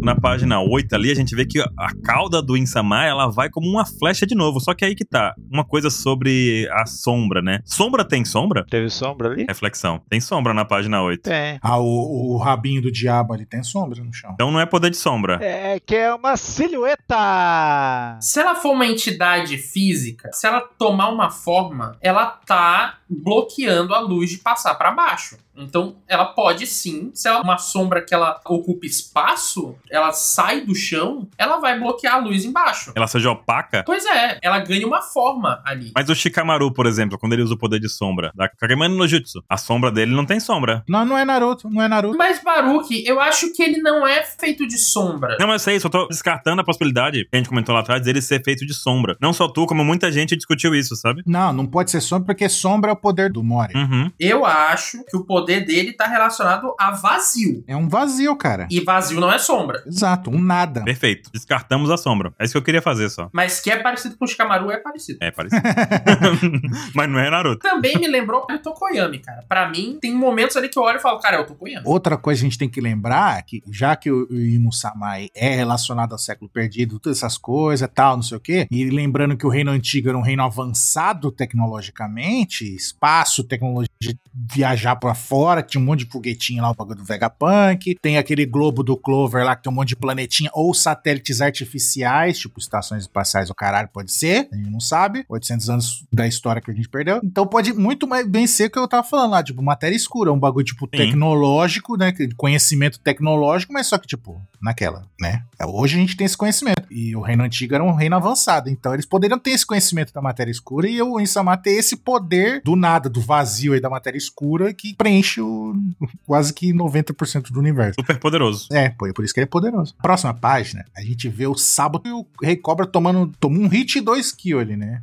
Speaker 1: Na página 8 ali, a gente vê que a cauda do Insama, ela vai como uma flecha de novo. Só que aí que tá. Uma coisa sobre a sombra, né? Sombra tem sombra?
Speaker 2: Teve sombra
Speaker 1: É.
Speaker 2: ali?
Speaker 1: Reflexão. Tem sombra na página 8.
Speaker 2: Tem.
Speaker 3: Ah, o, o rabinho do diabo ali tem sombra no chão.
Speaker 1: Então não é poder de sombra.
Speaker 2: É que é uma silhueta!
Speaker 4: Se ela for uma entidade física, se ela tomar uma forma, ela tá bloqueando a luz de passar pra baixo. Então, ela pode sim, se ela uma sombra que ela ocupa espaço, ela sai do chão, ela vai bloquear a luz embaixo.
Speaker 1: Ela seja opaca.
Speaker 4: Pois é, ela ganha uma forma ali.
Speaker 1: Mas o Shikamaru, por exemplo, quando ele usa o poder de sombra, da Kagemani no Jutsu, a sombra dele não tem sombra.
Speaker 3: Não, não é Naruto, não é Naruto.
Speaker 4: Mas Baruki, eu acho que ele não é feito de sombra.
Speaker 1: Não, é eu sei, só tô descartando a possibilidade, que a gente comentou lá atrás, dele ser feito de sombra. Não só tu, como muita gente discutiu isso, sabe?
Speaker 3: Não, não pode ser sombra, porque sombra é o poder do Mori.
Speaker 1: Uhum.
Speaker 4: Eu acho que o poder dele tá relacionado a vazio.
Speaker 3: É um vazio, cara.
Speaker 4: E vazio não é sombra.
Speaker 3: Exato, um nada.
Speaker 1: Perfeito. Descartamos a sombra. É isso que eu queria fazer só.
Speaker 4: Mas que é parecido com o Shikamaru, é parecido.
Speaker 1: É, parecido. Mas não é Naruto.
Speaker 4: Também me lembrou o Tokoyami, cara. Pra mim, tem momentos ali que eu olho e falo, cara, é o Tokoyami.
Speaker 3: Outra coisa que a gente tem que lembrar é que, já que o, o Imu Samai é relacionado ao século perdido, todas essas coisas tal, não sei o quê, e lembrando que o reino antigo era um reino avançado tecnologicamente, espaço, tecnologia de viajar pra fora, tinha um monte de foguetinho lá, o bagulho do Vegapunk, tem aquele globo do Clover lá que tem um monte de planetinha ou satélites artificiais, tipo estações espaciais, o caralho pode ser, a gente não sabe, 800 anos da história que a gente perdeu, então pode muito mais bem ser o que eu tava falando lá, tipo, matéria escura, um bagulho tipo
Speaker 1: Sim.
Speaker 3: tecnológico, né, que- conhecimento tecnológico, mas só que tipo, naquela, né, hoje a gente tem esse conhecimento, e o reino antigo era um reino avançado, então eles poderiam ter esse conhecimento da matéria escura e o Insama ter esse poder do nada, do vazio aí da matéria escura que preenche o, <laughs> quase que 90% do universo.
Speaker 1: Super poderoso.
Speaker 3: É, pô, é por isso que ele é poderoso. Próxima página, a gente vê o sábado e o Rei Cobra tomando tomou um hit e dois kill ali, né?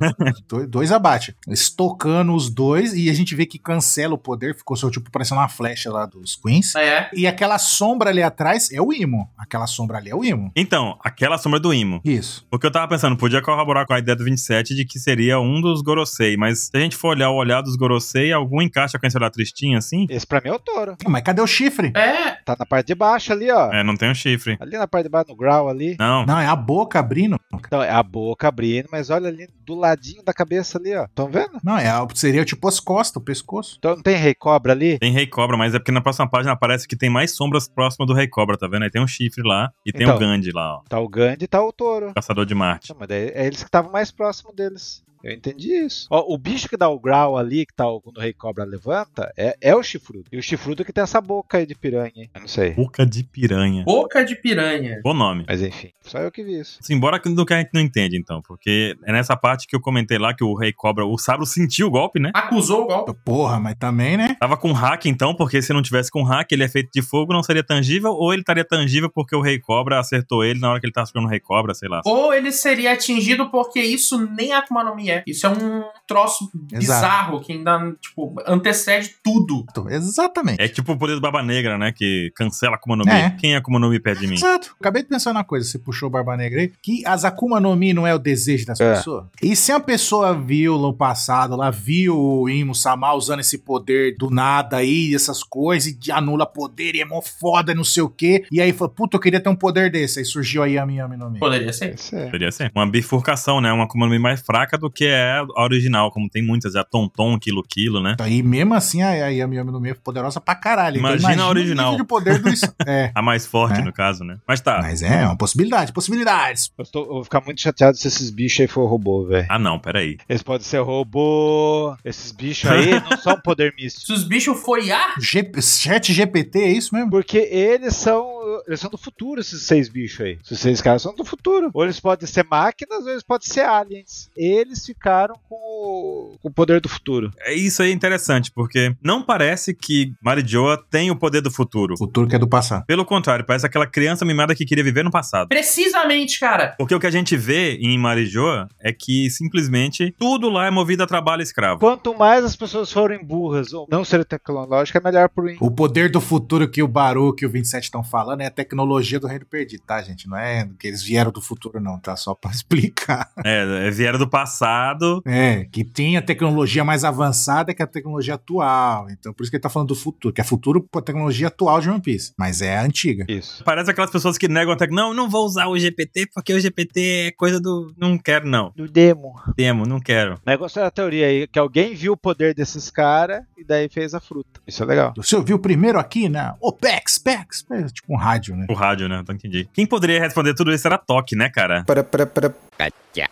Speaker 3: Do- dois abate. Estocando os dois e a gente vê que cancela o poder, ficou só tipo parecendo uma flecha lá dos Queens.
Speaker 4: É.
Speaker 3: E aquela sombra ali atrás é o Imo. Aquela sombra ali é o Imo.
Speaker 1: Então, aquela sombra do Imo.
Speaker 3: Isso.
Speaker 1: Porque eu tava pensando, podia corroborar com a ideia do 27 de que seria um dos Gorosei, mas se a gente for olhar o olhar dos Gorosei, algum encaixa com esse olhar tristinho assim?
Speaker 2: Esse pra mim é o touro.
Speaker 3: Mas cadê o chifre?
Speaker 4: É.
Speaker 2: Tá na parte de baixo ali, ó.
Speaker 1: É, não tem um chifre.
Speaker 2: Ali na parte de baixo, no grau ali.
Speaker 1: Não.
Speaker 3: Não, é a boca abrindo.
Speaker 2: Então, é a boca abrindo, mas olha ali do ladinho da cabeça ali, ó. Tão vendo?
Speaker 3: Não, é, a- seria tipo as costas, o pescoço.
Speaker 2: Então não tem rei cobra ali?
Speaker 1: Tem Rei Cobra, mas é porque na próxima página aparece que tem mais sombras próximas do Rei Cobra, tá vendo? Aí tem um chifre lá e tem
Speaker 2: Então.
Speaker 1: um Gandhi lá, ó.
Speaker 2: Tá o Gandhi e tá o touro.
Speaker 1: Caçador de Marte.
Speaker 2: Não, mas daí é eles que estavam mais próximo deles. Eu entendi isso. Ó, o bicho que dá o grau ali, que tá o, quando o rei cobra levanta, é, é o chifrudo. E o chifrudo que tem essa boca aí de piranha, hein? Eu não sei.
Speaker 1: Boca de piranha.
Speaker 4: Boca de piranha.
Speaker 1: Bom nome.
Speaker 2: Mas enfim, só eu que vi isso.
Speaker 1: Assim, bora do que a gente não entende, então. Porque é nessa parte que eu comentei lá que o Rei Cobra, o Sabro sentiu o golpe, né?
Speaker 4: Acusou o golpe.
Speaker 3: Porra, mas também, né?
Speaker 1: Tava com hack, então, porque se não tivesse com hack, ele é feito de fogo, não seria tangível, ou ele estaria tangível porque o Rei Cobra acertou ele na hora que ele tava jogando o Rei Cobra, sei lá.
Speaker 4: Ou ele seria atingido porque isso nem Akuma no Mi é. é. Isso é um troço
Speaker 3: Exato.
Speaker 4: bizarro que ainda, tipo, antecede tudo.
Speaker 3: Exatamente.
Speaker 1: É tipo o poder do Baba Negra, né? Que cancela a Akuma no Mi.
Speaker 3: É.
Speaker 1: Quem a Akuma no Mi perde de mim?
Speaker 3: Exato. Acabei de pensar na coisa, você puxou o Barba Negra aí, que as Akuma no Mi não é o desejo das
Speaker 2: É.
Speaker 3: pessoas. E se a pessoa viu no passado, ela viu o Imo Sama usando esse poder do nada aí, essas coisas, e de- anula poder, e é mó foda, não sei o quê, e aí falou, puta, eu queria ter um poder desse. Aí surgiu a Yami Yami no Mi.
Speaker 4: Poderia ser.
Speaker 2: Isso é.
Speaker 1: Poderia ser. Uma bifurcação, né? Uma Akuma no Mi mais fraca do que é a original, como tem muitas, é a Tonton, Kilo Kilo, né?
Speaker 3: Aí mesmo assim a a Yami Yami no Mi é poderosa pra caralho. Então,
Speaker 1: Imagina a
Speaker 3: o
Speaker 1: original.
Speaker 3: nível de poder
Speaker 1: <laughs>
Speaker 3: do Isso- É.
Speaker 1: A mais forte,
Speaker 3: É.
Speaker 1: no caso, né? Mas tá.
Speaker 3: Mas é, é uma possibilidade, possibilidades.
Speaker 2: Eu, tô- eu vou ficar muito chateado se esses bichos aí for robô, velho.
Speaker 1: Ah, não, peraí.
Speaker 2: Eles podem ser robô. Esses bichos aí não são poder místico.
Speaker 4: Se os bichos "Ah, foiar,
Speaker 3: G- Chat GPT, é isso mesmo?
Speaker 2: Porque eles são. Eles são do futuro, esses seis bichos aí. Esses seis caras são do futuro. Ou eles podem ser máquinas, ou eles podem ser aliens. Eles ficaram com o, com o poder do futuro.
Speaker 1: É, Isso aí é interessante, porque não parece que Marijoa tem o poder do futuro.
Speaker 3: Futuro que é do passado.
Speaker 1: Pelo contrário, parece aquela criança mimada que queria viver no passado.
Speaker 4: precisamente, cara.
Speaker 1: Porque o que a gente vê em Marijoa é que simplesmente tudo lá é movido a trabalho escravo.
Speaker 2: Quanto mais as pessoas forem burras ou não serem tecnológicas, é melhor pro
Speaker 3: O poder do futuro que o Baruch e o 27 estão falando é a tecnologia do Reino Perdido, tá, gente? Não é que eles vieram do futuro, não, tá? Só pra <laughs> explicar.
Speaker 1: É, é, vieram do passado.
Speaker 3: É, que tem a tecnologia mais avançada que a tecnologia atual. Então, por isso que ele tá falando do futuro, que é futuro com a tecnologia atual de One Piece, mas é a antiga.
Speaker 2: Isso.
Speaker 1: Parece aquelas pessoas que negam a tecnologia. Não, não vou usar o GPT porque o GPT é coisa do. Não quero, não.
Speaker 2: Do demo.
Speaker 1: Temo, não quero.
Speaker 2: O negócio da teoria aí, que alguém viu o poder desses caras e daí fez a fruta. Isso é legal.
Speaker 3: Você ouviu primeiro aqui, né? O PEX, PEX, é tipo um rádio, né?
Speaker 1: O rádio, né? Então entendi. Quem poderia responder tudo isso era Toque, né, cara?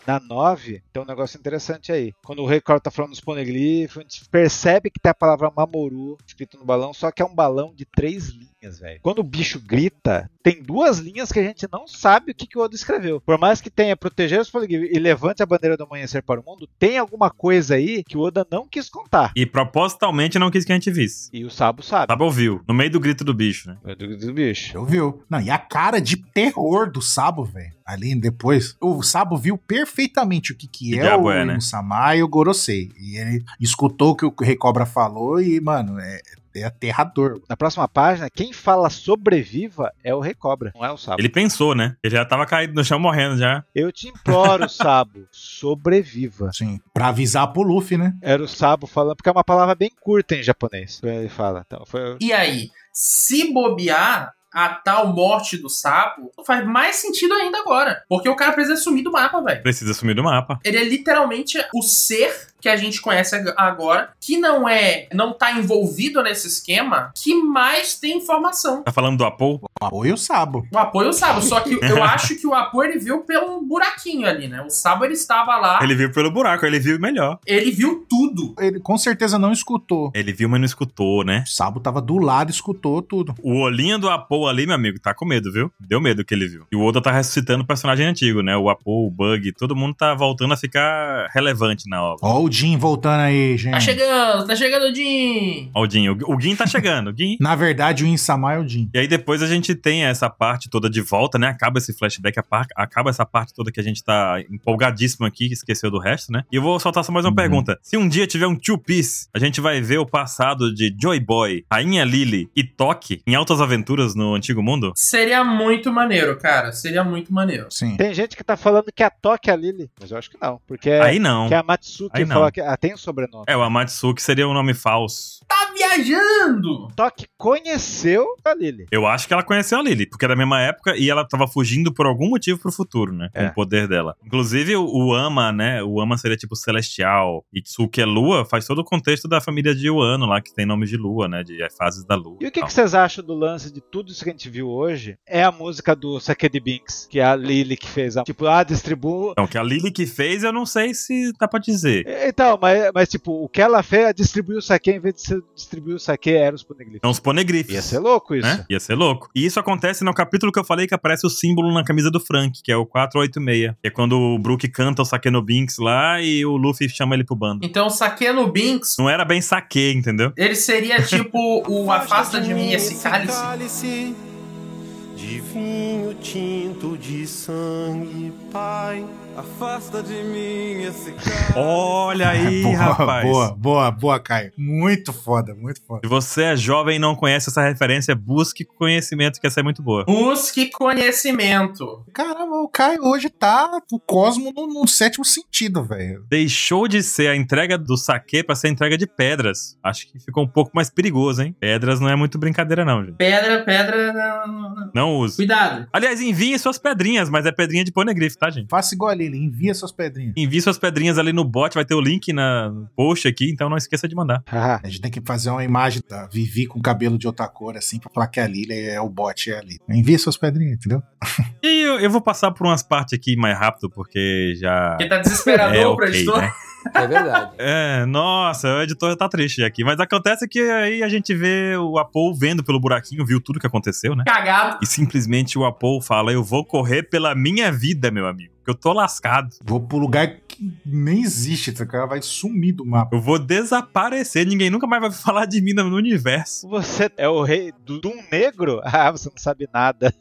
Speaker 2: Na 9, tem um negócio interessante aí. Quando o Record tá falando dos poneglyphs, a gente percebe que tem a palavra Mamoru escrito no balão, só que é um balão de três linhas, velho. Quando o bicho grita, tem duas linhas que a gente não sabe o que, que o Oda escreveu. Por mais que tenha proteger os poneglyphs e levante a bandeira do amanhecer para o mundo, tem alguma coisa aí que o Oda não quis contar.
Speaker 1: E propositalmente não quis que a gente visse.
Speaker 2: E o Sabo sabe.
Speaker 1: Sabe, ouviu. No meio do grito do bicho, né?
Speaker 2: É Do, do bicho.
Speaker 3: Eu viu. Não, e a cara de terror do Sabo, velho. Ali depois. O Sabo viu perfeitamente o que, que,
Speaker 1: Que
Speaker 3: é
Speaker 1: diabo
Speaker 3: o
Speaker 1: é, né?
Speaker 3: Samai e o Gorosei. E ele escutou o que o Recobra falou e, mano, é, é aterrador.
Speaker 2: Na próxima página, quem fala sobreviva é o Recobra, não é o Sabo.
Speaker 1: Ele pensou, né? Ele já tava caído no chão morrendo já.
Speaker 2: Eu
Speaker 1: <laughs>
Speaker 2: te imploro, Sabo, sobreviva.
Speaker 3: Assim, pra avisar pro Luffy, né?
Speaker 2: Era o Sabo falando, porque é uma palavra bem curta em japonês. Ele fala. Então, foi...
Speaker 4: E aí, se bobear a tal morte do sapo, faz mais sentido ainda agora. Porque o cara precisa sumir do mapa, velho.
Speaker 1: Precisa sumir do mapa.
Speaker 4: Ele é literalmente o ser que a gente conhece ag- agora, que não é, não tá envolvido nesse esquema, que mais tem informação.
Speaker 1: Tá falando do Apol?
Speaker 3: O apoio o Sabo.
Speaker 4: O apoio sabe, só que eu acho que o apoio ele viu pelo um buraquinho ali, né? O Sabo ele estava lá, ele,
Speaker 1: Ele viu pelo buraco, ele viu melhor.
Speaker 4: viu tudo.
Speaker 3: Ele com certeza não escutou.
Speaker 1: Ele viu, mas não escutou, né?
Speaker 3: O Sabo tava do lado, escutou tudo.
Speaker 1: O olhinho do Apol ali, meu amigo, tá com medo, viu? Deu medo que ele viu. E o Oda tá ressuscitando o personagem antigo, né? O Apol, o Bug, todo mundo tá voltando a ficar relevante na obra.
Speaker 3: Ó, o Jim voltando aí, gente.
Speaker 4: Tá chegando, tá chegando o Jim.
Speaker 1: Ó, o Jin, o o Gin tá chegando, o Gin.
Speaker 3: Na verdade, o Insamai é o Jim.
Speaker 1: E aí depois a gente tem essa parte toda de volta, né? Acaba esse flashback, a par- acaba essa parte toda que a gente tá empolgadíssimo aqui, que esqueceu do resto, né? E eu vou soltar só mais uma
Speaker 3: Uhum.
Speaker 1: pergunta. Se um dia tiver um Two Piece, a gente vai ver o passado de Joy Boy, Rainha Lily e Toque em altas aventuras no antigo mundo?
Speaker 4: Seria muito maneiro, cara. Seria muito maneiro.
Speaker 3: Sim.
Speaker 2: Tem gente que tá falando que a Toque é a Lily, mas eu acho que não, porque é,
Speaker 1: Aí não.
Speaker 2: que a Matsuki
Speaker 1: Aí não.
Speaker 2: fala que ah, tem um sobrenome.
Speaker 1: É, o Amatsuki seria um nome falso.
Speaker 4: Tá viajando!
Speaker 2: Toque conheceu a Lily.
Speaker 1: Eu acho que ela conheceu a Lily, porque era da mesma época e ela tava fugindo por algum motivo pro futuro, né? Com
Speaker 2: É.
Speaker 1: o poder dela. Inclusive, o- o Ama, né? O Ama seria tipo celestial. E Tsuki é lua, faz todo o contexto da família de Wano lá, que tem nome de lua, né? De fases da lua.
Speaker 2: E o que,
Speaker 1: tal.
Speaker 2: que vocês acham do lance de tudo isso que a gente viu hoje? É a música do Sakedi Binks, que é a Lily que fez a. Tipo, ah, distribua.
Speaker 1: Então, o que a Lily que fez, eu não sei se dá pra dizer.
Speaker 2: Então, mas, mas tipo, o que ela fez é distribuir o saque em vez de ser- distribuir o saque era os poneglyphs.
Speaker 1: É uns ponegrifes.
Speaker 2: Ia ser louco isso.
Speaker 1: Né? Ia ser louco. E isso acontece no capítulo que eu falei que aparece o símbolo na camisa do Frank, que é o 486. Que é quando o Brook canta o Sakeno Binks lá e o Luffy chama ele pro bando.
Speaker 4: Então, Sakeno Binks,
Speaker 1: Não era bem saque, entendeu?
Speaker 4: ele seria tipo o Afasta de mim esse cálice.
Speaker 5: cálice de de vinho tinto de sangue, pai. Afasta de mim esse cara.
Speaker 1: Olha aí,
Speaker 3: <laughs> boa,
Speaker 1: rapaz.
Speaker 3: boa, boa, boa, Caio. Muito foda, muito foda.
Speaker 1: Se você é jovem e não conhece essa referência, busque conhecimento, que essa é muito boa.
Speaker 4: Busque conhecimento.
Speaker 3: Caramba, o Caio hoje tá o Cosmo no, no sétimo sentido, velho.
Speaker 1: Deixou de ser a entrega do saque pra ser a entrega de pedras. Acho que ficou um pouco mais perigoso, hein? Pedras não é muito brincadeira, não, gente.
Speaker 4: Pedra, pedra. não, não, não.
Speaker 1: Não use.
Speaker 4: Cuidado.
Speaker 1: Aliás, enviem suas pedrinhas, mas é pedrinha de ponegrife, tá, gente?
Speaker 3: Faça igual a Lili, envia suas pedrinhas.
Speaker 1: Envie suas pedrinhas ali no bot, vai ter o link na no post aqui, então não esqueça de mandar.
Speaker 2: Haha.
Speaker 3: A gente tem que fazer uma imagem da Vivi com cabelo de outra cor, assim, pra falar que a Lili é o bot, é a Lili. Envia suas pedrinhas, entendeu?
Speaker 1: E eu, eu vou passar por umas partes aqui mais rápido, porque já.
Speaker 4: Porque tá desesperador
Speaker 1: É
Speaker 4: o
Speaker 1: ok,
Speaker 4: editor.
Speaker 1: né?
Speaker 5: É verdade.
Speaker 1: <laughs> É, nossa, o editor já tá triste aqui. Mas acontece que aí a gente vê o Apol vendo pelo buraquinho, viu tudo que aconteceu, né?
Speaker 4: <laughs> Cagado.
Speaker 1: E simplesmente o Apol fala: Eu vou correr pela minha vida, meu amigo. Que eu tô lascado.
Speaker 3: Vou pro lugar que nem existe, essa cara vai sumir do mapa.
Speaker 1: Eu vou desaparecer. Ninguém nunca mais vai falar de mim no no universo.
Speaker 2: Você é o rei do Doom Negro? <laughs> Ah, você não sabe nada.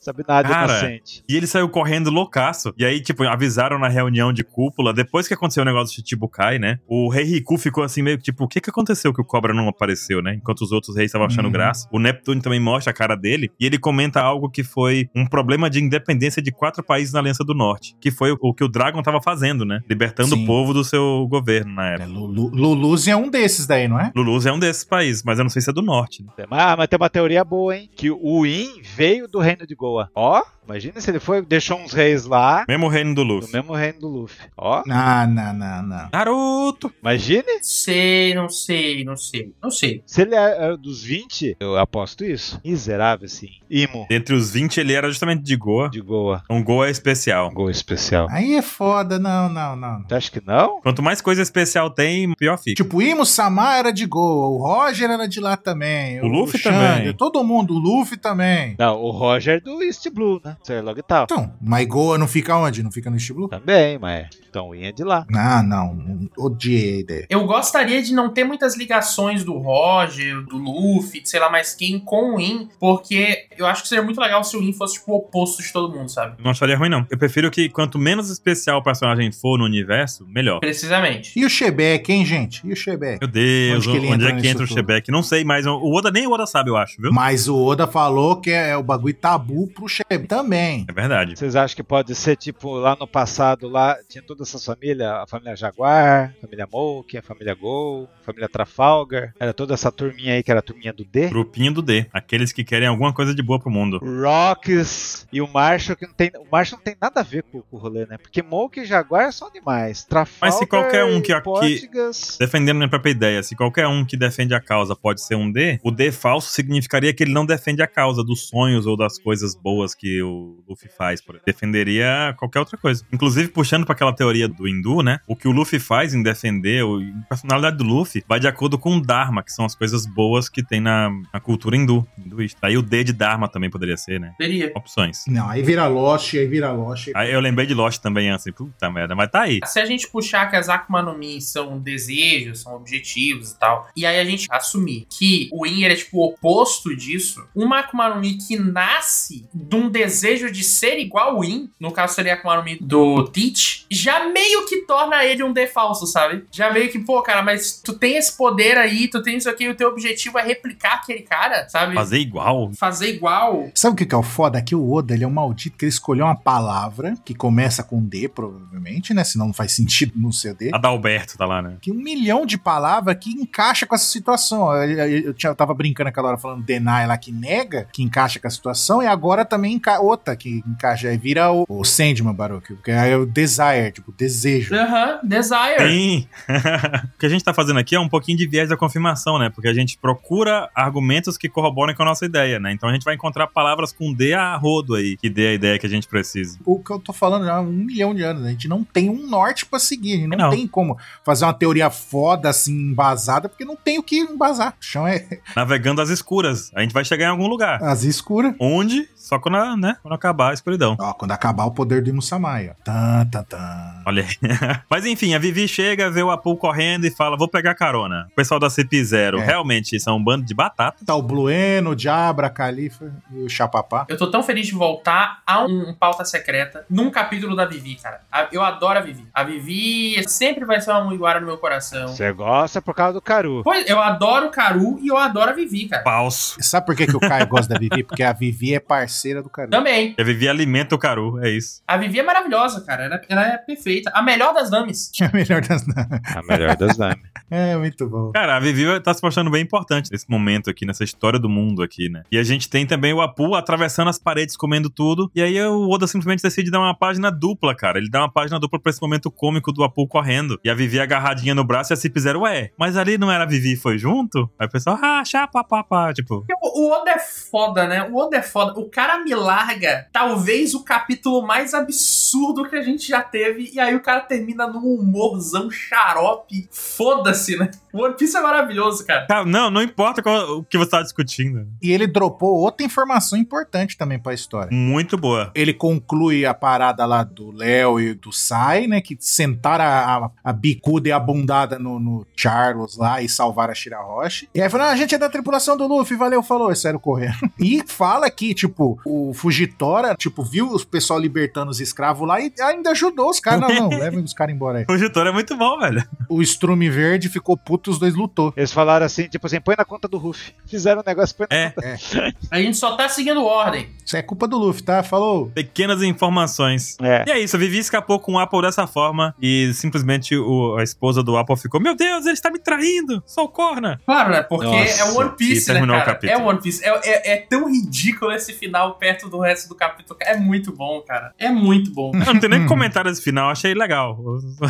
Speaker 2: sabe nada,
Speaker 1: É. Cara.
Speaker 2: inocente.
Speaker 1: E ele saiu correndo loucaço. E aí, tipo, avisaram na reunião de cúpula, depois que aconteceu o negócio do Chichibukai, né? O rei Riku ficou assim meio que tipo, o que que aconteceu que o Cobra não apareceu, né? Enquanto os outros reis estavam achando
Speaker 3: Uhum.
Speaker 1: graça. O Neptune também mostra a cara dele e ele comenta algo que foi um problema de independência de quatro países na Aliança do Norte, que foi o que o Dragon tava fazendo, né? Libertando
Speaker 3: Sim.
Speaker 1: o povo do seu governo na época.
Speaker 3: É, Lulu- Luluz é um desses daí, não é?
Speaker 1: Luluz é um desses países, mas eu não sei se é do norte. né?
Speaker 2: Ah, mas tem uma teoria boa, hein? Que o In veio do reino de Goa. Ó, imagina se ele foi, deixou uns reis lá,
Speaker 1: Mesmo reino do
Speaker 2: do
Speaker 1: Luffy.
Speaker 2: mesmo reino do Luffy. Ó,
Speaker 3: Não, não, não, não.
Speaker 1: Naruto!
Speaker 2: imagine
Speaker 4: Sei, não sei, não sei, não sei.
Speaker 2: se ele é é dos 20, eu aposto isso. Miserável, sim. Imo
Speaker 1: Dentre os 20, ele era justamente de Goa.
Speaker 2: de Goa.
Speaker 1: Um Goa é especial.
Speaker 2: Goa especial.
Speaker 3: Aí é foda, não, não, não. não.
Speaker 2: Você acha que não?
Speaker 1: Quanto mais coisa especial tem, pior fica.
Speaker 3: Tipo, o Imo Samar era de Goa, o Roger era de lá também.
Speaker 1: O Luffy também.
Speaker 3: Todo mundo, o Luffy também.
Speaker 2: Não, o Roger do East Blue, né? Sei lá que tal.
Speaker 3: Então, mas Goa não fica onde? Não fica no Shibu?
Speaker 2: Também, mas então o In é de lá.
Speaker 3: Ah, não. Odiei a ideia.
Speaker 4: Eu gostaria de não ter muitas ligações do Roger, do Luffy, de sei lá mais quem, com o In, porque eu acho que seria muito legal se o In fosse tipo, o oposto de todo mundo, sabe?
Speaker 1: Não acharia ruim, não. Eu prefiro que quanto menos especial o personagem for no universo, melhor.
Speaker 4: Precisamente.
Speaker 3: E o Shebeck, hein, gente? E o Shebeck?
Speaker 1: Meu Deus,
Speaker 3: Onde que
Speaker 1: onde,
Speaker 3: ele
Speaker 1: é
Speaker 3: entra
Speaker 1: que
Speaker 3: nisso
Speaker 1: entra o
Speaker 3: tudo?
Speaker 1: Shebeck? Não sei, mas o Oda nem o Oda sabe, eu acho, viu?
Speaker 3: Mas o Oda falou que é o bagulho tabu pro Shebeck também.
Speaker 1: É verdade.
Speaker 2: Vocês acham que pode ser tipo lá no passado, lá tinha toda essa família, a família Jaguar, a família Moke, a família Gol, a família Trafalgar, era toda essa turminha aí que era a turminha do D?
Speaker 1: Grupinho do D. Aqueles que querem alguma coisa de boa pro mundo.
Speaker 2: O Rocks e o Marshall, que não tem. O Marshall não tem nada a ver com, com o rolê, né? Porque Moke e Jaguar são animais. Trafalgar.
Speaker 1: Mas se qualquer um
Speaker 2: e
Speaker 1: que aqui-
Speaker 2: Portigas-
Speaker 1: Defendendo minha própria ideia, se qualquer um que defende a causa pode ser um D, o D falso significaria que ele não defende a causa dos sonhos ou das coisas boas que o Luffy faz. Por exemplo. Defenderia qualquer outra coisa. Inclusive, puxando pra aquela teoria do hindu, né? O que o Luffy faz em defender o- a personalidade do Luffy vai de acordo com o Dharma, que são as coisas boas que tem na, na cultura hindu, hinduísta. Aí o D de Dharma também poderia ser, né?
Speaker 4: Seria.
Speaker 1: Opções.
Speaker 3: Não, aí vira Lost, aí vira Lost.
Speaker 1: Aí eu lembrei de Lost também, assim, puta merda, mas tá aí.
Speaker 4: Se a gente puxar que as Akuma no Mi são desejos, são objetivos e tal, e aí a gente assumir que o In é tipo o oposto disso, uma Akuma no Mi que nasce de um desejo de ser igual ao In, no caso seria a Akuma no Mi do Teach, já meio que torna ele um D falso, sabe? Já meio que, pô, cara, mas tu tem esse poder aí, tu tem isso aqui, e o teu objetivo é replicar aquele cara, sabe?
Speaker 1: Fazer igual.
Speaker 4: Fazer igual.
Speaker 3: Sabe o que que é o foda? Aqui o Oda, ele é um maldito que ele escolheu uma palavra que começa com D, provavelmente, né? Senão não faz sentido não ser D.
Speaker 1: Adalberto tá lá, né?
Speaker 3: Que um milhão de palavras que encaixa com essa situação. Eu, eu- eu tinha- eu tava brincando aquela hora falando deny lá que nega, que encaixa com a situação, e agora também enca outra que encaixa. Aí vira o, o Sandman Baroque, que é o desire, tipo, desejo.
Speaker 4: Aham, desire.
Speaker 1: Sim. <laughs> o que a gente tá fazendo aqui é um pouquinho de viés da confirmação, né? Porque a gente procura argumentos que corroborem com a nossa ideia, né? Então a gente vai encontrar palavras com D a rodo aí, que dê a ideia que a gente precisa.
Speaker 3: o que eu tô falando já há um milhão de anos. A gente não tem um norte pra seguir. A gente não,
Speaker 1: Não.
Speaker 3: tem como fazer uma teoria foda, assim, embasada, porque não tem o que embasar. O chão é <laughs>
Speaker 1: Navegando às escuras. A gente vai chegar em algum lugar.
Speaker 3: as escura.
Speaker 1: Onde? Só quando, a- né? quando acabar a escuridão.
Speaker 3: Ó, quando acabar o poder do Imusamai, ó. Tan, tan, tan.
Speaker 1: Olha aí. <laughs> Mas enfim, a Vivi chega, vê o Apu correndo e fala: vou pegar carona. O pessoal da CP0
Speaker 3: É.
Speaker 1: realmente são um bando de batata.
Speaker 3: Tá o Blueno, o Diabra, a Califa. Rifa e o Chapapá.
Speaker 4: Eu tô tão feliz de voltar a um, um pauta secreta num capítulo da Vivi, cara. A- eu adoro a Vivi. A Vivi sempre vai ser uma Mugiwara no meu coração.
Speaker 2: Você gosta por causa do Caru.
Speaker 4: Pois, eu adoro o Caru e eu adoro a Vivi, cara.
Speaker 1: Falso.
Speaker 3: Sabe por que, que o Caio gosta da Vivi? Porque a Vivi é parceira do Caru.
Speaker 4: Também.
Speaker 1: A Vivi alimenta o Caru, é isso.
Speaker 4: A Vivi é maravilhosa, cara. Ela, ela é perfeita. A melhor das dames.
Speaker 3: É melhor das <laughs>
Speaker 2: A melhor das dames.
Speaker 3: É muito bom.
Speaker 1: Cara, a Vivi tá se mostrando bem importante nesse momento aqui, nessa história do mundo aqui, né? E a gente tem também o Apu atravessando as paredes, comendo tudo. E aí o Oda simplesmente decide dar uma página dupla, cara. Ele dá uma página dupla pra esse momento cômico do Apu correndo. E a Vivi agarradinha no braço e a se fizeram, ué, mas ali não era a Vivi e foi junto? Aí o pessoal, ah, chapa, pá, pá, tipo...
Speaker 4: O, o Oda é foda, né? O Oda é foda. O cara me larga, talvez o capítulo mais absurdo que a gente já teve. E aí o cara termina num humorzão xarope. Foda-se, né? O One Piece é maravilhoso, cara.
Speaker 1: Cara, tá, não, não importa qual- o que você tá discutindo.
Speaker 3: E ele dropou outra informação importante também pra história.
Speaker 1: Muito boa.
Speaker 3: Ele conclui a parada lá do Léo e do Sai, né? Que sentaram a, a, a bicuda e a bundada no, no Charles lá e salvaram a Shirahoshi. E aí falou: ah, a gente é da tripulação do Luffy, valeu, falou, e saíram correndo. <laughs> E fala que, tipo, o Fugitora, tipo, viu os pessoal libertando os escravos lá e ainda ajudou os caras. Não, não, <laughs> levem os caras embora aí.
Speaker 1: O Jutor é muito bom, velho.
Speaker 3: O Strume Verde ficou puto, os dois lutou.
Speaker 2: Eles falaram assim, tipo assim, põe na conta do Ruff. <laughs> Fizeram um negócio, põe na
Speaker 1: É.
Speaker 2: conta.
Speaker 4: A gente só tá seguindo ordem.
Speaker 3: Isso é culpa do Luffy, tá? Falou.
Speaker 1: Pequenas informações.
Speaker 2: É.
Speaker 1: E é isso, a Vivi escapou com o Apple dessa forma e simplesmente o- a esposa do Apple ficou: Meu Deus, ele está me traindo! Sou corna!
Speaker 4: Claro, né? Porque
Speaker 1: Nossa,
Speaker 4: é o One
Speaker 1: e
Speaker 4: Piece, né,
Speaker 1: terminou o
Speaker 4: cara? É
Speaker 1: capítulo.
Speaker 4: o One Piece. É, é- é tão ridículo esse final perto do resto do capítulo. É muito bom, cara. É muito bom.
Speaker 1: Eu não tenho nem comentário desse final, achei legal. <laughs>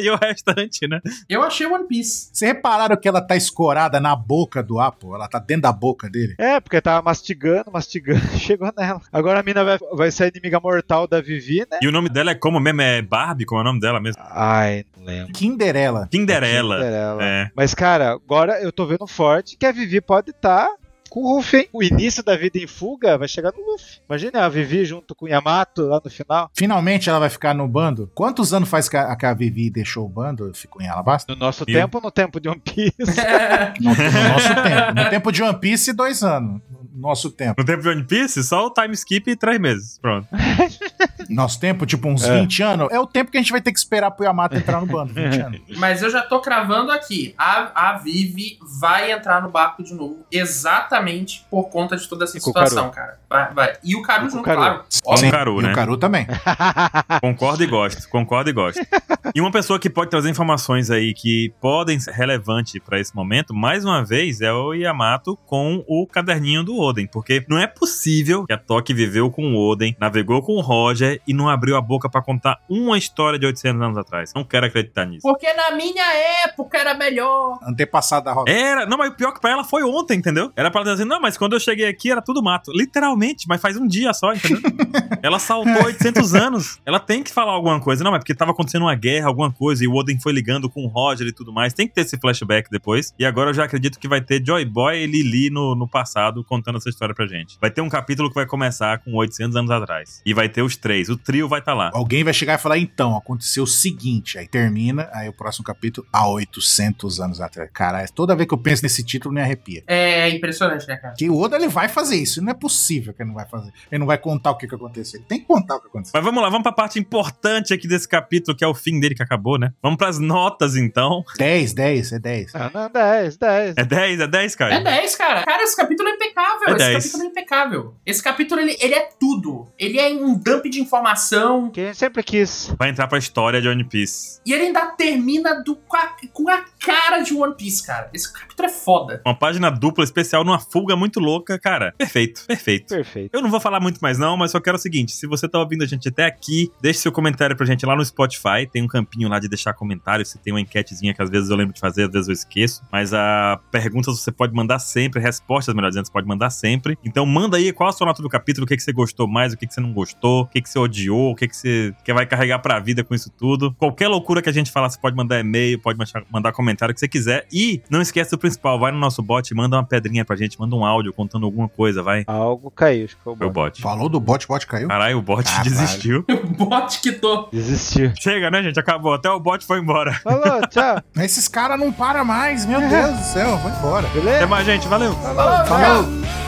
Speaker 1: e o restante, né?
Speaker 4: Eu achei One Piece.
Speaker 3: Vocês repararam que ela tá escorada na boca do Apo? Ela tá dentro da boca dele?
Speaker 2: É, porque tava mastigando, mastigando, <laughs> chegou nela. Agora a mina vai, vai ser a inimiga mortal da Vivi, né?
Speaker 1: E o nome dela é como mesmo? É Barbie? Como é o nome dela mesmo?
Speaker 2: Ai, não lembro.
Speaker 3: Kinderela.
Speaker 1: Kinderela.
Speaker 2: Cinderela.
Speaker 1: É.
Speaker 2: Mas, cara, agora eu tô vendo forte que a Vivi pode estar com o Luffy, hein? O início da vida em fuga vai chegar no Luffy. Imagina a Vivi junto com o Yamato lá no final.
Speaker 3: Finalmente ela vai ficar no bando? Quantos anos faz que a, que a Vivi deixou o bando? Ficou em Alabasta?
Speaker 2: No nosso
Speaker 1: E-
Speaker 2: tempo, no tempo de
Speaker 1: <laughs>
Speaker 2: One Piece.
Speaker 3: No, no nosso tempo. No tempo de One Piece, dois anos. No Nosso tempo.
Speaker 1: No tempo de One Piece, só o time skip e três meses. Pronto.
Speaker 3: Nosso tempo, tipo uns
Speaker 2: É.
Speaker 3: 20 anos. É o tempo que a gente vai ter que esperar pro Yamato entrar no bando. 20 anos.
Speaker 4: Mas eu já tô cravando aqui. A, a Vivi vai entrar no barco de novo. Exatamente por conta de toda essa
Speaker 2: E com o
Speaker 4: situação, cara. Vai, vai. E o Caru
Speaker 2: E com o
Speaker 4: junto,
Speaker 2: Caru.
Speaker 4: claro.
Speaker 1: Ó,
Speaker 3: Sim,
Speaker 1: o Caru,
Speaker 3: e
Speaker 1: né?
Speaker 3: o Caru também.
Speaker 1: Concordo e gosto, concordo e gosto. E uma pessoa que pode trazer informações aí que podem ser relevantes pra esse momento, mais uma vez, é o Yamato com o caderninho do Oden. Porque não é possível que a Toque viveu com o Oden, navegou com o Roger e não abriu a boca pra contar uma história de 800 anos atrás. Não quero acreditar nisso.
Speaker 4: Porque na minha época era melhor.
Speaker 3: Antepassado da roda.
Speaker 1: Era, não, mas o pior é que pra ela foi ontem, entendeu? Era pra ela dizer, assim, não, mas quando eu cheguei aqui era tudo mato. Literalmente, mas faz um dia só, entendeu? ela saltou 800 anos. Ela tem que falar alguma coisa. Não, mas porque tava acontecendo uma guerra, alguma coisa, e o Oden foi ligando com o Roger e tudo mais. Tem que ter esse flashback depois. E agora eu já acredito que vai ter Joy Boy e Lili no, no passado contando essa história pra gente. Vai ter um capítulo que vai começar com 800 anos atrás. E vai ter os três. O trio vai estar lá.
Speaker 3: Alguém vai chegar e falar, então, aconteceu o seguinte. Aí termina, aí o próximo capítulo, há 800 anos atrás. Caralho, toda vez que eu penso nesse título, me arrepia.
Speaker 4: É impressionante, né, cara?
Speaker 3: Que o Oda ele vai fazer isso. Não é possível que ele não vai fazer. Ele não vai contar o que, que aconteceu. Ele tem que contar o que aconteceu.
Speaker 1: Mas vamos lá, vamos pra parte importante aqui desse capítulo, que é o fim dele que acabou, né? Vamos pras notas, então.
Speaker 3: 10, 10, é 10.
Speaker 2: não, não, 10, 10.
Speaker 1: É 10, é 10, cara.
Speaker 4: É 10, cara. Cara, esse capítulo é impecável.
Speaker 1: É
Speaker 4: esse
Speaker 1: 10.
Speaker 4: capítulo é impecável. Esse capítulo, ele, ele é tudo. Ele é um dump de informação.
Speaker 2: Que a gente sempre quis.
Speaker 1: Vai entrar pra história de One Piece.
Speaker 4: E ele ainda termina do, com, a, com a cara de One Piece, cara. Esse capítulo é foda.
Speaker 1: Uma página dupla especial numa fuga muito louca, cara. Perfeito, perfeito.
Speaker 2: Perfeito.
Speaker 1: Eu não vou falar muito mais não, mas só quero o seguinte, se você tá ouvindo a gente até aqui, deixe seu comentário pra gente lá no Spotify, tem um campinho lá de deixar comentário, se tem uma enquetezinha que às vezes eu lembro de fazer, às vezes eu esqueço, mas a perguntas você pode mandar sempre, respostas, melhor dizendo, você pode mandar sempre. Então manda aí qual a sua nota do capítulo, o que, que você gostou mais, o que, que você não gostou, o que, que você odiou, o que, que você que vai carregar pra vida com isso tudo. Qualquer loucura que a gente falar, você pode mandar e-mail, pode machar- mandar comentário, o que você quiser. E não esquece do principal, vai no nosso bot, manda uma pedrinha pra gente, manda um áudio contando alguma coisa, vai.
Speaker 2: Algo caiu, acho que foi o
Speaker 1: Foi o
Speaker 2: bom.
Speaker 1: bot.
Speaker 3: Falou do bot, bot caiu.
Speaker 1: Caralho, o bot
Speaker 3: Caralho.
Speaker 1: desistiu.
Speaker 4: O bot que tô.
Speaker 2: Desistiu.
Speaker 1: Chega, né, gente? Acabou. Até o bot foi embora.
Speaker 2: Falou,
Speaker 1: <laughs>
Speaker 2: tchau.
Speaker 3: Esses caras não param mais, meu Deus do céu. Vai embora.
Speaker 2: Beleza?
Speaker 1: Até mais, gente. Valeu.
Speaker 4: Falou,
Speaker 3: Falou.
Speaker 4: tchau.